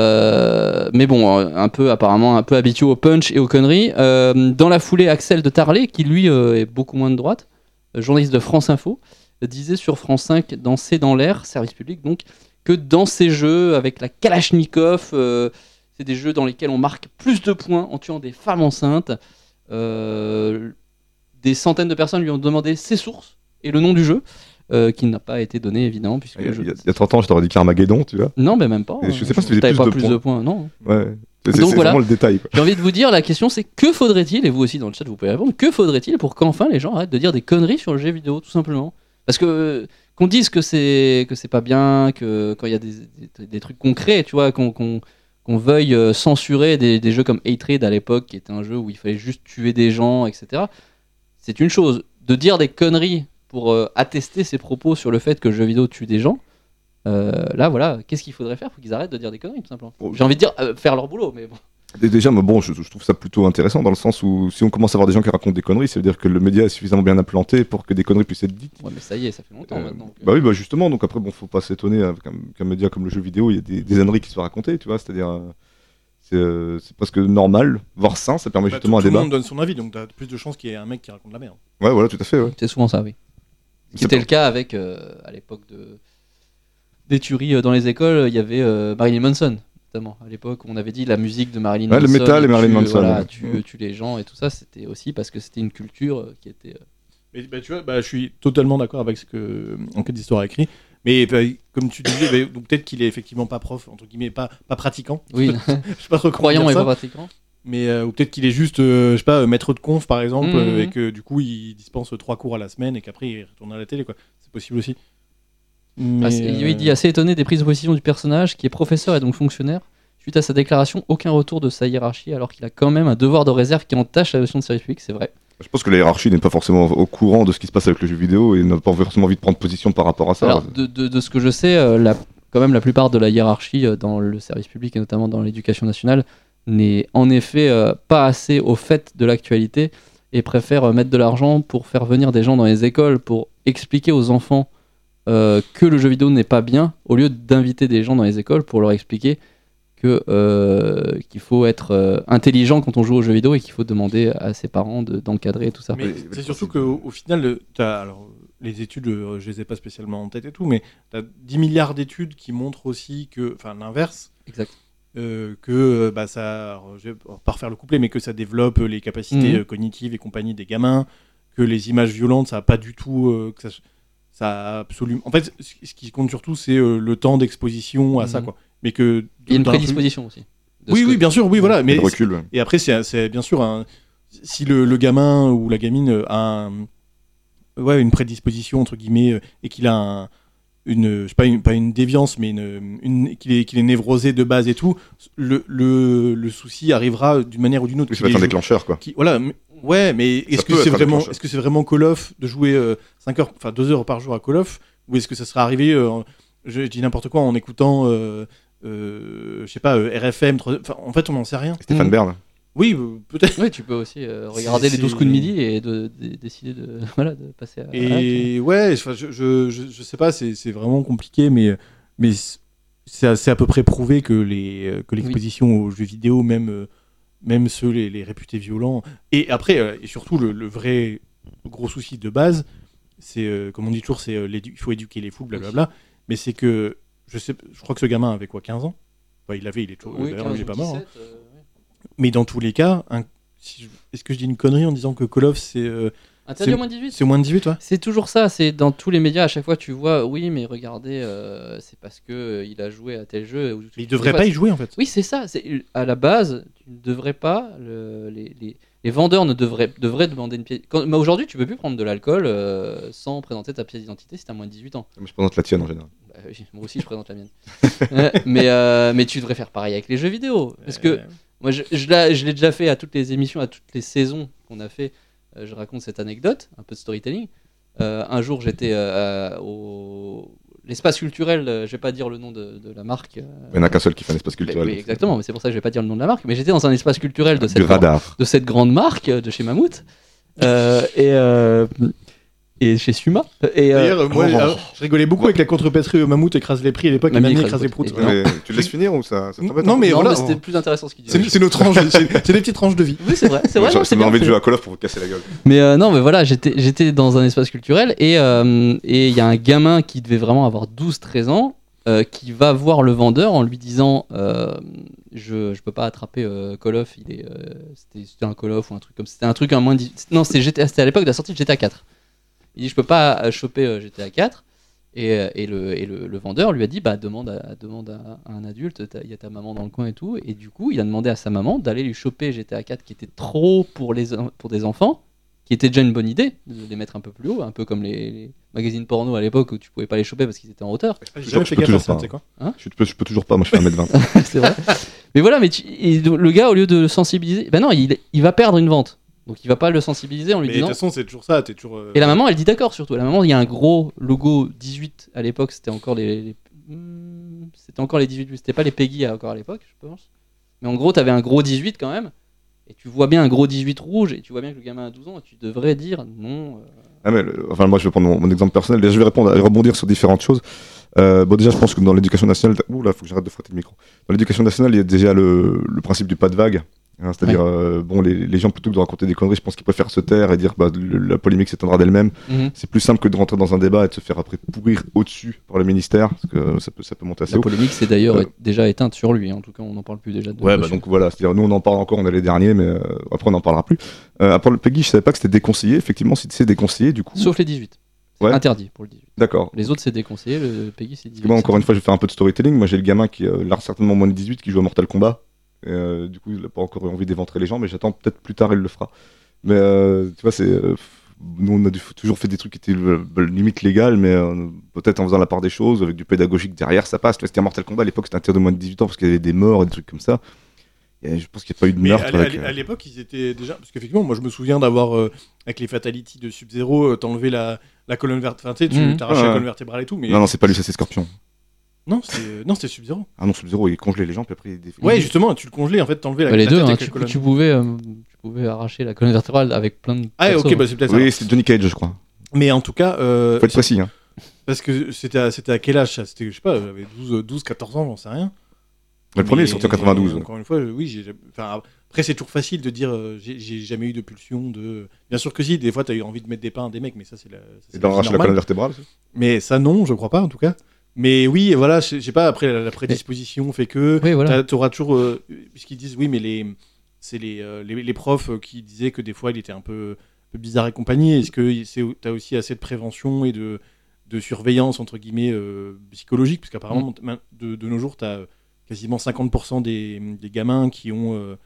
Speaker 3: Euh, mais bon, euh, un peu apparemment un peu habitué au punch et aux conneries. Euh, dans la foulée, Axel de Tarlé, qui lui euh, est beaucoup moins de droite, euh, journaliste de France Info, euh, disait sur France 5 Danser dans l'air, service public donc, que dans ces jeux avec la Kalachnikov, euh, c'est des jeux dans lesquels on marque plus de points en tuant des femmes enceintes. Euh, des centaines de personnes lui ont demandé ses sources et le nom du jeu, euh, qui n'a pas été donné évidemment puisque
Speaker 4: Ah, Il y,
Speaker 3: le
Speaker 4: a,
Speaker 3: jeu-
Speaker 4: il y a- il y a 30 ans, je t'aurais dit Carmageddon, tu vois.
Speaker 3: non, mais même pas. hein.
Speaker 4: Et je sais pas si tu faisais
Speaker 3: T'avais
Speaker 4: plus
Speaker 3: pas
Speaker 4: de
Speaker 3: plus
Speaker 4: points.
Speaker 3: de points, non.
Speaker 4: Ouais. C'est c'est-
Speaker 3: Donc
Speaker 4: c'est
Speaker 3: voilà.
Speaker 4: vraiment le détail. quoi.
Speaker 3: J'ai envie de vous dire, la question c'est que faudrait-il, et vous aussi dans le chat vous pouvez répondre, que faudrait-il pour qu'enfin les gens arrêtent de dire des conneries sur le jeu vidéo, tout simplement Parce que euh, qu'on dise que c'est que c'est pas bien, que quand il y a des, des- des trucs concrets, tu vois, qu'on qu'on- qu'on veuille euh, censurer des, des jeux comme Hatred à l'époque, qui était un jeu où il fallait juste tuer des gens, etc. C'est une chose. De dire des conneries pour euh, attester ses propos sur le fait que le jeu vidéo tue des gens, euh, là voilà, qu'est-ce qu'il faudrait faire pour qu'ils arrêtent de dire des conneries, tout simplement J'ai envie de dire euh, faire leur boulot, mais bon.
Speaker 4: Et déjà, mais bon, je, je trouve ça plutôt intéressant dans le sens où si on commence à avoir des gens qui racontent des conneries, ça veut dire que le média est suffisamment bien implanté pour que des conneries puissent être dites.
Speaker 3: Ouais, mais ça y est, ça fait longtemps
Speaker 4: Euh,
Speaker 3: maintenant. que-
Speaker 4: Bah oui, bah justement, donc après, bon, faut pas s'étonner avec un- qu'un média comme le jeu vidéo, il y a des, des âneries qui se font raconter, tu vois, c'est-à-dire. euh, C'est euh, c'est presque normal, voire sain, ça permet
Speaker 5: Bah,
Speaker 4: justement
Speaker 5: tout, tout
Speaker 4: un
Speaker 5: le
Speaker 4: débat.
Speaker 5: monde donne son avis, donc t'as plus de chances qu'il y ait un mec qui raconte de la merde.
Speaker 4: Ouais, voilà, tout à fait, ouais.
Speaker 3: C'est souvent ça, oui.
Speaker 4: C'est
Speaker 3: C'était
Speaker 4: pas-
Speaker 3: le cas avec, euh, à l'époque de... des tueries euh, dans les écoles, euh, il y avait euh, Marilyn Manson, notamment. À l'époque, où on avait dit la musique de Marilyn
Speaker 4: Ouais, le
Speaker 3: Manson.
Speaker 4: métal et Marilyn
Speaker 3: tue,
Speaker 4: Manson,
Speaker 3: Voilà,
Speaker 4: ouais.
Speaker 3: tue, euh, tue les gens et tout ça, c'était aussi parce que c'était une culture euh, qui était. euh,
Speaker 5: Mais bah, tu vois, bah, je suis totalement d'accord avec ce que euh, Enquête d'Histoire a écrit. Mais bah, comme tu disais, bah, donc peut-être qu'il est effectivement pas prof, entre guillemets, pas, pas pratiquant.
Speaker 3: Oui,
Speaker 5: je sais pas trop comment
Speaker 3: croyant
Speaker 5: dire
Speaker 3: et
Speaker 5: ça.
Speaker 3: pas pratiquant.
Speaker 5: Mais euh, ou peut-être qu'il est juste, euh, je sais pas, euh, maître de conf par exemple,
Speaker 3: Mhm.
Speaker 5: euh, et que du coup il dispense trois cours à la semaine et qu'après il retourne à la télé, quoi. C'est possible aussi. Mais,
Speaker 3: Ah, c'est-
Speaker 5: euh,
Speaker 3: Il dit assez étonné des prises de position du personnage, qui est professeur et donc fonctionnaire. Suite à sa déclaration, aucun retour de sa hiérarchie, alors qu'il a quand même un devoir de réserve qui entache la notion de service public, c'est vrai.
Speaker 4: Je pense que la hiérarchie n'est pas forcément au courant de ce qui se passe avec le jeu vidéo et n'a pas forcément envie de prendre position par rapport à ça.
Speaker 3: Alors, de, de- de ce que je sais, euh, la, quand même, la plupart de la hiérarchie euh, dans le service public et notamment dans l'éducation nationale n'est en effet euh, pas assez au fait de l'actualité et préfère euh, mettre de l'argent pour faire venir des gens dans les écoles pour expliquer aux enfants euh, que le jeu vidéo n'est pas bien au lieu d'inviter des gens dans les écoles pour leur expliquer que euh, qu'il faut être euh, intelligent quand on joue aux jeux vidéo et qu'il faut demander à ses parents de- d'encadrer tout ça.
Speaker 5: Mais
Speaker 4: Oui,
Speaker 5: c'est
Speaker 4: oui,
Speaker 5: surtout
Speaker 4: c'est-
Speaker 5: qu'au au final, euh, t'as- alors, les études, euh, je les ai pas spécialement en tête et tout, mais tu as 10 milliards d'études qui montrent aussi que, enfin l'inverse,
Speaker 3: Exact.
Speaker 5: euh, que euh, bah, ça, alors, je vais pas refaire le couplet, mais que ça développe les capacités
Speaker 3: Mhm.
Speaker 5: euh, cognitives et compagnie des gamins, que les images violentes, ça a pas du tout, euh, que ça, ça a absolument. En fait, ce ce qui compte surtout, c'est euh, le temps d'exposition à ça,
Speaker 3: Mhm.
Speaker 5: quoi. Mais que
Speaker 3: Il y a une
Speaker 5: dans la-
Speaker 3: prédisposition aussi. de
Speaker 5: Oui,
Speaker 3: ce
Speaker 5: oui,
Speaker 3: que-
Speaker 5: bien sûr, oui, voilà. Mais
Speaker 4: Le recul. ouais.
Speaker 5: Et après, c'est c'est bien sûr, un- si le, le gamin ou la gamine a un- ouais, une prédisposition, entre guillemets, euh, et qu'il a un- une, je sais pas, une, pas une déviance, mais une, une- qu'il est, qu'il est névrosé de base et tout, le, le, le souci arrivera d'une manière ou d'une autre.
Speaker 4: Oui, ça
Speaker 5: Qu'il
Speaker 4: va être un
Speaker 5: ait jou-
Speaker 4: déclencheur, quoi.
Speaker 5: qui- voilà, mais- ouais, mais est-ce que
Speaker 4: peut
Speaker 5: c'est
Speaker 4: être un
Speaker 5: vraiment,
Speaker 4: déclencheur.
Speaker 5: est-ce que c'est vraiment Call of de jouer 5 heures, enfin 2 heures par jour à Call of, ou est-ce que ça sera arrivé, euh, je dis n'importe quoi, en écoutant, euh, euh, je sais pas, euh, RFM, trois- enfin, en fait, on n'en sait rien.
Speaker 4: Stéphane
Speaker 3: Mm.
Speaker 4: Bern.
Speaker 5: Oui, euh, peut-être.
Speaker 3: Oui, tu peux aussi euh,
Speaker 5: C'est-
Speaker 3: regarder les
Speaker 5: c'est-
Speaker 3: 12 coups de midi et de, de- décider de, voilà, de passer à. à-
Speaker 5: Et ouais, enfin, je, je, je, je sais pas, c'est c'est vraiment compliqué, mais, mais c'est- c'est à- c'est à peu près prouvé que les euh, que l'exposition aux jeux vidéo, même, euh, même ceux les, les réputés violents, et après, euh, et surtout le, le vrai gros souci de base, c'est, euh, comme on dit toujours, c'est euh, l'édu- il faut éduquer les fous, blablabla, mais c'est que, je, sais, je crois que ce gamin avait quoi, 15 ans Enfin, Il l'avait, il est toujours,
Speaker 3: Oui,
Speaker 5: d'ailleurs, il est pas
Speaker 3: 15,
Speaker 5: mort. hein.
Speaker 3: 17, euh, ouais.
Speaker 5: Mais dans tous les cas, un- si je- est-ce que je dis une connerie en disant que Call of, c'est euh,
Speaker 3: Interdit au moins 18
Speaker 5: c'est moins de 18, toi
Speaker 3: C'est toujours ça, c'est dans tous les médias, à chaque fois tu vois, oui, mais regardez, euh, c'est parce que euh, il a joué à tel jeu. ou-
Speaker 5: Mais il devrait pas y jouer, en fait.
Speaker 3: Oui, c'est ça, c'est- à la base, tu ne devrais pas, le- les, les- les vendeurs ne devraient, devraient demander une pièce. quand- mais aujourd'hui, tu peux plus prendre de l'alcool euh, sans présenter ta pièce d'identité si t'as moins de 18 ans.
Speaker 4: Je présente la tienne en général.
Speaker 3: Bah oui, moi aussi, je présente la mienne. Ouais, mais, euh, mais tu devrais faire pareil avec les jeux vidéo. Parce que moi, je, je l'a- je l'ai déjà fait à toutes les émissions, à toutes les saisons qu'on a fait. Euh, je raconte cette anecdote, un peu de storytelling. Euh, un jour, j'étais euh, à- au l'espace culturel. euh, je vais pas dire le nom de, de la marque. euh,
Speaker 4: Il n'y en a qu'un seul qui fait un espace
Speaker 3: mais-
Speaker 4: culturel.
Speaker 3: oui, exactement. Mais c'est pour ça que je vais pas dire le nom de la marque. Mais j'étais dans un espace culturel de
Speaker 4: Du
Speaker 3: cette
Speaker 4: radar.
Speaker 3: de cette grande marque euh, de chez Mammouth euh, et euh, et chez Suma. Et euh,
Speaker 5: D'ailleurs, euh, moi,
Speaker 4: oh.
Speaker 5: euh, je rigolais beaucoup avec la contrepétrie euh, Mammouth écrase les prix à l'époque, et
Speaker 3: Mamie
Speaker 5: Mamie
Speaker 3: écrase
Speaker 5: écrase les
Speaker 3: les
Speaker 5: proutes.
Speaker 3: proutes,
Speaker 5: Ouais.
Speaker 4: Mais tu le laisses finir ou ça, ça t'embête un
Speaker 5: Non,
Speaker 4: peu
Speaker 5: mais
Speaker 3: non,
Speaker 5: voilà.
Speaker 3: mais c'était plus intéressant ce qu'il disait.
Speaker 5: C'est c'est nos tranches, c'est c'est des petites tranches de vie.
Speaker 3: Oui, c'est vrai, c'est vrai.
Speaker 4: J'aurais-
Speaker 3: non, c'est
Speaker 4: j'avais
Speaker 3: bien
Speaker 4: envie de
Speaker 3: fait.
Speaker 4: jouer à Call of pour vous casser la gueule.
Speaker 3: Mais euh, non, mais voilà, j'étais j'étais dans un espace culturel et euh, et il y a un gamin qui devait vraiment avoir 12-13 ans euh, qui va voir le vendeur en lui disant euh, je, je peux pas attraper euh, Call of, il est, euh, c'était, c'était un Call of ou un truc comme C'était un truc un moins. dix- Non, c'était, GTA, c'était à l'époque de la sortie de GTA 4. Il dit je peux pas euh, choper euh, GTA 4. Et, euh, et, le, et le, le vendeur lui a dit bah, demande, à, demande à, à un adulte, t'as- il y a ta maman dans le coin et tout. Et du coup, il a demandé à sa maman d'aller lui choper GTA 4 qui était trop pour, les, en- pour des enfants, qui était déjà une bonne idée de les mettre un peu plus haut, un peu comme les, les magazines porno à l'époque où tu pouvais pas les choper parce qu'ils étaient en hauteur.
Speaker 5: J'ai
Speaker 4: toujours-
Speaker 5: jamais
Speaker 4: je
Speaker 5: fait
Speaker 4: peux
Speaker 5: gaffe à
Speaker 4: toujours
Speaker 5: ça,
Speaker 4: pas.
Speaker 5: tu sais quoi.
Speaker 4: Je peux, je peux toujours pas, moi je fais 1m20.
Speaker 3: c'est vrai. Mais voilà, mais tu- et donc, le gars, au lieu de le sensibiliser, ben non, il, il va perdre une vente. Donc il va pas le sensibiliser en lui
Speaker 5: Mais de toute
Speaker 3: disant.
Speaker 5: façon, c'est toujours ça, t'es toujours. euh,
Speaker 3: Et la maman, elle dit d'accord surtout. La maman, il y a un gros logo 18 à l'époque, c'était encore les. les- Hmm, C'était encore les 18, c'était pas les Peggy à- encore à l'époque, je pense. Mais en gros, t'avais un gros 18 quand même. Et tu vois bien un gros 18 rouge et tu vois bien que le gamin a 12 ans, tu devrais dire non. euh,
Speaker 4: Ah, mais le- enfin, moi, je vais prendre mon, mon exemple personnel. Déjà, je vais répondre et rebondir sur différentes choses. Euh, bon, déjà, je pense que dans l'éducation nationale, ouh là, faut que j'arrête de frotter le micro. Dans l'éducation nationale, il y a déjà le, le principe du pas de vague. hein, C'est-à-dire, euh, bon, les, les gens, plutôt que de raconter des conneries, je pense qu'ils préfèrent se taire et dire bah, le- la polémique s'éteindra d'elle-même.
Speaker 3: Mhm.
Speaker 4: C'est plus simple que de rentrer dans un débat et de se faire après pourrir au-dessus par le ministère, parce que ça peut, ça peut monter assez
Speaker 3: La
Speaker 4: haut.
Speaker 3: polémique, c'est d'ailleurs
Speaker 4: Euh,
Speaker 3: déjà éteinte sur lui. hein. En tout cas, on n'en parle plus déjà. De
Speaker 4: Ouais, bah
Speaker 3: dessus.
Speaker 4: donc voilà, c'est-à-dire nous on en parle encore, on est les derniers, mais euh, après on n'en parlera plus. Euh, après le Peggy, je savais pas que c'était déconseillé, effectivement, si c'est déconseillé, du coup.
Speaker 3: Sauf les 18. C'est
Speaker 4: Ouais.
Speaker 3: Interdit pour le 18.
Speaker 4: D'accord.
Speaker 3: Les autres, c'est déconseillé. Le Peggy, c'est 18.
Speaker 4: Parce que moi, encore une fois, je vais faire un peu de storytelling. Moi, j'ai le gamin qui euh, l'a certainement moins de 18 qui joue à Mortal Kombat. Et, euh, du coup, il n'a pas encore eu envie d'éventrer les gens, mais j'attends peut-être plus tard, il le fera. Mais euh, tu vois, c'est. euh, pff, nous, on a du- toujours fait des trucs qui étaient euh, limite légales, mais euh, peut-être en faisant la part des choses, avec du pédagogique derrière, ça passe. Tu vois, c'était un Mortal Kombat à l'époque, c'était un tir de moins de 18 ans parce qu'il y avait des morts et des trucs comme ça. Et je pense qu'il n'y a pas eu de
Speaker 5: Mais à,
Speaker 4: meurtre.
Speaker 5: à-
Speaker 4: avec, euh,
Speaker 5: à l'époque, ils étaient déjà. Parce qu'effectivement, moi, je me souviens d'avoir, euh, avec les Fatalities de Sub-Zero, euh, t'enlevais la, la colonne vertébrale. Enfin, tu sais,
Speaker 3: Mhm.
Speaker 5: tu t'arrachais
Speaker 4: Ouais,
Speaker 5: la
Speaker 4: ouais.
Speaker 5: colonne vertébrale et tout, mais.
Speaker 4: Non, non, c'est pas lui, ça, c'est Scorpion.
Speaker 5: Non, c'était non, c'était Sub-Zero.
Speaker 4: Ah non, Sub-Zero, il congelait les gens, puis après il défait.
Speaker 5: Ouais, justement, tu le congelais, en fait, t'enlevais la,
Speaker 3: Bah, les
Speaker 5: la
Speaker 3: deux,
Speaker 5: tête
Speaker 3: hein,
Speaker 5: avec la
Speaker 3: tu,
Speaker 5: colonne.
Speaker 3: tu pouvais, euh, tu pouvais arracher la colonne vertébrale avec plein de.
Speaker 5: Ah,
Speaker 3: persos,
Speaker 5: ok,
Speaker 3: hein.
Speaker 5: bah c'est peut-être
Speaker 4: Oui,
Speaker 5: ça.
Speaker 4: c'est Johnny Cage, je crois.
Speaker 5: Mais en tout cas, euh,
Speaker 4: Faut être précis, hein.
Speaker 5: parce que c'était à, c'était à quel âge ça C'était, je sais pas, j'avais 12, 12 14 ans, j'en sais rien.
Speaker 4: Le premier, il
Speaker 5: Mais-
Speaker 4: est sorti en 92. ouais.
Speaker 5: Encore une fois, je- oui, j'ai- enfin, après c'est toujours facile de dire euh, j'ai j'ai jamais eu de pulsion de. Bien sûr que si, des fois t'as eu envie de mettre des pains à des mecs, mais ça c'est la. ça, c'est
Speaker 4: Et
Speaker 5: la vie
Speaker 4: d'arracher la
Speaker 5: normale.
Speaker 4: colonne vertébrale.
Speaker 5: Mais ça non, je crois pas en tout cas. Mais oui, et voilà, je je sais pas. Après la, la prédisposition fait que
Speaker 3: Oui, voilà.
Speaker 5: t'as- t'auras toujours. euh, Puisqu'ils disent oui, mais les c'est les, euh, les les profs euh, qui disaient que des fois il était un peu, un peu bizarre et compagnie. Est-ce que il- c'est- t'as aussi assez de prévention et de de surveillance entre guillemets euh, psychologique, parce qu'apparemment de, de nos jours t'as quasiment 50% des, des gamins qui ont euh,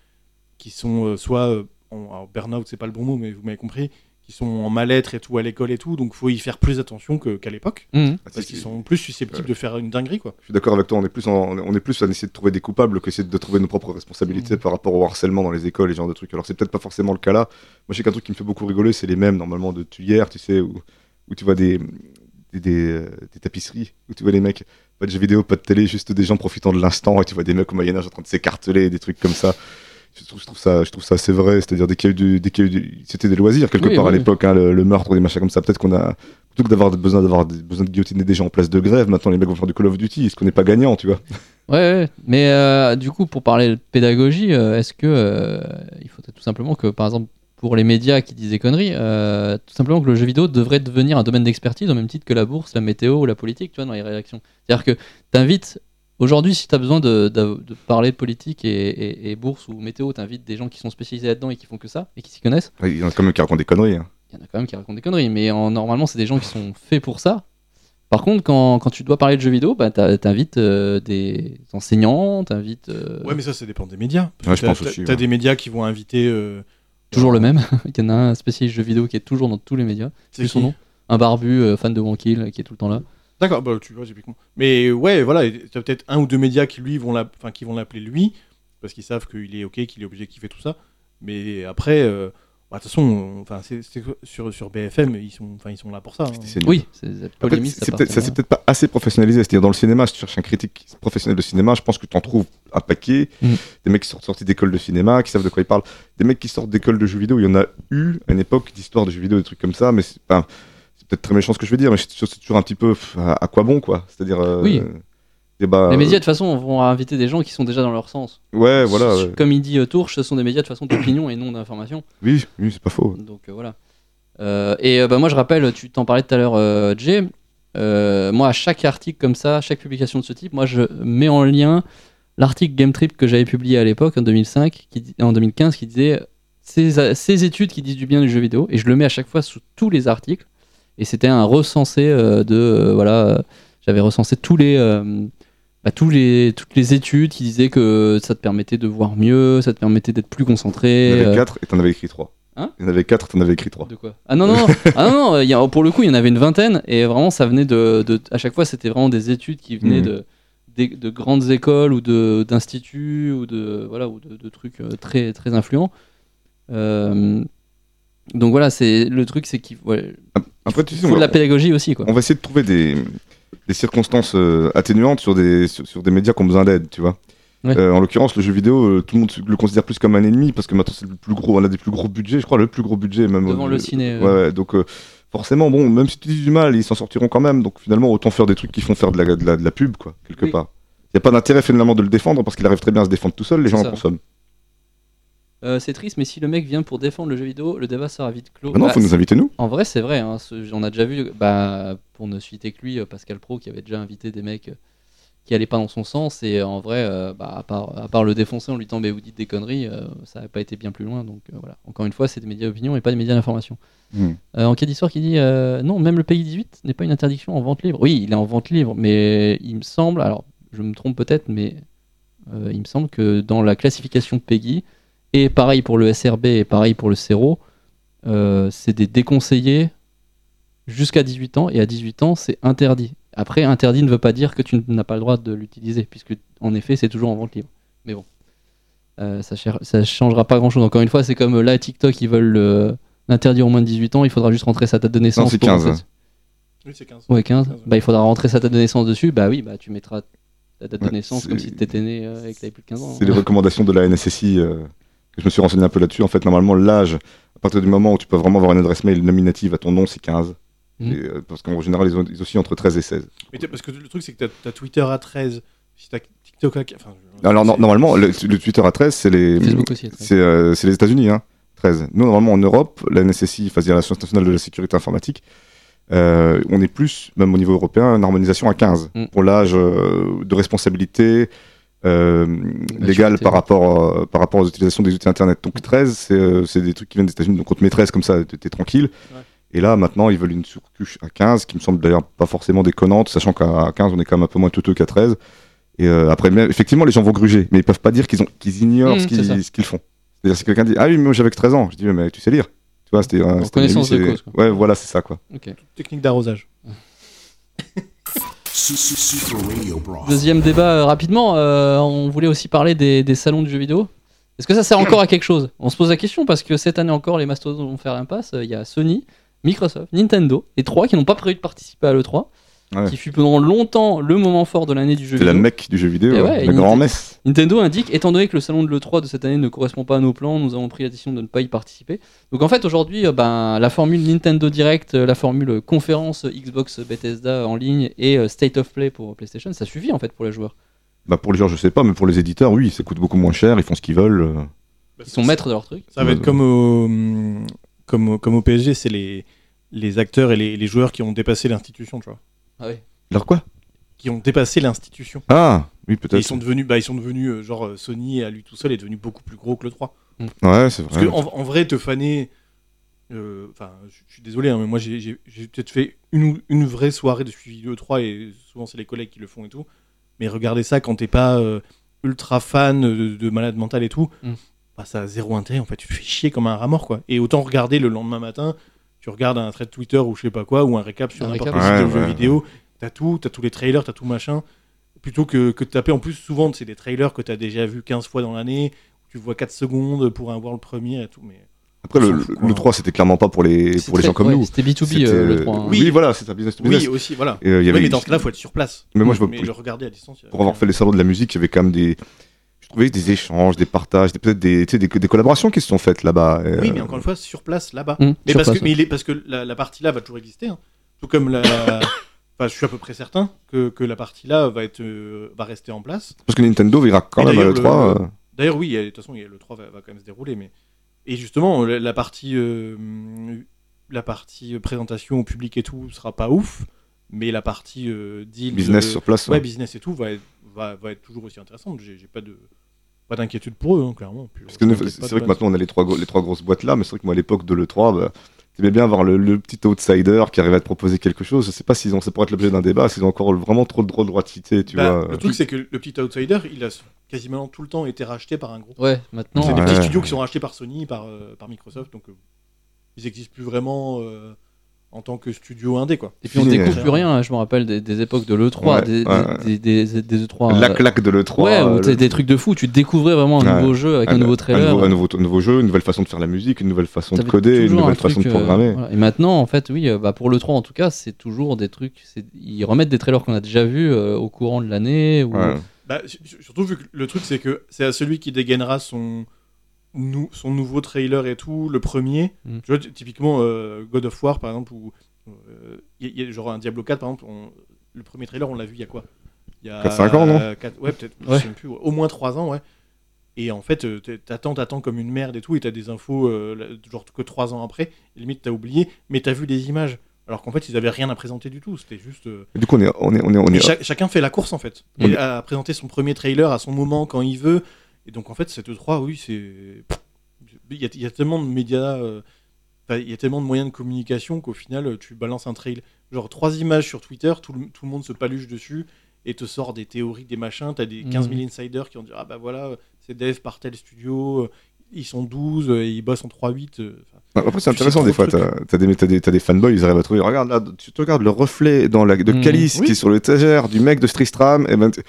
Speaker 5: qui sont euh, soit euh, en, alors, burn-out, c'est pas le bon mot, mais vous m'avez compris, qui sont en mal-être et tout à l'école et tout, donc faut y faire plus attention que- qu'à l'époque,
Speaker 3: Mhm.
Speaker 4: Ah, si,
Speaker 5: parce
Speaker 4: si,
Speaker 5: qu'ils sont plus susceptibles de faire une dinguerie, quoi.
Speaker 4: Je suis d'accord avec toi, on est plus en, on est plus à essayer de trouver des coupables qu'essayer de trouver nos propres
Speaker 5: Mm.
Speaker 4: responsabilités par rapport au harcèlement dans les écoles et ce genre de trucs. Alors c'est peut-être pas forcément le cas là. Moi je sais qu'un truc qui me fait beaucoup rigoler, c'est les mêmes normalement de tuyères, tu sais, où, où tu vois des, des, des, euh, des tapisseries, où tu vois les mecs, pas de jeux vidéo, pas de télé, juste des gens profitant de l'instant et tu vois des mecs au Moyen-Âge en train de s'écarteler, des trucs comme ça. Je trouve, je trouve ça, je trouve ça assez vrai, c'est-à-dire dès qu'il y a eu du, dès qu'il y a eu du- c'était des loisirs quelque
Speaker 3: Oui,
Speaker 4: part à
Speaker 3: oui.
Speaker 4: l'époque, hein, le, le meurtre, des machins comme ça. Peut-être qu'on a, plutôt que d'avoir besoin d'avoir des- besoin de guillotiner des gens en place de grève, maintenant les mecs vont faire du Call of Duty, est-ce qu'on n'est pas gagnant, tu vois
Speaker 3: Ouais, ouais. mais euh, du coup, pour parler de pédagogie, euh, est-ce que euh, il faudrait tout simplement que, par exemple, pour les médias qui disent des conneries, euh, tout simplement que le jeu vidéo devrait devenir un domaine d'expertise au même titre que la bourse, la météo ou la politique, tu vois, dans les réactions. C'est-à-dire que t'invites, aujourd'hui, si t'as besoin de, de- de parler de politique et, et- et bourse ou météo, t'invites des gens qui sont spécialisés là-dedans et qui font que ça et qui s'y connaissent.
Speaker 4: Il y en a quand même qui racontent des conneries. hein.
Speaker 3: il y en a quand même qui racontent des conneries, mais en- normalement, c'est des gens qui sont faits pour ça. Par contre, quand, quand tu dois parler de jeux vidéo, bah, t'as- t'invites euh, des enseignants, t'invites euh,
Speaker 5: Ouais, mais ça, ça dépend des médias.
Speaker 4: Ouais, je
Speaker 5: T'as-
Speaker 4: pense
Speaker 5: t'as-
Speaker 4: aussi,
Speaker 5: T'as
Speaker 4: ouais.
Speaker 5: des médias qui vont inviter. euh,
Speaker 3: toujours le
Speaker 5: alors,
Speaker 3: même. Il y en a un spécialiste jeux vidéo qui est toujours dans tous les médias.
Speaker 5: C'est
Speaker 3: C'est son
Speaker 5: qui
Speaker 3: nom. Un barbu, euh, fan de One Kill, qui est tout le temps là.
Speaker 5: D'accord, bah, tu vois, j'ai plus con. Mais ouais, voilà, et t'as peut-être un ou deux médias qui lui vont la- enfin, qui vont l'appeler lui, parce qu'ils savent qu'il est ok, qu'il est objectif et tout ça. Mais après, euh, bah, de toute façon, on- enfin, c'est- c'est- sur, sur BFM, ils sont, enfin, ils sont là pour ça. hein.
Speaker 4: C'est-
Speaker 3: Oui, c'est des
Speaker 4: Après,
Speaker 3: polémistes,
Speaker 4: c'est
Speaker 3: ça
Speaker 4: peut-être- ça
Speaker 3: appartient
Speaker 4: s'est peut-être pas assez professionnalisé. C'est-à-dire, dans le cinéma, si tu cherches un critique professionnel de cinéma, je pense que tu en trouves un paquet.
Speaker 3: Mm.
Speaker 4: Des mecs qui sont sortis d'école de cinéma, qui savent de quoi ils parlent. Des mecs qui sortent d'école de jeux vidéo, il y en a eu à une époque d'histoire de jeux vidéo, des trucs comme ça, mais c'est enfin, c'est peut-être très méchant ce que je veux dire, mais c'est toujours- c'est toujours un petit peu pff, à, à quoi bon, quoi. C'est-à-dire. euh,
Speaker 3: Oui.
Speaker 4: eh ben,
Speaker 3: Les médias, de toute façon, vont inviter des gens qui sont déjà dans leur sens.
Speaker 4: euh, ouais, voilà. ouais.
Speaker 3: Comme il dit euh, Tourche, ce sont des médias de toute façon d'opinion et non d'information.
Speaker 4: Oui, oui, c'est pas faux.
Speaker 3: Donc euh, voilà. Euh, et euh, bah, moi je rappelle, tu t'en parlais tout à l'heure, euh, Jay. Euh, moi à chaque article comme ça, à chaque publication de ce type, moi je mets en lien l'article Game Trip que j'avais publié à l'époque en 2005, qui, di- en 2015, qui disait ces, ces études qui disent du bien du jeu vidéo, et je le mets à chaque fois sous tous les articles. Et c'était un recensé euh, de euh, voilà, euh, j'avais recensé tous les euh, bah, tous les toutes les études qui disaient que ça te permettait de voir mieux, ça te permettait d'être plus
Speaker 4: Il y
Speaker 3: concentré.
Speaker 4: en avait
Speaker 3: euh,
Speaker 4: 4 et t'en avais écrit 3.
Speaker 3: Hein
Speaker 4: Il y en avait 4 et t'en avais écrit 3.
Speaker 3: de quoi Ah non, non, non. ah non, non, il y a- pour le coup, il y en avait une vingtaine, et vraiment, ça venait de. de- à chaque fois, c'était vraiment des études qui venaient
Speaker 4: Mhm.
Speaker 3: de, des- de grandes écoles ou de- d'instituts ou de, voilà, ou de, de trucs euh, très, très influents. Euh, donc voilà, c'est le truc, c'est qu'il ouais,
Speaker 4: Après, tu sais,
Speaker 3: faut
Speaker 4: on-
Speaker 3: de la pédagogie aussi, quoi.
Speaker 4: on va essayer de trouver des, des circonstances euh, atténuantes sur des, sur, sur des médias qui ont besoin d'aide, tu vois.
Speaker 3: Ouais.
Speaker 4: Euh, en l'occurrence, le jeu vidéo, euh, tout le monde se- le considère plus comme un ennemi parce que maintenant c'est le plus gros, on a des plus gros budgets, je crois, le plus gros budget même.
Speaker 3: Devant
Speaker 4: euh,
Speaker 3: le ciné,
Speaker 4: Ouais,
Speaker 3: euh.
Speaker 4: ouais, donc euh, forcément, bon, même si tu dis du mal, ils s'en sortiront quand même. Donc finalement, autant faire des trucs qui font faire de la, de la, de la pub, quoi, quelque
Speaker 3: Oui.
Speaker 4: part. Il n'y a pas d'intérêt finalement de le défendre parce qu'il arrive très bien à se défendre tout seul, les
Speaker 3: C'est
Speaker 4: gens
Speaker 3: ça.
Speaker 4: en consomment.
Speaker 3: Euh, c'est triste, mais si le mec vient pour défendre le jeu vidéo, le débat sera vite clos.
Speaker 4: Ah non,
Speaker 3: Bah,
Speaker 4: faut nous inviter, nous.
Speaker 3: En vrai, c'est vrai. hein, ce- on a déjà vu, bah, pour ne citer que lui, euh, Pascal Pro, qui avait déjà invité des mecs euh, qui allaient pas dans son sens. Et euh, en vrai, euh, bah, à, part, à part le défoncer en lui disant mais vous dites des conneries, euh, ça n'a pas été bien plus loin. Donc euh, voilà. Encore une fois, c'est des médias d'opinion et pas des médias d'information.
Speaker 4: Hmm.
Speaker 3: Euh, Enquête d'histoire qui dit euh, non, même le pays 18 n'est pas une interdiction en vente libre. Oui, il est en vente libre, mais il me semble, alors je me trompe peut-être, mais euh, il me semble que dans la classification de PEGI, et pareil pour le SRB et pareil pour le CERO, euh, c'est des déconseillés jusqu'à 18 ans, et à 18 ans, c'est interdit. Après, interdit ne veut pas dire que tu n'as pas le droit de l'utiliser, puisque en effet, c'est toujours en vente libre. Mais bon, Euh, ça, cher- ça changera pas grand chose. Encore une fois, c'est comme euh, là, TikTok, ils veulent euh, l'interdire aux moins de 18 ans, il faudra juste rentrer sa date de naissance.
Speaker 4: c'est
Speaker 3: pour
Speaker 4: 15,
Speaker 3: rentrer-
Speaker 4: hein.
Speaker 5: Oui, c'est 15.
Speaker 3: Ouais, 15.
Speaker 5: 15, ouais.
Speaker 3: Bah, il faudra rentrer sa date de naissance dessus. Bah oui, bah tu mettras ta date de
Speaker 4: Ouais,
Speaker 3: naissance
Speaker 4: c'est-
Speaker 3: comme si t'étais né euh, et que t'avais plus de 15 ans.
Speaker 4: C'est les recommandations de la NSSI euh, que je me suis renseigné un peu là-dessus. En fait, normalement, l'âge, à partir du moment où tu peux vraiment avoir une adresse mail nominative à ton nom, c'est 15.
Speaker 3: Mhm.
Speaker 4: Et, euh, parce qu'en général, ils, ont, ils oscillent entre 13 et 16.
Speaker 5: Mais t'as- parce que le truc, c'est que t'as- t'as Twitter à 13, si t'as TikTok à 15.
Speaker 4: Alors, non, normalement, le, le Twitter à 13, c'est les,
Speaker 3: Facebook aussi.
Speaker 4: c'est, euh, c'est les États-Unis, hein, 13. Nous, normalement, en Europe, la NSSI, enfin, c'est-à-dire l'Agence nationale de la sécurité informatique, euh, on est plus, même au niveau européen, une harmonisation à 15
Speaker 3: Mhm.
Speaker 4: pour l'âge euh, de responsabilité euh, légale
Speaker 3: Maturité.
Speaker 4: par rapport, euh, par rapport aux utilisations des outils Internet. Donc 13, c'est euh, c'est des trucs qui viennent des États-Unis. Donc on te met 13 comme ça, t'es t'es tranquille.
Speaker 5: Ouais.
Speaker 4: Et là, maintenant, ils veulent une surcouche à 15, qui me semble d'ailleurs pas forcément déconnante, sachant qu'à à 15, on est quand même un peu moins touteux qu'à 13. Et euh, après, même- effectivement, les gens vont gruger, mais ils peuvent pas dire qu'ils ont- qu'ils ignorent
Speaker 3: Mhm,
Speaker 4: ce
Speaker 3: c'est ça.
Speaker 4: qu'ils ce qu'ils font. C'est-à-dire, si quelqu'un dit Ah oui, mais moi j'avais que 13 ans, je dis Ouais, Mais tu sais lire. Tu vois, c'était un- c'était une
Speaker 3: connaissance
Speaker 4: amie,
Speaker 3: de
Speaker 4: c'est- Ouais, voilà, c'est ça, quoi.
Speaker 5: Technique d'arrosage.
Speaker 2: Super Radio Bra.
Speaker 3: Deuxième débat euh, rapidement, euh, on voulait aussi parler des, des salons du jeu vidéo. Est-ce que ça sert encore à quelque chose On se pose la question parce que cette année encore, les mastodontes vont faire l'impasse. Euh, Il y a Sony, Microsoft, Nintendo, et E trois qui n'ont pas prévu de participer à l'E3,
Speaker 4: Ouais.
Speaker 3: qui fut pendant longtemps le moment fort de l'année du jeu
Speaker 4: C'est
Speaker 3: vidéo.
Speaker 4: la mecque du jeu vidéo,
Speaker 3: Et
Speaker 4: ouais,
Speaker 3: ouais,
Speaker 4: la
Speaker 3: Nintendo.
Speaker 4: grand-messe.
Speaker 3: Nintendo indique, étant donné que le salon de l'E3 de cette année ne correspond pas à nos plans, nous avons pris la décision de ne pas y participer. Donc en fait, aujourd'hui, euh, ben, la formule Nintendo Direct, euh, la formule euh, conférence euh, Xbox Bethesda en ligne et euh, State of Play pour PlayStation, ça suffit en fait pour les joueurs.
Speaker 4: Bah, pour les gens, je sais pas, mais pour les éditeurs, oui, ça coûte beaucoup moins cher, ils font ce qu'ils veulent. euh.
Speaker 3: Ils sont maîtres de leur truc.
Speaker 5: Ça va être comme au, hum, comme, au- comme au PSG, c'est les, les acteurs et les, les joueurs qui ont dépassé l'institution, tu vois.
Speaker 3: Ah oui.
Speaker 4: Alors quoi
Speaker 5: Qui ont dépassé l'institution.
Speaker 4: Ah, oui,
Speaker 5: Et Ils
Speaker 4: peut-être.
Speaker 5: sont devenus, bah, ils sont devenus euh, genre euh, Sony à lui tout seul est devenu beaucoup plus gros que le 3.
Speaker 4: Ouais, c'est
Speaker 5: Parce
Speaker 4: vrai.
Speaker 5: que en, en vrai, te faner. euh, Enfin, je je suis désolé, hein, mais moi j'ai- j'ai j'ai peut-être fait une, ou- une vraie soirée de suivi de 3 et souvent c'est les collègues qui le font et tout. Mais regardez ça quand t'es pas euh, ultra fan de, de malade mental et tout,
Speaker 3: Mm.
Speaker 5: bah, ça a zéro intérêt. En fait, tu te fais chier comme un rat mort quoi. Et autant regarder le lendemain matin, tu regardes un trait de Twitter ou je sais pas quoi, ou un récap sur
Speaker 3: Un
Speaker 5: n'importe
Speaker 3: récap.
Speaker 5: quel site
Speaker 4: Ouais,
Speaker 5: de jeux
Speaker 4: ouais,
Speaker 5: vidéo. T'as tout, t'as tous les trailers, t'as tout machin. Plutôt que, que de taper en plus, souvent c'est des trailers que t'as déjà vu 15 fois dans l'année tu vois 4 secondes pour un World Premier et tout. Mais...
Speaker 4: Après, le,
Speaker 5: on s'en fout,
Speaker 4: le
Speaker 5: quoi.
Speaker 4: 3, c'était clairement pas pour les,
Speaker 3: C'est
Speaker 4: pour les
Speaker 3: très-
Speaker 4: gens comme
Speaker 3: ouais,
Speaker 4: nous.
Speaker 3: C'était B2B
Speaker 4: C'était-
Speaker 3: euh, le 3. hein.
Speaker 4: Oui, voilà, c'est un business to business.
Speaker 5: Oui, aussi, voilà.
Speaker 4: Et, euh, il y
Speaker 5: Oui,
Speaker 4: avait-
Speaker 5: mais dans ce cas-là, faut être sur place.
Speaker 4: Mais moi, je veux-
Speaker 5: le regarder à distance. il y a
Speaker 4: pour avoir
Speaker 5: rien.
Speaker 4: fait les salons de la musique, il y avait quand même des. Je trouvais des échanges, des partages, des- peut-être des, tu sais, des, des collaborations qui se sont faites là-bas. Et,
Speaker 5: Oui,
Speaker 4: euh,
Speaker 5: mais encore une fois, sur place, là-bas.
Speaker 3: Mmh,
Speaker 5: Mais,
Speaker 3: sur
Speaker 5: parce
Speaker 3: place,
Speaker 5: que, mais il est, parce que la, la partie là va toujours exister. hein. Tout comme la. enfin, je suis à peu près certain que, que la partie là va, être, euh, va rester en place.
Speaker 4: Parce que Nintendo verra quand
Speaker 5: Et
Speaker 4: même à
Speaker 5: d'ailleurs,
Speaker 4: l'E3.
Speaker 5: le-
Speaker 4: euh,
Speaker 5: D'ailleurs, oui, il y a- de toute façon, il y a- le 3 va, va quand même se dérouler. Mais... Et justement, la, la partie, euh, la partie présentation au public et tout sera pas ouf. Mais la partie euh, deal.
Speaker 4: business
Speaker 5: euh,
Speaker 4: sur place.
Speaker 5: ouais,
Speaker 4: ouais.
Speaker 5: business et tout va être, va, va être toujours aussi intéressante. J'ai j'ai pas de pas d'inquiétude pour eux, hein, clairement. Puis,
Speaker 4: Parce que nous,
Speaker 5: on s'inquiète
Speaker 4: c'est
Speaker 5: pas de
Speaker 4: vrai que
Speaker 5: base.
Speaker 4: maintenant on a les trois, gros- les trois grosses boîtes là, mais c'est vrai que moi à l'époque de l'E3, bah, t'aimais bien avoir le, le petit outsider qui arrivait à te proposer quelque chose. Je sais pas s'ils ont, ça pourrait être l'objet d'un débat, s'ils ont encore vraiment trop de droits de droitité, tu
Speaker 5: Bah,
Speaker 4: vois. euh,
Speaker 5: Le truc, c'est que le petit outsider, il a quasiment tout le temps été racheté par un groupe.
Speaker 3: Ouais, maintenant. euh,
Speaker 5: C'est des
Speaker 4: Ouais.
Speaker 5: petits studios qui sont rachetés par Sony, par, euh, par Microsoft, donc euh, ils existent plus vraiment euh, en tant que studio indé, quoi.
Speaker 3: Et puis on
Speaker 4: Fini, euh.
Speaker 3: découvre
Speaker 5: ouais.
Speaker 3: plus rien, hein, je me rappelle des, des époques de l'E3,
Speaker 4: Ouais,
Speaker 3: des,
Speaker 4: ouais,
Speaker 3: des, des- des- des E3.
Speaker 4: la
Speaker 3: euh,
Speaker 4: claque de l'E3.
Speaker 3: ouais,
Speaker 4: euh,
Speaker 3: où t'as
Speaker 4: le-
Speaker 3: des trucs de fou, tu découvrais vraiment un
Speaker 4: Ouais.
Speaker 3: nouveau jeu avec un, nouveau trailer. hein.
Speaker 4: Un nouveau, un nouveau- un nouveau jeu, une nouvelle façon de faire la musique, une nouvelle façon de
Speaker 3: T'avais
Speaker 4: coder, une
Speaker 3: toujours un
Speaker 4: nouvelle
Speaker 3: truc,
Speaker 4: façon de
Speaker 3: euh,
Speaker 4: programmer.
Speaker 3: voilà. Et maintenant, en fait, oui, euh, bah, pour le 3 en tout cas, c'est toujours des trucs. c'est- Ils remettent des trailers qu'on a déjà vus euh, au courant de l'année. Ou...
Speaker 4: Ouais.
Speaker 5: Bah, su- su- surtout vu que le truc, c'est que c'est à celui qui dégainera son, nou- son nouveau trailer et tout, le premier.
Speaker 3: Mm.
Speaker 5: Tu vois, ty- typiquement euh, God of War, par exemple, ou euh, y- y a genre un Diablo 4, par exemple, on- le premier trailer, on l'a vu il y a quoi Il y a
Speaker 4: 4-5 ans, non
Speaker 5: euh, quatre- Ouais, peut-être, je
Speaker 3: Ouais.
Speaker 5: sais même plus, ouais, au moins 3 ans, ouais. Et en fait, euh, t'es- t'attends, t'attends comme une merde et tout, et t'as des infos, euh, là, genre que 3 ans après, limite t'as oublié, mais t'as vu les images. Alors qu'en fait, ils avaient rien à présenter du tout, c'était juste. euh,
Speaker 4: Du coup, on est, on est, on est, on
Speaker 5: mais
Speaker 4: est-
Speaker 5: cha- chacun fait la course en fait.
Speaker 4: On
Speaker 5: Et
Speaker 4: est-
Speaker 5: a présenté son premier trailer à son moment quand il veut. Et donc en fait, cette 3 oui, c'est. Il y, a- il y a tellement de médias. euh, enfin, Il y a tellement de moyens de communication qu'au final, euh, tu balances un trail. Genre trois images sur Twitter, tout le, tout le monde se paluche dessus et te sort des théories, des machins. T'as
Speaker 3: Mhm.
Speaker 5: des 15 000 insiders qui ont dit Ah bah voilà, c'est dev par tel studio, euh, ils sont 12, euh, et ils bossent en 3-8. euh, enfin,
Speaker 4: Après, c'est
Speaker 5: Tu sais
Speaker 4: intéressant
Speaker 5: trop
Speaker 4: des
Speaker 5: de
Speaker 4: fois.
Speaker 5: trucs.
Speaker 4: T'as t'as des, t'as des, t'as des fanboys, ils arrivent à trouver. Regarde là, tu te regardes le reflet dans la, de
Speaker 3: Mhm.
Speaker 4: Calice
Speaker 5: Oui.
Speaker 4: qui est sur l'étagère du mec de Stristram. Et ben, t-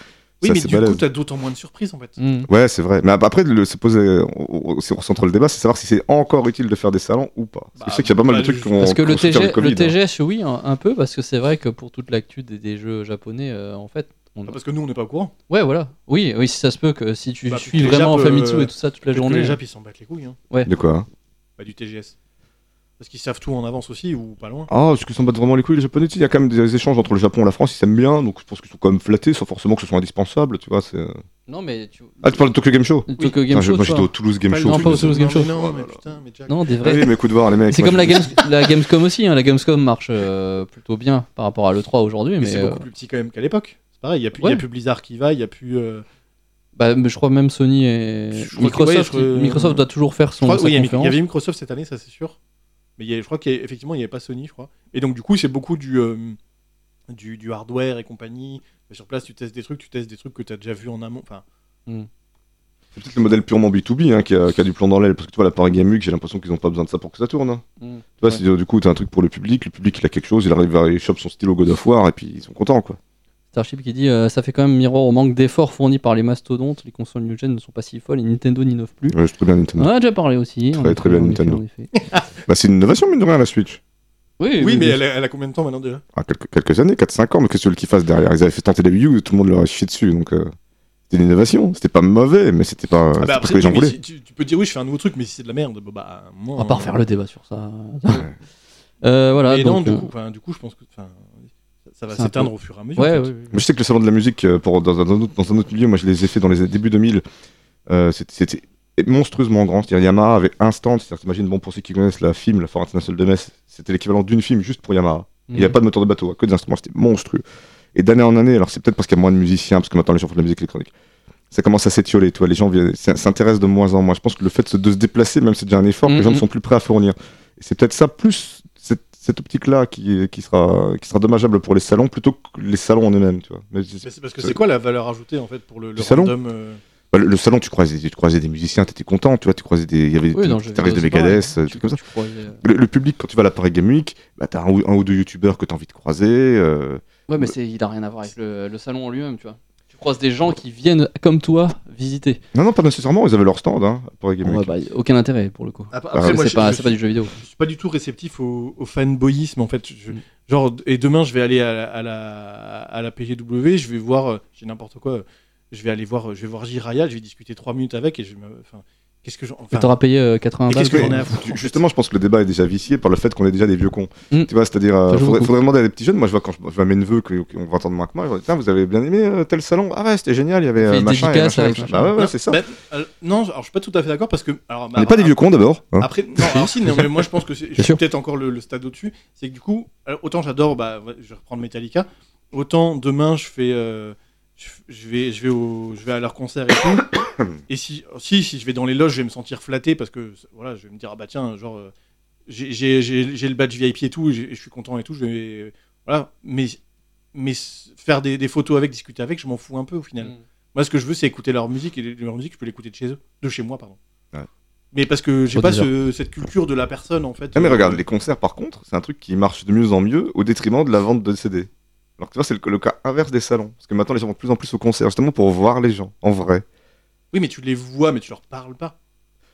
Speaker 5: Oui,
Speaker 4: ça,
Speaker 5: mais
Speaker 4: c'est
Speaker 5: du
Speaker 4: balèze.
Speaker 5: coup, t'as d'autant moins de surprises en fait.
Speaker 3: Mm.
Speaker 4: Ouais, c'est vrai. Mais ap- après, le, se poser, on, on, si on recentre le débat, c'est savoir si c'est encore utile de faire des salons ou pas. Parce que
Speaker 5: Bah,
Speaker 4: je sais qu'il y a pas mal
Speaker 5: bah,
Speaker 4: de trucs
Speaker 5: je-
Speaker 4: qu'on.
Speaker 3: Parce que le, TG,
Speaker 4: TG
Speaker 3: le TGS, oui, un, un peu, parce que c'est vrai que pour toute l'actu des, des jeux japonais, euh, en fait. on-
Speaker 5: Ah, Parce que nous, on n'est pas au courant.
Speaker 3: Ouais, voilà. Oui, oui, si ça se peut que si tu
Speaker 5: Bah,
Speaker 3: suis
Speaker 5: les
Speaker 3: vraiment
Speaker 5: Japs,
Speaker 3: Famitsu
Speaker 5: euh,
Speaker 3: et tout ça toute la
Speaker 5: Peut-être que
Speaker 3: journée.
Speaker 5: Les Japs, ils s'en battent les couilles. hein.
Speaker 4: De quoi hein
Speaker 5: Bah, du TGS. Parce qu'ils savent tout en avance aussi, ou pas loin.
Speaker 4: Ah, est-ce qu'ils s'en battent vraiment les couilles les japonais Tu sais, Il y a quand même des échanges entre le Japon et la France, ils s'aiment bien, donc je pense qu'ils sont quand même flattés sans forcément que ce soit indispensable, tu vois. c'est-
Speaker 3: Non, mais tu.
Speaker 4: Ah, tu parles de Tokyo Game Show
Speaker 3: Tokyo Game
Speaker 4: Putain, je-
Speaker 3: Show,
Speaker 4: Moi
Speaker 3: tu
Speaker 4: j'étais
Speaker 3: vois.
Speaker 4: au Toulouse Game
Speaker 5: Pas le
Speaker 4: Show.
Speaker 3: Non,
Speaker 5: truc
Speaker 3: pas
Speaker 5: de-
Speaker 3: au Souls Game
Speaker 5: non,
Speaker 3: Show.
Speaker 5: mais Non,
Speaker 4: Oh
Speaker 5: mais
Speaker 4: là là.
Speaker 5: putain, mais Jack.
Speaker 3: Non, des
Speaker 4: Ah
Speaker 3: vrais.
Speaker 4: Oui, mais écoute, voir les mecs.
Speaker 3: C'est
Speaker 4: moi,
Speaker 3: comme la,
Speaker 4: je-
Speaker 3: Games- la Gamescom aussi, hein. la Gamescom marche euh, plutôt bien par rapport à l'E3 aujourd'hui,
Speaker 5: Mais
Speaker 3: mais,
Speaker 5: c'est
Speaker 3: euh,
Speaker 5: beaucoup plus petit quand même qu'à l'époque. C'est pareil, il n'y a, plus-
Speaker 3: Ouais.
Speaker 5: y a plus Blizzard qui va, il n'y a plus. euh,
Speaker 3: bah, mais je crois même Sony et
Speaker 5: Je crois que- ouais, je
Speaker 3: Microsoft,
Speaker 5: crois-
Speaker 3: Microsoft doit toujours faire
Speaker 5: Je
Speaker 3: son
Speaker 5: crois
Speaker 3: sa
Speaker 5: oui, il y a- il
Speaker 3: conférence.
Speaker 5: y avait Microsoft cette année, ça c'est sûr. Mais il y a- je crois qu'effectivement, il n'y avait pas Sony, je crois. Et donc, du coup, c'est beaucoup du. euh, du, du hardware et compagnie. Sur place, tu testes des trucs, tu testes des trucs que tu as déjà vu en amont. Enfin,
Speaker 4: C'est peut-être le modèle purement B2B hein, qui, a, qui a du plomb dans l'aile. Parce que tu vois, la Paris Game Week, j'ai l'impression qu'ils n'ont pas besoin de ça pour que ça tourne. hein.
Speaker 3: Mm.
Speaker 4: Tu vois,
Speaker 5: Ouais.
Speaker 4: c'est- du coup, t'as un truc pour le public. Le public, il a quelque chose. Il arrive, à- il chope son stylo God of War et puis ils sont contents, quoi.
Speaker 3: Starship qui dit euh, ça fait quand même miroir au manque d'efforts fournis par les mastodontes. Les consoles new gen ne sont pas si folles et Nintendo n'innove plus.
Speaker 4: Ouais, je trouve bien Nintendo.
Speaker 3: On en a déjà parlé aussi.
Speaker 4: Très,
Speaker 3: en effet,
Speaker 4: très bien,
Speaker 3: en effet,
Speaker 4: Nintendo.
Speaker 3: en effet.
Speaker 5: Hein
Speaker 4: Bah, c'est une innovation, mine de rien, la Switch.
Speaker 3: Oui,
Speaker 5: oui, mais elle a, elle a combien de temps maintenant déjà
Speaker 4: Ah, quelques, quelques années, 4-5 ans, mais qu'est-ce que tu veux qu'ils fassent derrière Ils avaient fait tenter la Wii U, tout le monde leur a chié dessus. Donc, euh, c'était une innovation. C'était pas mauvais, mais c'était pas,
Speaker 5: Ah
Speaker 4: c'était
Speaker 5: bah
Speaker 4: pas
Speaker 5: après,
Speaker 4: ce que les gens
Speaker 5: oui, mais
Speaker 4: voulaient.
Speaker 5: si- tu, tu peux dire oui, je fais un nouveau truc, mais si c'est de la merde, bah, bah moi.
Speaker 3: On va pas
Speaker 5: euh,
Speaker 3: refaire le débat sur ça. Euh, voilà.
Speaker 5: Mais non,
Speaker 3: donc,
Speaker 5: du
Speaker 3: euh,
Speaker 5: coup, enfin, du coup, je pense que enfin, ça, ça va
Speaker 3: C'est un
Speaker 5: s'éteindre au fur et à mesure.
Speaker 3: ouais,
Speaker 5: en fait.
Speaker 3: ouais, ouais.
Speaker 4: Mais je sais que le salon de la musique, euh, pour, dans, un autre, dans un autre milieu, moi je les ai fait dans les débuts 2000, euh, c'était- c'était monstrueusement grand. C'est-à-dire Yamaha avait un stand, c'est-à-dire t'imagines, bon, pour ceux qui connaissent la FIM, la Foire Internationale de Metz, c'était l'équivalent d'une FIM juste pour Yamaha.
Speaker 3: Mm.
Speaker 4: Il n'y avait pas de moteur de bateau, que des instruments, c'était monstrueux. Et d'année en année, alors c'est peut-être parce qu'il y a moins de musiciens, parce que maintenant les gens font de la musique électronique, ça commence à s'étioler, tu vois, les gens viennent- s- s'intéressent de moins en moins. Je pense que le fait de se- de se déplacer, même c'est déjà un effort, que les gens
Speaker 3: Mhm.
Speaker 4: ne sont plus prêts à fournir. Et c'est peut-être ça, plus cette, cette optique-là qui, qui, sera, qui sera dommageable pour les salons, plutôt que les salons en eux-mêmes, tu vois. Mais c'est-
Speaker 5: Mais c'est parce que c'est quoi la valeur ajoutée en fait pour le, le
Speaker 4: Du salon
Speaker 5: random euh,
Speaker 4: bah, le, le salon, tu croisais, tu croisais des musiciens, t'étais content, tu vois, tu croisais des, il y avait
Speaker 3: Oui,
Speaker 4: des
Speaker 3: dans le jeu
Speaker 4: guitaristes de
Speaker 3: vidéo, c'est
Speaker 4: Megadeth,
Speaker 3: pareil.
Speaker 4: euh, des trucs comme ça.
Speaker 3: Tu crois, euh,
Speaker 4: Le, le public, quand tu vas à la Paris Game Week, bah, t'as un, ou- un ou deux youtubeurs que t'as envie de croiser, euh,
Speaker 3: Ouais, mais c'est, il a rien à voir avec le, le salon en lui-même, tu vois. Tu croises des gens qui viennent comme toi visiter.
Speaker 4: Non, non, pas nécessairement, ils avaient leur stand, hein, Paris Game
Speaker 3: Bon,
Speaker 4: Week.
Speaker 3: bah, bah, aucun intérêt pour le coup.
Speaker 5: après,
Speaker 4: Ah,
Speaker 5: après, moi,
Speaker 3: c'est
Speaker 5: je-
Speaker 3: pas,
Speaker 5: je
Speaker 3: c'est pas
Speaker 5: suis-
Speaker 3: du jeu vidéo.
Speaker 5: je suis pas du tout réceptif au, au fanboyisme en fait. Je-
Speaker 3: Mm.
Speaker 5: Genre, et demain je vais aller à la, à la, à la PGW, je vais voir, euh, j'ai n'importe quoi, euh, je vais aller voir, euh, je vais voir Jiraya, je vais discuter trois minutes avec et je me. Enfin, qu'est-ce que j'en.
Speaker 3: Tu
Speaker 5: enfin,
Speaker 3: T'auras payé euh, 80
Speaker 5: et
Speaker 3: balles.
Speaker 5: qu'est-ce que
Speaker 3: pour-
Speaker 5: j'en ai à foutre en fait
Speaker 4: Justement, je pense que le débat est déjà vicié par le fait qu'on est déjà des vieux cons.
Speaker 3: Mm.
Speaker 4: Tu vois, c'est-à-dire,
Speaker 3: Ça
Speaker 4: euh,
Speaker 3: joue
Speaker 4: faudrait,
Speaker 3: beaucoup.
Speaker 4: faudrait demander à des petits jeunes. Moi, je vois quand je, je vois mes neveux qui qui ont 20 ans de moins que moi, je leur dis, tiens, vous avez bien aimé euh, tel salon Ah ouais, c'était génial, il y avait
Speaker 3: Fait
Speaker 4: euh,
Speaker 3: des
Speaker 4: machin et
Speaker 3: dédicaces
Speaker 4: machin. et
Speaker 3: avec
Speaker 4: machin.
Speaker 3: machin.
Speaker 4: Bah ouais, ouais, c'est ça.
Speaker 5: Ben, euh, non, alors je suis pas tout à fait d'accord parce que. Alors,
Speaker 4: On n'est pas des vieux cons d'abord. hein.
Speaker 5: Après, non, alors si, non, mais moi je pense que c'est- je suis
Speaker 3: sûr.
Speaker 5: peut-être encore le, le stade au-dessus. C'est que du coup, alors, autant j'adore, bah, je vais reprendre Metallica, autant demain je fais, euh, je, je vais, je vais au, je vais à leur concert et tout. et si, si, si je vais dans les loges, je vais me sentir flatté parce que voilà, je vais me dire ah bah tiens, genre euh, j'ai- j'ai j'ai- j'ai le badge VIP et tout, et j'ai- et je suis content et tout, je vais, voilà. Mais mais s- faire des, des photos avec, discuter avec, je m'en fous un peu au final.
Speaker 3: Mm.
Speaker 5: Moi, ce que je veux, c'est écouter leur musique et leur musique, je peux l'écouter de chez eux, de chez moi, pardon.
Speaker 4: Ouais.
Speaker 5: Mais parce que j'ai
Speaker 3: Trop
Speaker 5: pas
Speaker 3: bizarre.
Speaker 5: ce- cette culture de la personne en fait.
Speaker 4: Non, Ah, mais
Speaker 5: Euh,
Speaker 4: regarde, les concerts, par contre, c'est un truc qui marche de mieux en mieux au détriment de la vente de CD. Alors que tu vois, c'est le, le cas inverse des salons. Parce que maintenant, les gens vont de plus en plus au concert, justement pour voir les gens, en vrai.
Speaker 5: Oui, mais tu les vois, mais tu leur parles pas.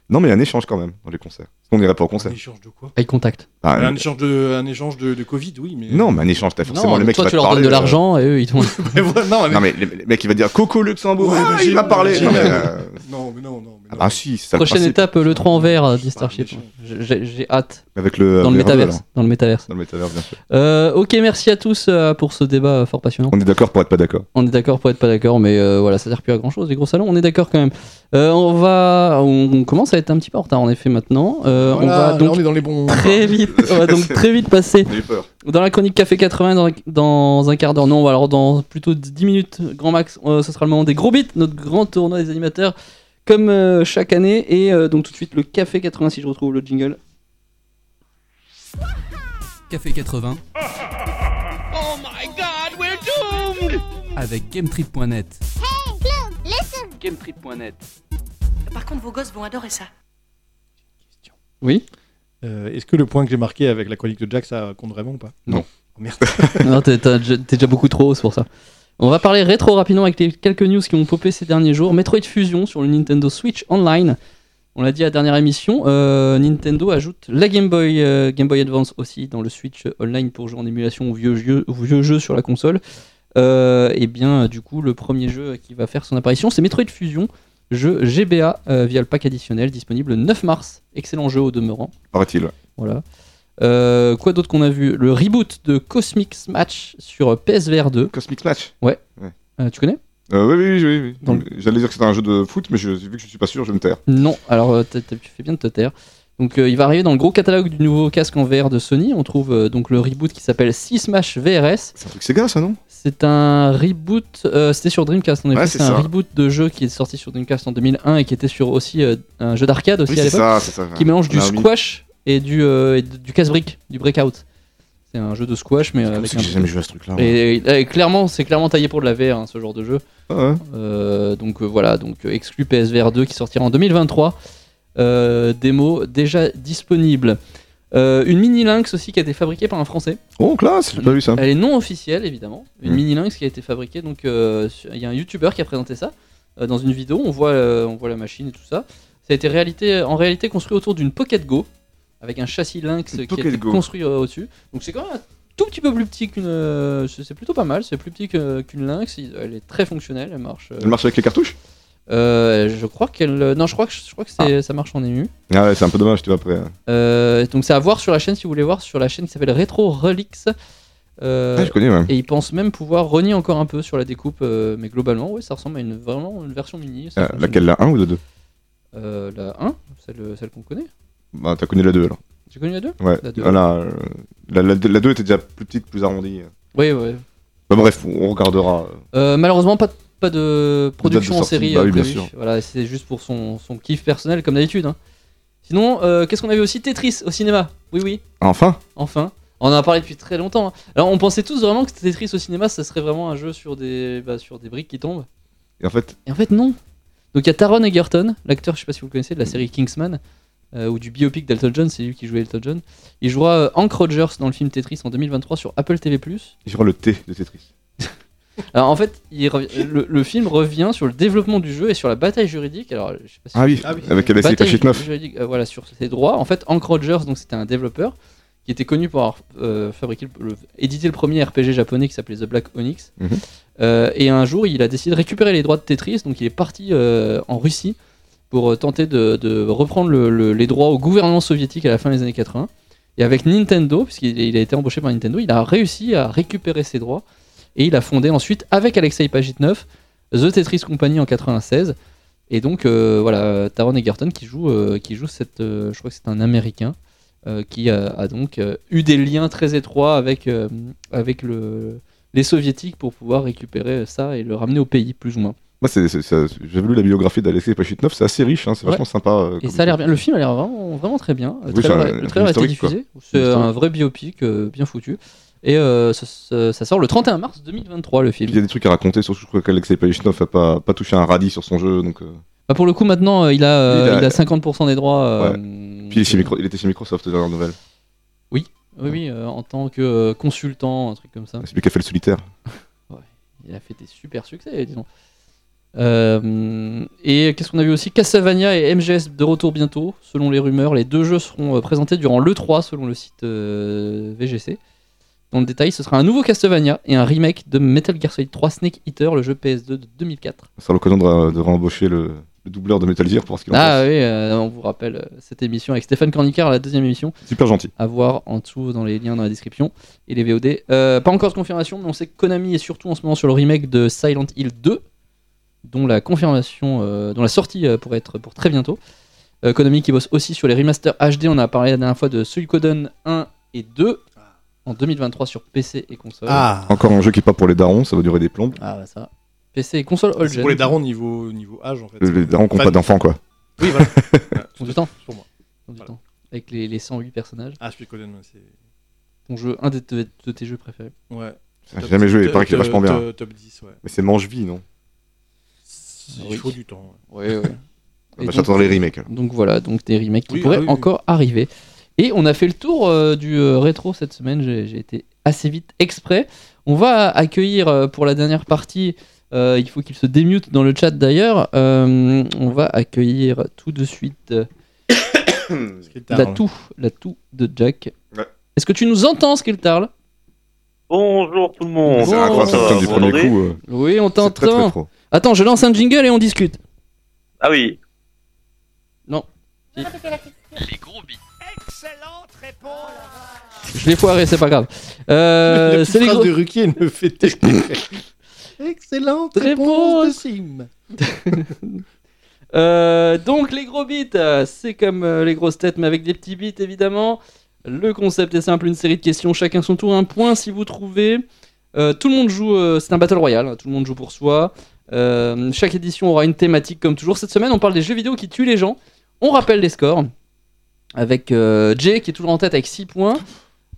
Speaker 4: Non, mais il y a un échange quand même dans les concerts. On n'irait pas au concert.
Speaker 5: Un échange de quoi
Speaker 3: Eye contact.
Speaker 4: Ah,
Speaker 5: un, échange de, un échange de, de Covid, oui, mais.
Speaker 4: Non, mais un échange, t'as forcément
Speaker 3: Non,
Speaker 4: le mec
Speaker 3: toi
Speaker 4: qui va
Speaker 3: tu
Speaker 4: te
Speaker 3: leur donnes de
Speaker 4: parler, euh,
Speaker 3: l'argent et eux ils t'ont.
Speaker 5: mais voilà, non, mais...
Speaker 4: Non mais le, le mec il va dire Coco Luxembourg,
Speaker 5: Ouais,
Speaker 4: il m'a
Speaker 5: j'imagine,
Speaker 4: parlé. Non, mais,
Speaker 5: j'imagine.
Speaker 4: euh,
Speaker 5: non, mais non, non. Mais
Speaker 4: Ah
Speaker 5: non.
Speaker 4: bah si, c'est ça le
Speaker 3: Prochaine
Speaker 4: principe.
Speaker 3: étape, euh, le 3 en vert,
Speaker 4: Bah,
Speaker 5: Je suis
Speaker 3: dit
Speaker 5: pas
Speaker 3: Starship.
Speaker 5: méchant.
Speaker 3: J'ai j'ai hâte.
Speaker 4: Avec le
Speaker 3: Dans le
Speaker 4: avec Marvel,
Speaker 3: métaverse.
Speaker 4: Bah, alors.
Speaker 3: Dans le métaverse.
Speaker 4: Dans le métaverse, bien sûr.
Speaker 3: Euh, ok, merci à tous euh, pour ce débat fort passionnant.
Speaker 4: On est d'accord pour être pas d'accord.
Speaker 3: On est d'accord pour être pas d'accord, mais euh, voilà, ça sert plus à grand chose. Les gros salons, on est d'accord quand même. Euh, on va, on, on commence à être un petit peu en retard en effet maintenant. Euh,
Speaker 5: Voilà,
Speaker 3: on va
Speaker 5: là,
Speaker 3: donc
Speaker 5: on est dans les bons.
Speaker 3: très vite, on va donc très vite passer
Speaker 4: J'ai eu peur.
Speaker 3: dans la chronique Café 80 dans, dans un quart d'heure. Non, alors dans plutôt 10 minutes, grand max, euh, ce sera le moment des gros bits, notre grand tournoi des animateurs, comme euh, chaque année. Et euh, donc tout de suite, le Café 80, si je retrouve le jingle. Café 80. Oh my god, we're doomed! Avec GameTrip.net. GameTrip.net.
Speaker 6: Par contre, vos gosses vont adorer ça.
Speaker 3: Oui?
Speaker 5: Euh, Est-ce que le point que j'ai marqué avec la chronique de Jack, ça compte vraiment ou pas
Speaker 4: Non.
Speaker 5: Oh, merde.
Speaker 3: Non, t'es t'as déjà t'es déjà beaucoup trop hausse pour ça. On va parler rétro rapidement avec les quelques news qui ont popé ces derniers jours. Metroid Fusion sur le Nintendo Switch Online. On l'a dit à la dernière émission, euh, Nintendo ajoute la Game Boy, euh, Game Boy Advance aussi dans le Switch Online pour jouer en émulation aux vieux jeux, aux vieux jeux sur la console. Euh, et bien, euh, du coup, le premier jeu qui va faire son apparition, c'est Metroid Fusion, jeu GBA euh, via le pack additionnel disponible le 9 mars. Excellent jeu au demeurant.
Speaker 4: Paraît-il. ouais.
Speaker 3: Voilà. Euh, quoi d'autre qu'on a vu Le reboot de Cosmic Smash sur PSVR 2.
Speaker 4: Cosmic Match.
Speaker 3: Euh, tu connais
Speaker 4: Euh, oui, oui, oui. oui.
Speaker 3: Dans
Speaker 4: J'allais dire que c'était un jeu de foot, mais je, vu que je suis pas sûr, je vais me taire.
Speaker 3: Non. Alors, euh, t'as- t'as- tu fais bien de te taire. Donc, euh, il va arriver dans le gros catalogue du nouveau casque en VR de Sony. On trouve euh, donc le reboot qui s'appelle Sea Smash VRS.
Speaker 4: C'est un truc Sega, ça, non
Speaker 3: C'est un reboot. euh, C'était sur Dreamcast. En effet,
Speaker 4: Ouais, c'est
Speaker 3: c'est un
Speaker 4: ça.
Speaker 3: reboot de jeu qui est sorti sur Dreamcast en 2001 et qui était sur aussi euh, un jeu d'arcade aussi
Speaker 4: Oui,
Speaker 3: à
Speaker 4: c'est
Speaker 3: l'époque.
Speaker 4: ça, Ah, c'est ça.
Speaker 3: qui mélange du
Speaker 4: Konami.
Speaker 3: squash et du, euh, et d- du casse-brique, du breakout. C'est C'est un jeu de squash, mais avec
Speaker 4: J'ai
Speaker 3: un.
Speaker 4: jamais joué à ce truc-là. moi.
Speaker 3: Et, et- et clairement, c'est clairement taillé pour de la VR, hein, ce genre de jeu.
Speaker 4: Ah ouais.
Speaker 3: Euh, donc euh, voilà, donc euh, exclu PSVR 2 qui sortira en 2023. Euh, démo déjà disponible. Euh, une mini lynx aussi qui a été fabriquée par un Français.
Speaker 4: Oh, classe, j'ai pas vu ça.
Speaker 3: Elle est non officielle évidemment. Une
Speaker 4: Mm.
Speaker 3: mini lynx qui a été fabriquée donc euh, sur- il y a un youtubeur qui a présenté ça euh, dans une vidéo. On voit euh, on voit la machine et tout ça. Ça a été réalité, en réalité construit autour d'une Pocket Go avec un châssis lynx
Speaker 4: Une
Speaker 3: qui a
Speaker 4: Pocket
Speaker 3: été
Speaker 4: Go.
Speaker 3: construit euh, au-dessus. Donc c'est quand même un tout petit peu plus petit qu'une. euh, c'est c'est plutôt pas mal. C'est plus petit que- qu'une lynx. Il- Elle est très fonctionnelle. Elle marche. euh,
Speaker 4: Elle marche avec les cartouches
Speaker 3: euh, je crois qu'elle. euh, Non, je crois que, je crois que c'est- ça marche en ému.
Speaker 4: Ah ouais, c'est un peu dommage, tu vois, après.
Speaker 3: Euh, donc c'est à voir sur la chaîne si vous voulez voir sur la chaîne qui s'appelle Retro Relics. Euh,
Speaker 4: Ah, je connais, ouais.
Speaker 3: et ils pensent même pouvoir renier encore un peu sur la découpe, euh, mais globalement, ouais, ça ressemble à une, vraiment une version mini. ça
Speaker 4: Euh,
Speaker 3: fonctionne.
Speaker 4: laquelle, la 1 ou la 2
Speaker 3: Euh, La 1, celle, celle qu'on connaît.
Speaker 4: Bah, t'as connu la 2 alors.
Speaker 3: J'ai connu la 2
Speaker 4: Ouais.
Speaker 3: La deux.
Speaker 4: Voilà, euh, La, la, la 2 était déjà plus petite, plus arrondie.
Speaker 3: Oui, ouais.
Speaker 4: Bah, bref, on regardera.
Speaker 3: Euh, malheureusement, pas de, pas de production
Speaker 4: Date de
Speaker 3: en
Speaker 4: sortie,
Speaker 3: série.
Speaker 4: bah
Speaker 3: euh,
Speaker 4: oui, bien
Speaker 3: prévue.
Speaker 4: sûr.
Speaker 3: Voilà, c'est juste pour son, son kiff personnel, comme d'habitude. hein. Sinon, euh, qu'est-ce qu'on a vu aussi Tetris au cinéma. Oui, oui.
Speaker 4: Enfin
Speaker 3: Enfin, on en a parlé depuis très longtemps. hein. Alors, on pensait tous vraiment que Tetris au cinéma, ça serait vraiment un jeu sur des, bah, sur des briques qui tombent.
Speaker 4: Et en fait,
Speaker 3: Et en fait, non. Donc, il y a Taron Egerton, l'acteur, je sais pas si vous le connaissez, de la série Kingsman, euh, ou du biopic d'Elton John, c'est lui qui jouait Elton John. Il jouera euh, Hank Rogers dans le film Tetris en 2023 sur Apple TV.
Speaker 4: je crois le T de Tetris.
Speaker 3: Alors, en fait, il rev- le, le film revient sur le développement du jeu et sur la bataille juridique. Alors, je sais pas si
Speaker 4: Ah oui,
Speaker 5: Ah oui.
Speaker 4: avec Alessia
Speaker 3: bataille
Speaker 4: Kachitnov.
Speaker 3: juridique, euh, voilà, sur ses droits. En fait, Hank Rogers, donc c'était un développeur qui était connu pour avoir euh, fabriqué, le, le- édité le premier RPG japonais qui s'appelait The Black Onyx.
Speaker 4: Mhm.
Speaker 3: Euh, et un jour, il a décidé de récupérer les droits de Tetris, donc il est parti euh, en Russie pour euh, tenter de, de reprendre le- le- les droits au gouvernement soviétique à la fin des années 80. Et avec Nintendo, puisqu'il il a été embauché par Nintendo, il a réussi à récupérer ses droits et il a fondé ensuite avec Alexei Pajitnov The Tetris Company en 96. Et donc euh, voilà, Taron Egerton qui joue, euh, qui joue cette, euh, je crois que c'est un Américain euh, qui euh, a donc euh, eu des liens très étroits avec euh, avec le les soviétiques pour pouvoir récupérer ça et le ramener au pays plus ou moins.
Speaker 4: Moi, c'est- c'est- ça- j'avais lu la biographie d'Alexei Pachitnov, c'est assez riche, hein, c'est
Speaker 3: Ouais.
Speaker 4: vachement sympa. euh,
Speaker 3: Et
Speaker 4: comme-
Speaker 3: ça a l'air bien. Le film a l'air vraiment, vraiment très bien.
Speaker 4: Oui,
Speaker 3: Très
Speaker 4: c'est un-
Speaker 3: vrai-
Speaker 4: un
Speaker 3: le trailer a été
Speaker 4: historique, quoi.
Speaker 3: diffusé. C'est
Speaker 4: Historique.
Speaker 3: un vrai biopic euh, bien foutu. Et euh, ça, ça- ça sort le 31 mars 2023 le film.
Speaker 4: Il y a des trucs à raconter, surtout je crois qu'Alexei Pajitnov a pas, pas touché un radis sur son jeu. Donc, euh.
Speaker 3: Bah, pour le coup maintenant euh, il a, euh,
Speaker 4: Il a-
Speaker 3: il a 50% des droits. euh,
Speaker 4: Puis il, est chez Micro- il était chez Microsoft dans la nouvelle.
Speaker 3: Oui, oui, euh, en tant que euh, consultant, un truc comme ça.
Speaker 4: C'est lui qui a fait le solitaire.
Speaker 3: Il a fait des super succès, disons. Euh, et qu'est-ce qu'on a vu aussi Castlevania et MGS de retour bientôt, selon les rumeurs. Les deux jeux seront euh, présentés durant l'E3, selon le site euh, VGC. Dans le détail, ce sera un nouveau Castlevania et un remake de Metal Gear Solid 3 Snake Eater, le jeu PS2 de 2004.
Speaker 4: Ça sera l'occasion de, de réembaucher le, le doubleur de Metal Gear pour voir ce qu'il en
Speaker 3: Ah oui, euh, on vous rappelle euh, cette émission avec Stéphane Cornicard, la deuxième émission.
Speaker 4: pense. Super gentil.
Speaker 3: à voir en dessous dans les liens dans la description et les VOD. Euh, pas encore de confirmation, mais on sait que Konami est surtout en ce moment sur le remake de Silent Hill 2, dont la confirmation, euh, dont la sortie euh, pourrait être pour très bientôt. Euh, Konami qui bosse aussi sur les remasters HD. On a parlé la dernière fois de Suikoden 1 et 2 en 2023 sur PC et console.
Speaker 5: Ah,
Speaker 4: Encore un jeu qui est pas pour les darons, ça va durer des plombes.
Speaker 3: Ah, bah, ça. PC et console all
Speaker 5: c'est
Speaker 3: gen.
Speaker 5: pour les darons niveau, niveau âge en fait.
Speaker 4: Les darons qui n'ont
Speaker 5: Fan-
Speaker 4: pas d'enfants, quoi.
Speaker 5: Oui, voilà. Voilà,
Speaker 3: Ils ont du temps.
Speaker 5: Pour moi.
Speaker 3: Ils ont du
Speaker 5: Voilà.
Speaker 3: temps. Avec les, les 108 personnages.
Speaker 5: Ah, Suikoden, c'est.
Speaker 3: Ton jeu, un de, de- de tes jeux préférés.
Speaker 5: Ouais.
Speaker 4: J'ai jamais joué, il paraît qu'il est vachement bien.
Speaker 5: Top, top 10, ouais.
Speaker 4: Mais c'est mange-vie, non
Speaker 3: Ah
Speaker 5: Il faut du temps. ouais.
Speaker 3: Ouais, ouais.
Speaker 4: Ah bah, J'attendrai les remakes. alors.
Speaker 3: Donc voilà, donc des remakes qui
Speaker 5: Oui,
Speaker 3: pourraient
Speaker 5: ah oui, oui.
Speaker 3: encore arriver. Et on a fait le tour euh, du euh, rétro cette semaine, j'ai j'ai été assez vite exprès. On va accueillir euh, pour la dernière partie, euh, il faut qu'il se démute dans le chat d'ailleurs, euh, on va accueillir tout de suite euh, la
Speaker 5: hein.
Speaker 3: toux, la toux de Jack.
Speaker 4: Ouais.
Speaker 3: Est-ce que tu nous entends, Skiltarl
Speaker 7: Bonjour tout le monde.
Speaker 4: C'est incroyable, ça
Speaker 7: Bonsoir,
Speaker 4: tombe du
Speaker 7: vous
Speaker 4: premier
Speaker 7: entendez
Speaker 4: coup. euh,
Speaker 3: Oui, on
Speaker 4: C'est très très
Speaker 3: t'entend.
Speaker 4: pro.
Speaker 3: Attends, je lance un jingle et on discute.
Speaker 7: Ah oui.
Speaker 3: Je l'ai foiré, c'est pas grave. Euh,
Speaker 5: La petite
Speaker 3: c'est les
Speaker 5: phrase
Speaker 3: gros-
Speaker 5: de Ruquier elle me fait Excellente
Speaker 3: Très
Speaker 5: réponse de Sim.
Speaker 3: Euh, donc les gros bits, euh, c'est comme euh, les grosses têtes, mais avec des petits bits évidemment. Le concept est simple, une série de questions, chacun son tour, un point si vous trouvez. Euh, tout le monde joue, euh, c'est un battle royale, hein, tout le monde joue pour soi. Euh, chaque édition aura une thématique comme toujours. Cette semaine, on parle des jeux vidéo qui tuent les gens. On rappelle les scores avec euh, Jay qui est toujours en tête avec 6 points.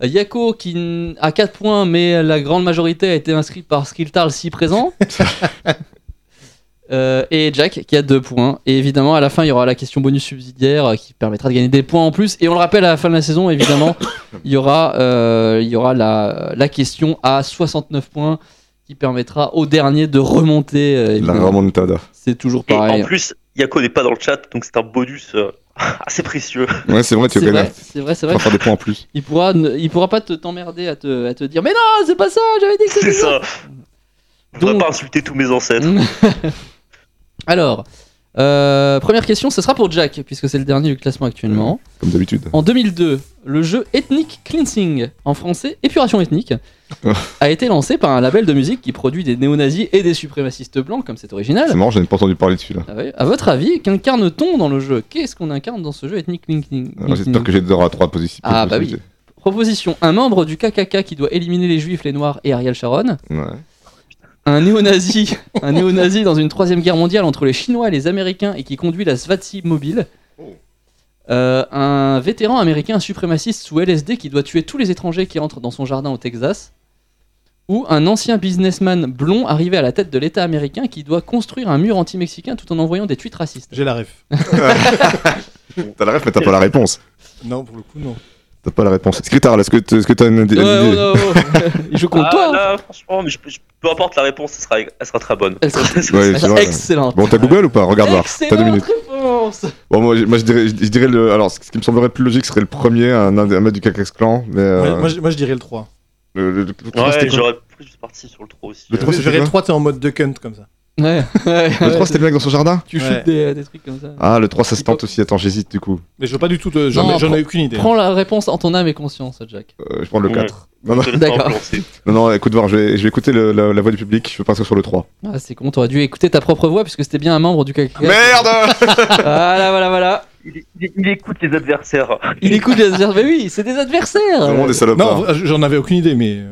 Speaker 3: Euh, Yako qui n- a 4 points, mais la grande majorité a été inscrite par Skilltarl si présent. Euh, et Jack qui a 2 points. Et évidemment, à la fin, il y aura la question bonus subsidiaire euh, qui permettra de gagner des points en plus. Et on le rappelle, à la fin de la saison, évidemment, il y aura, euh, il y aura la, la question à 69 points qui permettra au dernier de remonter. euh,
Speaker 4: La
Speaker 3: évidemment.
Speaker 4: remontada.
Speaker 3: C'est toujours
Speaker 7: Et en
Speaker 3: pareil.
Speaker 7: plus, Yako n'est pas dans le chat, donc c'est un bonus euh, assez précieux.
Speaker 4: Ouais, c'est vrai, tu
Speaker 3: C'est
Speaker 4: gagnes.
Speaker 3: vrai,
Speaker 4: Tu
Speaker 3: c'est vrai, c'est vrai.
Speaker 4: vas faire des points en plus.
Speaker 3: Il pourra, ne- il pourra pas te t'emmerder à te, à te dire mais non c'est pas ça j'avais dit que
Speaker 7: C'est
Speaker 3: c'était ça.
Speaker 7: ça. Je voudrais
Speaker 3: Donc-
Speaker 7: pas insulter tous mes ancêtres.
Speaker 3: Alors euh, première question ce sera pour Jack puisque c'est le dernier du classement actuellement.
Speaker 4: Comme d'habitude.
Speaker 3: En 2002 le jeu Ethnic Cleansing en français épuration ethnique a été lancé par un label de musique qui produit des néo-nazis et des suprémacistes blancs comme c'est original.
Speaker 4: C'est marrant, j'en ai pas entendu parler dessus là.
Speaker 3: Ah ouais. À votre avis qu'incarne-t-on dans le jeu Qu'est-ce qu'on incarne dans ce jeu Ethnic Cleansing
Speaker 4: Alors, J'espère que j'ai deux à trois positions.
Speaker 3: Ah, bah oui. Proposition un membre du KKK qui doit éliminer les juifs les noirs et Ariel Sharon.
Speaker 4: Ouais.
Speaker 3: un néo-nazi, un néo-nazi dans une troisième guerre mondiale entre les Chinois et les Américains et qui conduit la Svatsi mobile.
Speaker 4: Oh.
Speaker 3: Euh, un vétéran américain suprémaciste sous LSD qui doit tuer tous les étrangers qui entrent dans son jardin au Texas. Ou un ancien businessman blond arrivé à la tête de l'État américain qui doit construire un mur anti-mexicain tout en envoyant des tweets racistes.
Speaker 5: J'ai la ref.
Speaker 4: T'as la ref, mais t'as pas la réponse.
Speaker 5: Non, pour le coup, non.
Speaker 4: T'as pas la réponse. Scrittard, là, est-ce que t- est-ce que t'as une, une
Speaker 3: Ouais,
Speaker 4: idée
Speaker 3: ouais, ouais, ouais. Je compte
Speaker 7: Ah,
Speaker 3: toi. hein.
Speaker 7: là, franchement, mais je, je- peu importe la réponse, elle sera, elle sera très bonne.
Speaker 3: Elle sera-
Speaker 4: Ouais, c'est vrai.
Speaker 3: Excellente.
Speaker 4: Bon, t'as Google ou pas Regarde là. T'as deux
Speaker 3: Excellente
Speaker 4: minutes.
Speaker 3: réponse.
Speaker 4: Bon, moi, je- moi, je dirais, je dirais le. Alors, ce qui me semblerait plus logique serait le premier, un, un, un mec du KKX Clan. Mais.
Speaker 5: Ouais,
Speaker 4: euh,
Speaker 5: moi, je, moi, je dirais le 3.
Speaker 4: le, le, le- le- c'était
Speaker 7: Ouais,
Speaker 4: quoi
Speaker 7: j'aurais plus parti sur le 3 aussi.
Speaker 4: Le
Speaker 7: Euh,
Speaker 4: trois,
Speaker 5: Je
Speaker 4: c'est
Speaker 5: dirais
Speaker 4: quoi
Speaker 5: le 3, t'es en mode de cunt comme ça.
Speaker 3: Ouais, ouais,
Speaker 4: Le
Speaker 3: ouais,
Speaker 4: 3, c'était le mec dans son jardin
Speaker 3: Tu
Speaker 5: Ouais.
Speaker 3: shootes des, des trucs comme ça.
Speaker 4: Ah, le 3, ça se tente aussi. Attends, j'hésite du coup.
Speaker 5: Mais je veux pas du tout. te- J'en
Speaker 3: Non,
Speaker 5: ai- j'en ai
Speaker 3: prends-
Speaker 5: aucune idée.
Speaker 3: Prends la réponse en ton âme et conscience, Jack.
Speaker 4: Euh, je prends le
Speaker 7: Ouais.
Speaker 4: 4. Non, non,
Speaker 7: je te laisse
Speaker 3: D'accord.
Speaker 7: pas influencer.
Speaker 4: non, non, écoute, voir, je vais, je vais écouter le- la, la voix du public. Je vais passer sur le 3.
Speaker 3: Ah, c'est con, t'aurais dû écouter ta propre voix puisque c'était bien un membre du KKK. Ah
Speaker 4: Merde
Speaker 3: Voilà, voilà, voilà.
Speaker 7: Il, il- il écoute les adversaires.
Speaker 3: Il écoute les adversaires. Mais oui, c'est des
Speaker 4: Tout le
Speaker 3: adversaires.
Speaker 4: monde est salopard.
Speaker 5: Non, en vrai, j'en avais aucune idée, mais. euh,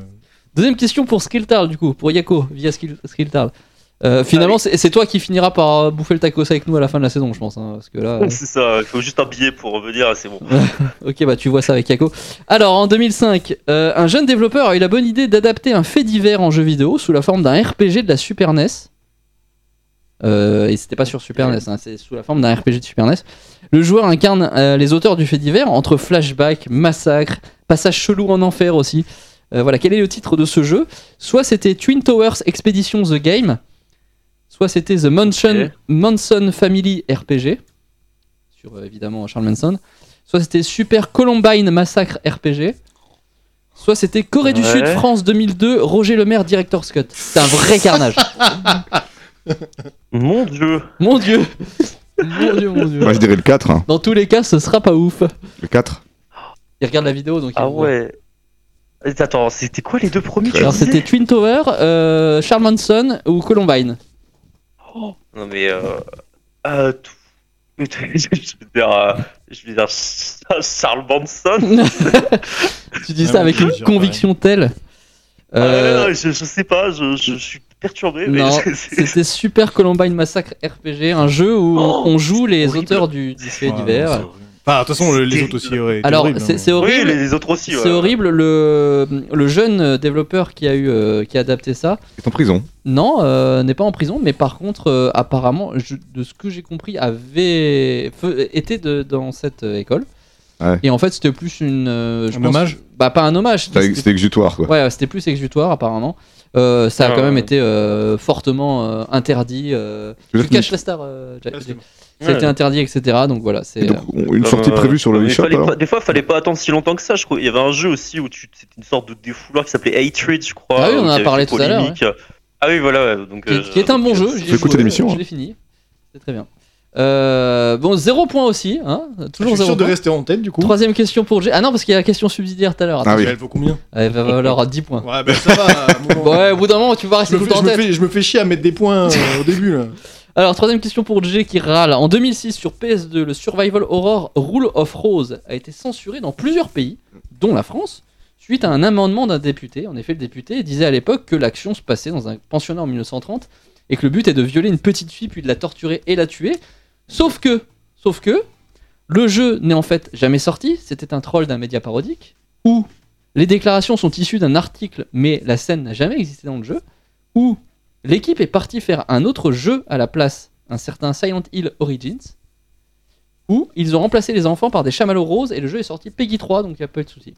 Speaker 3: Deuxième question pour Skilltarl, du coup, pour Yako, via Skill- Skilltarl. Euh, finalement, c'est c'est toi qui finiras par euh, bouffer le tacos avec nous à la fin de la saison, je pense. hein, parce que là, euh,
Speaker 7: C'est ça, il faut juste un billet pour revenir, c'est bon.
Speaker 3: ok, bah tu vois ça avec Yako. Alors, en 2005, euh, un jeune développeur a eu la bonne idée d'adapter un fait divers en jeu vidéo sous la forme d'un RPG de la Super NES. Euh, et c'était pas sur Super NES, hein, c'est sous la forme d'un RPG de Super NES. Le joueur incarne euh, les auteurs du fait divers entre flashback, massacre, passage chelou en enfer aussi. Euh, voilà, quel est le titre de ce jeu Soit c'était Twin Towers Expedition The Game, soit c'était The Mansion,
Speaker 7: Ok.
Speaker 3: Manson Family RPG, sur euh, évidemment Charles Manson, soit c'était Super Columbine Massacre RPG, soit c'était Corée du
Speaker 7: Ouais.
Speaker 3: Sud France 2002 Roger Lemaire Director Scott. C'est un vrai carnage.
Speaker 7: Mon dieu
Speaker 3: Mon dieu Mon dieu, mon dieu.
Speaker 4: Moi, je dirais le 4. hein.
Speaker 3: Dans tous les cas, ce sera pas ouf.
Speaker 4: Le 4.
Speaker 3: Il regarde la vidéo donc. il-
Speaker 7: Ah ouais Attends, c'était quoi les deux premiers tu
Speaker 3: Alors
Speaker 7: disais
Speaker 3: c'était Twin Tower, euh, Charles Manson ou Columbine.
Speaker 7: Non mais euh... euh tout... je veux dire... euh, Je veux dire... Ch- Charles Manson
Speaker 3: Tu dis
Speaker 5: Ah,
Speaker 3: ça
Speaker 5: mon
Speaker 3: avec
Speaker 5: Dieu,
Speaker 3: une
Speaker 5: je dirais
Speaker 3: conviction telle.
Speaker 7: Ah ouais,
Speaker 3: Euh,
Speaker 7: non, je, je sais pas, je, je- je suis perturbé, mais
Speaker 3: non,
Speaker 7: c'est- c'est-
Speaker 3: c'était Super Columbine Massacre RPG, un jeu où on-
Speaker 7: Oh,
Speaker 3: on joue les
Speaker 7: horrible.
Speaker 3: auteurs du, du fait
Speaker 5: ouais,
Speaker 3: divers.
Speaker 5: c'est horrible. Enfin, de toute façon,
Speaker 7: C'est
Speaker 5: les autres
Speaker 7: terrible.
Speaker 5: aussi. ouais, étaient
Speaker 3: Alors
Speaker 5: horribles,
Speaker 3: c'est
Speaker 5: hein.
Speaker 3: c'est
Speaker 7: Oui,
Speaker 3: horrible.
Speaker 7: les, les autres aussi,
Speaker 3: c'est
Speaker 7: ouais.
Speaker 3: horrible le, le jeune développeur qui a eu euh, qui a adapté ça.
Speaker 4: Il est en prison.
Speaker 3: Non, euh, n'est pas en prison, mais par contre euh, apparemment je- de ce que j'ai compris avait fe- était de- dans cette euh, école.
Speaker 4: Ouais.
Speaker 3: Et en fait c'était plus une euh, je
Speaker 5: Un
Speaker 3: pense-
Speaker 5: hommage
Speaker 3: Bah pas un hommage.
Speaker 4: C'était
Speaker 3: c'était-
Speaker 4: c'était exutoire, quoi.
Speaker 3: Ouais, c'était plus exutoire apparemment. Euh, ça a
Speaker 7: Ah,
Speaker 3: quand même
Speaker 7: ouais.
Speaker 3: été euh, fortement euh, interdit. euh,
Speaker 4: Je veux
Speaker 3: Tu
Speaker 4: dire
Speaker 3: caches la star, euh, Jack-
Speaker 5: Ah, c'est bon.
Speaker 3: Ça a été interdit, etc. Donc voilà,
Speaker 4: que-
Speaker 3: c'est.
Speaker 4: donc, on- une
Speaker 7: Comme,
Speaker 4: sortie
Speaker 7: euh,
Speaker 4: prévue sur le
Speaker 7: mais
Speaker 4: eShop,
Speaker 7: fallait
Speaker 4: alors
Speaker 7: pas- Des fois, fallait pas attendre si longtemps que ça. Je crois. Il y avait un jeu aussi où tu- c'était une sorte de défouloir qui s'appelait Hatred, je crois.
Speaker 3: Ah oui, on en
Speaker 7: où il y
Speaker 3: a
Speaker 7: avait
Speaker 3: parlé
Speaker 7: une
Speaker 3: tout à l'heure,
Speaker 7: polémique. Ah oui, voilà. ouais, Donc,
Speaker 3: qui,
Speaker 7: euh,
Speaker 3: qui est un bon
Speaker 7: donc,
Speaker 3: jeu.
Speaker 7: euh,
Speaker 3: j'y ai
Speaker 4: Faut écouter
Speaker 3: joué,
Speaker 4: l'émission,
Speaker 3: Je
Speaker 4: hein.
Speaker 3: l'ai fini. C'est très bien. Euh, bon, zéro point aussi. Hein
Speaker 5: Je
Speaker 3: Toujours
Speaker 5: suis
Speaker 3: zéro
Speaker 5: sûr de
Speaker 3: point.
Speaker 5: rester en tête du coup.
Speaker 3: Troisième question pour G. Ah non, parce qu'il y a la question subsidiaire tout à l'heure.
Speaker 4: Ah oui.
Speaker 5: Elle vaut combien
Speaker 3: Attends. Elle va valoir 10 points.
Speaker 5: Ouais, bah ça va. à un moment.
Speaker 3: Ouais, au bout d'un moment, tu vas rester
Speaker 5: je, me
Speaker 3: tout
Speaker 5: fais,
Speaker 3: en
Speaker 5: je me
Speaker 3: tête.
Speaker 5: fais- je me fais chier à mettre des points euh, au début là.
Speaker 3: Alors, troisième question pour G qui râle. En 2006, sur PS2, le survival horror Rule of Rose a été censuré dans plusieurs pays, dont la France, suite à un amendement d'un député. En effet, le député disait à l'époque que l'action se passait dans un pensionnat en 1930 et que le but est de violer une petite fille puis de la torturer et la tuer. Sauf que, sauf que, le jeu n'est en fait jamais sorti. C'était un troll d'un média parodique. Ou Les déclarations sont issues d'un article, mais la scène n'a jamais existé dans le jeu, où l'équipe est partie faire un autre jeu à la place, un certain Silent Hill Origins, où ils ont remplacé les enfants par des chamallows roses et le jeu est sorti Peggy 3, donc il n'y a pas eu de souci.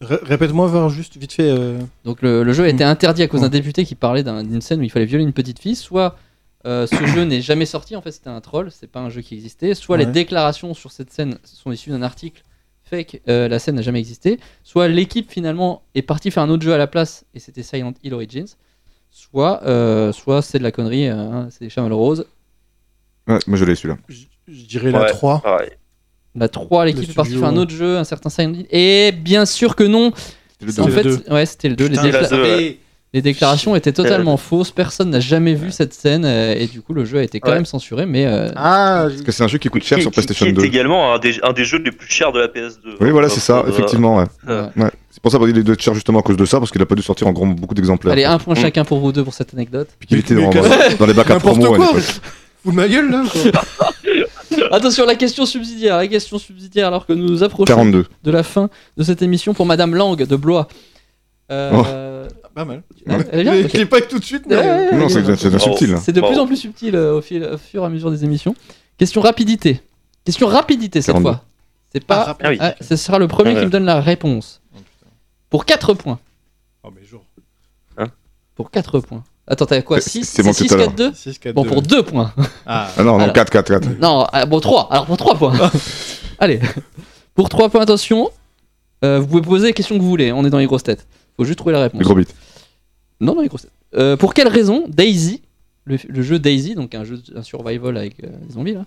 Speaker 5: Ré- Répète-moi, voir juste vite fait. euh,
Speaker 3: Donc le, le jeu a été interdit à cause d'un
Speaker 5: Mm.
Speaker 3: député qui parlait d'un- d'une scène où il fallait violer une petite fille. Soit euh, ce jeu n'est jamais sorti, en fait c'était un troll, c'est pas un jeu qui existait. Soit les
Speaker 5: Ouais.
Speaker 3: déclarations sur cette scène sont issues d'un article fake, euh, la scène n'a jamais existé. Soit l'équipe finalement est partie faire un autre jeu à la place et c'était Silent Hill Origins. Soit, euh, soit c'est de la connerie, euh, hein, c'est des chamallows roses.
Speaker 4: Ouais, moi je l'ai celui-là.
Speaker 5: Je je dirais
Speaker 7: Ouais.
Speaker 5: la 3.
Speaker 7: Pareil.
Speaker 3: La 3, Bah, l'équipe
Speaker 5: Le
Speaker 3: est partie
Speaker 5: studio,
Speaker 3: faire un
Speaker 5: ouais.
Speaker 3: autre jeu, un certain Silent Hill. Et bien sûr que non
Speaker 4: C'est le
Speaker 3: En
Speaker 5: deux.
Speaker 4: deuxième.
Speaker 3: fait,
Speaker 5: deux.
Speaker 3: ouais, c'était le 2.
Speaker 5: Putain,
Speaker 7: la deux, ouais. Euh,
Speaker 3: Les déclarations étaient totalement fausses, personne n'a jamais vu cette scène euh, et du coup le jeu a été quand
Speaker 7: Ouais.
Speaker 3: même censuré mais euh,
Speaker 5: Ah,
Speaker 4: Parce que c'est un jeu qui coûte cher
Speaker 7: Qui-
Speaker 4: sur
Speaker 7: qui-
Speaker 4: PlayStation
Speaker 7: qui est
Speaker 4: 2.
Speaker 7: également un des, un des jeux les plus chers de la PS2.
Speaker 4: Oui, voilà,
Speaker 7: Donc,
Speaker 4: c'est ça,
Speaker 7: euh,
Speaker 4: effectivement. Ouais.
Speaker 7: euh,
Speaker 4: Ouais. C'est pour ça qu'il doit être cher justement à cause de ça, parce qu'il a pas dû sortir en gros beaucoup d'exemplaires.
Speaker 3: allez un point
Speaker 7: Mm.
Speaker 3: chacun pour vous deux pour cette anecdote.
Speaker 4: Puis qu'il était dans,
Speaker 5: Mais qu'est-ce-
Speaker 4: dans les bacs à
Speaker 5: N'importe
Speaker 4: promo à
Speaker 5: quoi,
Speaker 4: l'époque.
Speaker 5: Fous de ma gueule là quoi.
Speaker 3: Attention la question subsidiaire, la question subsidiaire alors que nous nous approchons
Speaker 4: 42.
Speaker 3: de la fin de cette émission pour Madame Lang de Blois. Euh,
Speaker 5: Pas mal.
Speaker 3: elle est bien,
Speaker 5: Je
Speaker 3: ok.
Speaker 5: je l'ai pas eu tout de suite, mais. euh,
Speaker 3: Ouais, ouais, ouais,
Speaker 4: Non,
Speaker 3: elle est
Speaker 4: c'est
Speaker 3: bien.
Speaker 4: c'est subtil. hein.
Speaker 3: C'est de
Speaker 7: Oh. Bon.
Speaker 3: plus en plus subtil euh, au, fil- au fur et à mesure des émissions. Question rapidité. Question rapidité cette
Speaker 4: 42.
Speaker 3: fois. C'est pas
Speaker 5: Ah,
Speaker 7: Ah oui.
Speaker 3: Ah, ce sera le premier
Speaker 7: Ah ouais.
Speaker 3: qui me donne la réponse.
Speaker 5: Oh, putain.
Speaker 3: Pour 4 points.
Speaker 5: Oh, mais genre.
Speaker 3: Pour 4 points. Attends, t'as quoi
Speaker 4: Euh,
Speaker 3: 6
Speaker 4: c'est bon, tout à l'heure.
Speaker 3: 4, 2
Speaker 5: 6, 4,
Speaker 3: Bon, pour 2 points.
Speaker 5: Ah,
Speaker 4: Ah non, non,
Speaker 3: Alors.
Speaker 4: 4, 4, 4.
Speaker 3: non, ah, bon, 3. Alors, pour 3 points. Allez. Pour 3 points, attention. Euh, vous pouvez poser les questions que vous voulez. hein, On est dans les grosses têtes. Faut juste trouver la réponse.
Speaker 4: Le gros bit.
Speaker 3: Non, dans les grosses têtes. Euh, pour quelle raison Daisy, le, le jeu Daisy, donc un jeu un survival avec euh, des zombies, là,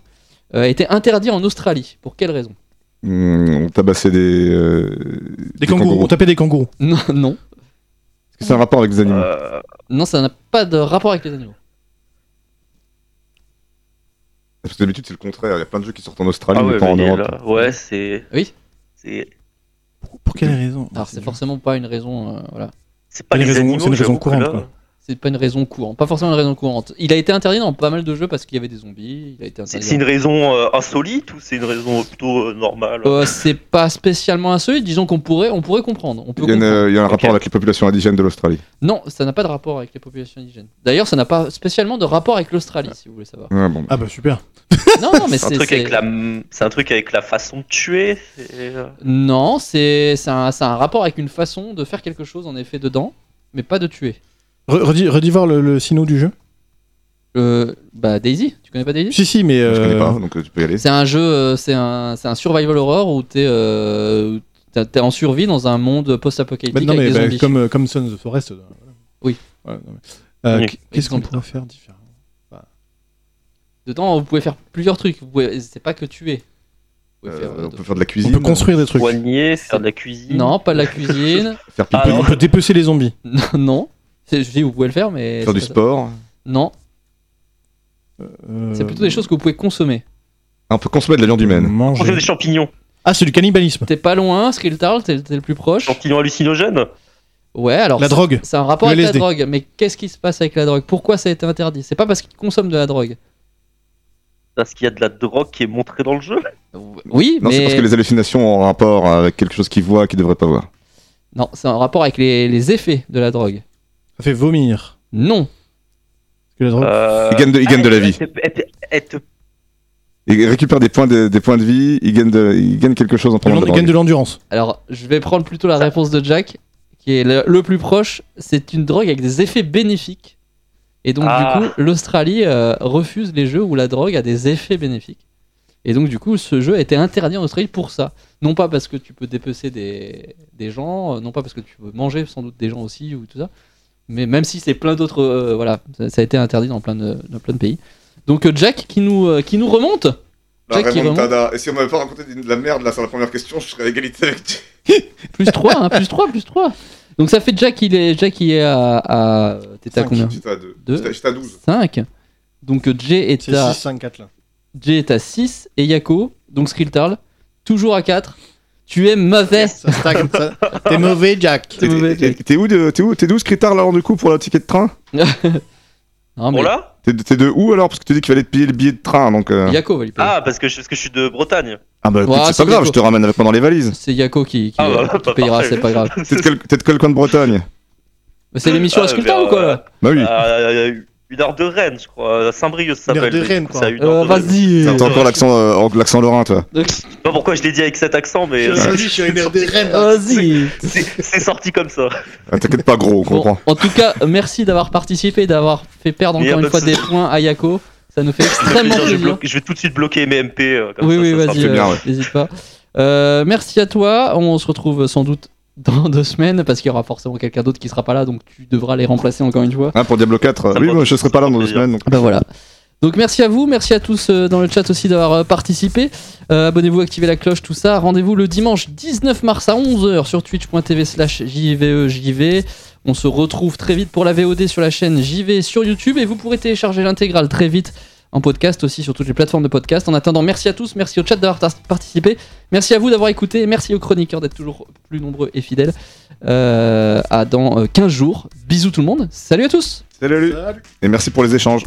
Speaker 3: euh, a été interdit en Australie Pour quelle raison
Speaker 4: Hum, on tabassait des. euh,
Speaker 5: des kangourous, on tapait des kangourous.
Speaker 3: Non, non.
Speaker 4: Est-ce que c'est un rapport avec des animaux
Speaker 7: euh,
Speaker 3: Non, ça n'a pas de rapport avec les animaux.
Speaker 4: Parce que d'habitude, c'est le contraire. Il y a plein de jeux qui sortent en Australie,
Speaker 7: Ah
Speaker 4: mais
Speaker 7: ouais,
Speaker 4: pas en
Speaker 7: mais
Speaker 4: Europe.
Speaker 7: là, ouais, c'est.
Speaker 3: Oui.
Speaker 7: C'est
Speaker 5: Pour quelle raison
Speaker 3: Alors,
Speaker 5: dur.
Speaker 3: Ah, c'est forcément pas une raison. euh, voilà.
Speaker 7: c'est pas
Speaker 5: Une
Speaker 7: les
Speaker 5: raison-
Speaker 7: animaux.
Speaker 5: c'est une raison
Speaker 7: j'avoue que
Speaker 5: courante,
Speaker 7: là,
Speaker 5: quoi.
Speaker 3: C'est pas une raison courante, pas forcément une raison courante. Il a été interdit dans pas mal de jeux parce qu'il y avait des zombies. Il a été
Speaker 7: C'est
Speaker 3: interdit.
Speaker 7: c'est une raison euh, insolite ou c'est une raison plutôt euh, normale
Speaker 3: dans- Euh, c'est pas spécialement insolite. Disons qu'on pourrait, on pourrait comprendre. On peut
Speaker 4: Il y a, une- euh,
Speaker 3: comprendre.
Speaker 4: il y a un rapport
Speaker 7: Ok.
Speaker 4: avec les populations indigènes de l'Australie.
Speaker 3: Non, ça n'a pas de rapport avec les populations indigènes. D'ailleurs, ça n'a pas spécialement de rapport avec l'Australie, si vous voulez savoir.
Speaker 4: Ouais, bon.
Speaker 5: Ah, bah super.
Speaker 3: Non, non, mais
Speaker 7: C'est un
Speaker 3: c'est.
Speaker 7: truc
Speaker 3: c'est-
Speaker 7: avec la, c'est un truc avec la façon de tuer. c'est, euh,
Speaker 3: Non, c'est c'est un, c'est un rapport avec une façon de faire quelque chose en effet dedans, mais pas de tuer.
Speaker 5: Re- Redis, redis voir le, le sino du jeu.
Speaker 3: Euh, bah Daisy, tu connais pas Daisy
Speaker 5: Si, si, mais.
Speaker 4: Je connais
Speaker 5: euh,
Speaker 4: pas, donc euh, tu peux y aller.
Speaker 3: C'est un jeu, euh, c'est un, c'est un survival horror où t'es euh, où t'es- t'es en survie dans un monde
Speaker 5: bah,
Speaker 3: post-apocalyptique
Speaker 5: non,
Speaker 3: avec
Speaker 5: mais
Speaker 3: des
Speaker 5: bah,
Speaker 3: zombies.
Speaker 5: comme, euh, comme Sons of Forest. euh, voilà.
Speaker 3: Oui.
Speaker 5: Voilà, non, mais- Euh,
Speaker 7: Oui.
Speaker 5: qu- Qu'est-ce qu'on
Speaker 3: Exemple.
Speaker 5: pourrait faire différemment
Speaker 3: Dedans, vous pouvez faire plusieurs trucs. Vous pouvez- C'est pas que tuer. Vous pouvez
Speaker 4: Euh,
Speaker 3: faire, euh,
Speaker 4: on
Speaker 3: de-
Speaker 4: peut faire de la
Speaker 5: On
Speaker 4: cuisine.
Speaker 5: peut construire des trucs. On
Speaker 7: Soigner, faire de la cuisine.
Speaker 3: Non, pas de la cuisine.
Speaker 4: Faire
Speaker 7: Ah,
Speaker 4: pipi.
Speaker 7: non.
Speaker 5: peut- on peut dépecer les zombies.
Speaker 3: non. C'est- Je dis, vous pouvez le faire, mais.
Speaker 4: Faire
Speaker 3: c'est
Speaker 4: du
Speaker 3: pas ça.
Speaker 4: sport.
Speaker 3: Non,
Speaker 5: Euh,
Speaker 3: c'est plutôt des choses que vous pouvez consommer.
Speaker 4: Ah, on peut consommer de la viande humaine.
Speaker 5: Manger.
Speaker 7: Manger Oh, des champignons.
Speaker 5: Ah, c'est du cannibalisme.
Speaker 3: T'es pas loin, Skiltarl, t'es t'es le plus proche.
Speaker 7: Champignons hallucinogènes.
Speaker 3: Ouais, alors.
Speaker 5: La
Speaker 3: c'est-
Speaker 5: drogue.
Speaker 3: C'est un rapport
Speaker 5: Le
Speaker 3: avec la
Speaker 5: LSD.
Speaker 3: drogue. Mais qu'est-ce qui se passe avec la drogue Pourquoi ça a été interdit C'est pas parce qu'ils consomment de la drogue.
Speaker 7: Parce qu'il y a de la drogue qui est montrée dans le jeu.
Speaker 3: Oui,
Speaker 4: Euh, Non, c'est
Speaker 3: mais.
Speaker 4: parce que les hallucinations ont un rapport avec quelque chose qu'ils voient qu'ils devraient pas voir.
Speaker 3: Non, c'est un rapport avec les, les effets de la drogue.
Speaker 5: Ça fait vomir.
Speaker 3: Non.
Speaker 5: Parce que la drogue.
Speaker 7: Euh,
Speaker 4: Ils gagnent de- ils gagnent de la
Speaker 7: elle-
Speaker 4: vie.
Speaker 7: elle te- elle te- elle te-
Speaker 4: Ils récupèrent des points de, des points de vie, ils gagnent, de- ils gagnent quelque chose en
Speaker 5: de
Speaker 4: prenant
Speaker 5: l'en-
Speaker 4: de
Speaker 5: ils
Speaker 4: la
Speaker 5: gagnent de
Speaker 4: drogue.
Speaker 5: l'endurance.
Speaker 3: Alors, je vais prendre plutôt la réponse de Jack, qui est le, le plus proche. C'est une drogue avec des effets bénéfiques. Et donc,
Speaker 7: Ah.
Speaker 3: du coup, l'Australie euh, refuse les jeux où la drogue a des effets bénéfiques. Et donc, du coup, ce jeu a été interdit en Australie pour ça. Non pas parce que tu peux dépecer des, des gens, euh, non pas parce que tu peux manger sans doute des gens aussi, ou tout ça. Mais même si c'est plein d'autres. euh, voilà, ça, ça a été interdit dans plein de, dans plein de pays. Donc, euh, Jack qui nous, euh, qui nous remonte.
Speaker 4: La
Speaker 3: Jack qui remonte.
Speaker 4: remontada. Bah, Et si on m'avait pas raconté de la merde là sur la première question, je serais à égalité avec Jack.
Speaker 3: Plus 3, hein, plus 3, plus 3. Donc ça fait Jack, il est, Jack, il est à. à T'étais à combien
Speaker 4: J'étais à 2.
Speaker 3: Deux.
Speaker 4: J'étais à 12.
Speaker 3: 5. Donc euh, Jay est,
Speaker 5: C'est
Speaker 3: à,
Speaker 5: 6, 5, 4 là.
Speaker 3: Jay est à 6 et Yako, donc Skrilltarl, toujours à 4. Tu es mauvais.
Speaker 5: Ça stagne. ça. T'es mauvais, Jack.
Speaker 3: T'es mauvais,
Speaker 4: T'es
Speaker 3: Jack.
Speaker 4: t'es où de- T'es où T'es d'où ce critère là alors du coup pour le ticket de train
Speaker 3: Non, mais
Speaker 7: Bon là
Speaker 4: T'es de t'es de où alors Parce que tu dis qu'il fallait te payer le billet de train donc. euh,
Speaker 3: Yako va lui payer.
Speaker 7: Ah, parce que, je, parce que je suis de Bretagne.
Speaker 4: Ah bah écoute,
Speaker 3: Ouais,
Speaker 4: c'est
Speaker 3: c'est
Speaker 4: pas grave,
Speaker 3: Yoko.
Speaker 4: je te ramène avec moi dans les valises.
Speaker 3: C'est Yako qui, qui,
Speaker 7: Ah bah,
Speaker 3: euh, qui
Speaker 7: bah,
Speaker 3: payera,
Speaker 7: parfait.
Speaker 3: c'est pas grave.
Speaker 4: T'es de quel, t'es de quel coin de Bretagne
Speaker 3: Mais C'est l'émission
Speaker 7: Ah,
Speaker 3: à Sculpteur
Speaker 7: vers,
Speaker 3: ou quoi
Speaker 7: euh,
Speaker 3: là
Speaker 4: Bah oui.
Speaker 7: Euh, une heure de Rennes, je crois. Saint-Brieuc, ça
Speaker 5: Une heure
Speaker 7: s'appelle.
Speaker 5: de
Speaker 7: mais
Speaker 5: Rennes,
Speaker 7: c'est à
Speaker 5: quoi.
Speaker 7: une heure
Speaker 3: Euh,
Speaker 7: de Rennes.
Speaker 3: Vas-y. euh,
Speaker 4: T'as encore l'accent, euh, l'accent lorrain, toi.
Speaker 7: Je sais pas pourquoi je l'ai dit avec cet accent, mais euh,
Speaker 5: Je suis un air des rêves.
Speaker 3: Vas-y.
Speaker 7: c'est c'est sorti comme ça.
Speaker 4: Ah, T'inquiète pas, gros, on
Speaker 3: Bon,
Speaker 4: comprend.
Speaker 3: en tout cas, merci d'avoir participé, d'avoir fait perdre
Speaker 7: Il y a
Speaker 3: encore une
Speaker 7: pas
Speaker 3: fois
Speaker 7: de
Speaker 3: des
Speaker 7: souci.
Speaker 3: points à Yako. Ça nous fait
Speaker 7: Ça fait
Speaker 3: extrêmement
Speaker 7: plaisir, je,
Speaker 3: plaisir.
Speaker 7: bloque- je vais tout de suite bloquer mes MP. euh, comme
Speaker 3: Oui,
Speaker 7: ça,
Speaker 3: oui,
Speaker 7: ça sera
Speaker 3: vas-y,
Speaker 7: plus-
Speaker 4: fait bien,
Speaker 3: euh,
Speaker 4: ouais.
Speaker 3: n'hésite pas. Euh, merci à toi. On se retrouve sans doute dans deux semaines parce qu'il y aura forcément quelqu'un d'autre qui sera pas là, donc tu devras les remplacer encore une fois.
Speaker 4: Hein, pour Diablo 4, euh,
Speaker 7: Ça
Speaker 4: oui,
Speaker 7: me-
Speaker 4: moi, je serai pas là
Speaker 7: ça me
Speaker 4: dans deux
Speaker 7: plaisir.
Speaker 4: semaines. donc.
Speaker 3: Ben voilà. Donc merci à vous, merci à tous euh, dans le chat aussi d'avoir euh, participé. Euh, Abonnez-vous, activez la cloche, tout ça. Rendez-vous le dimanche 19 mars à 11h sur twitch.tv slash JVEJV. On se retrouve très vite pour la VOD sur la chaîne JV sur YouTube et vous pourrez télécharger l'intégrale très vite en podcast aussi sur toutes les plateformes de podcast. En attendant, merci à tous, merci au chat d'avoir tar- participé, merci à vous d'avoir écouté et merci aux chroniqueurs d'être toujours plus nombreux et fidèles. Euh, à dans euh, 15 jours. Bisous tout le monde, salut à tous
Speaker 4: Salut, Et merci pour les échanges.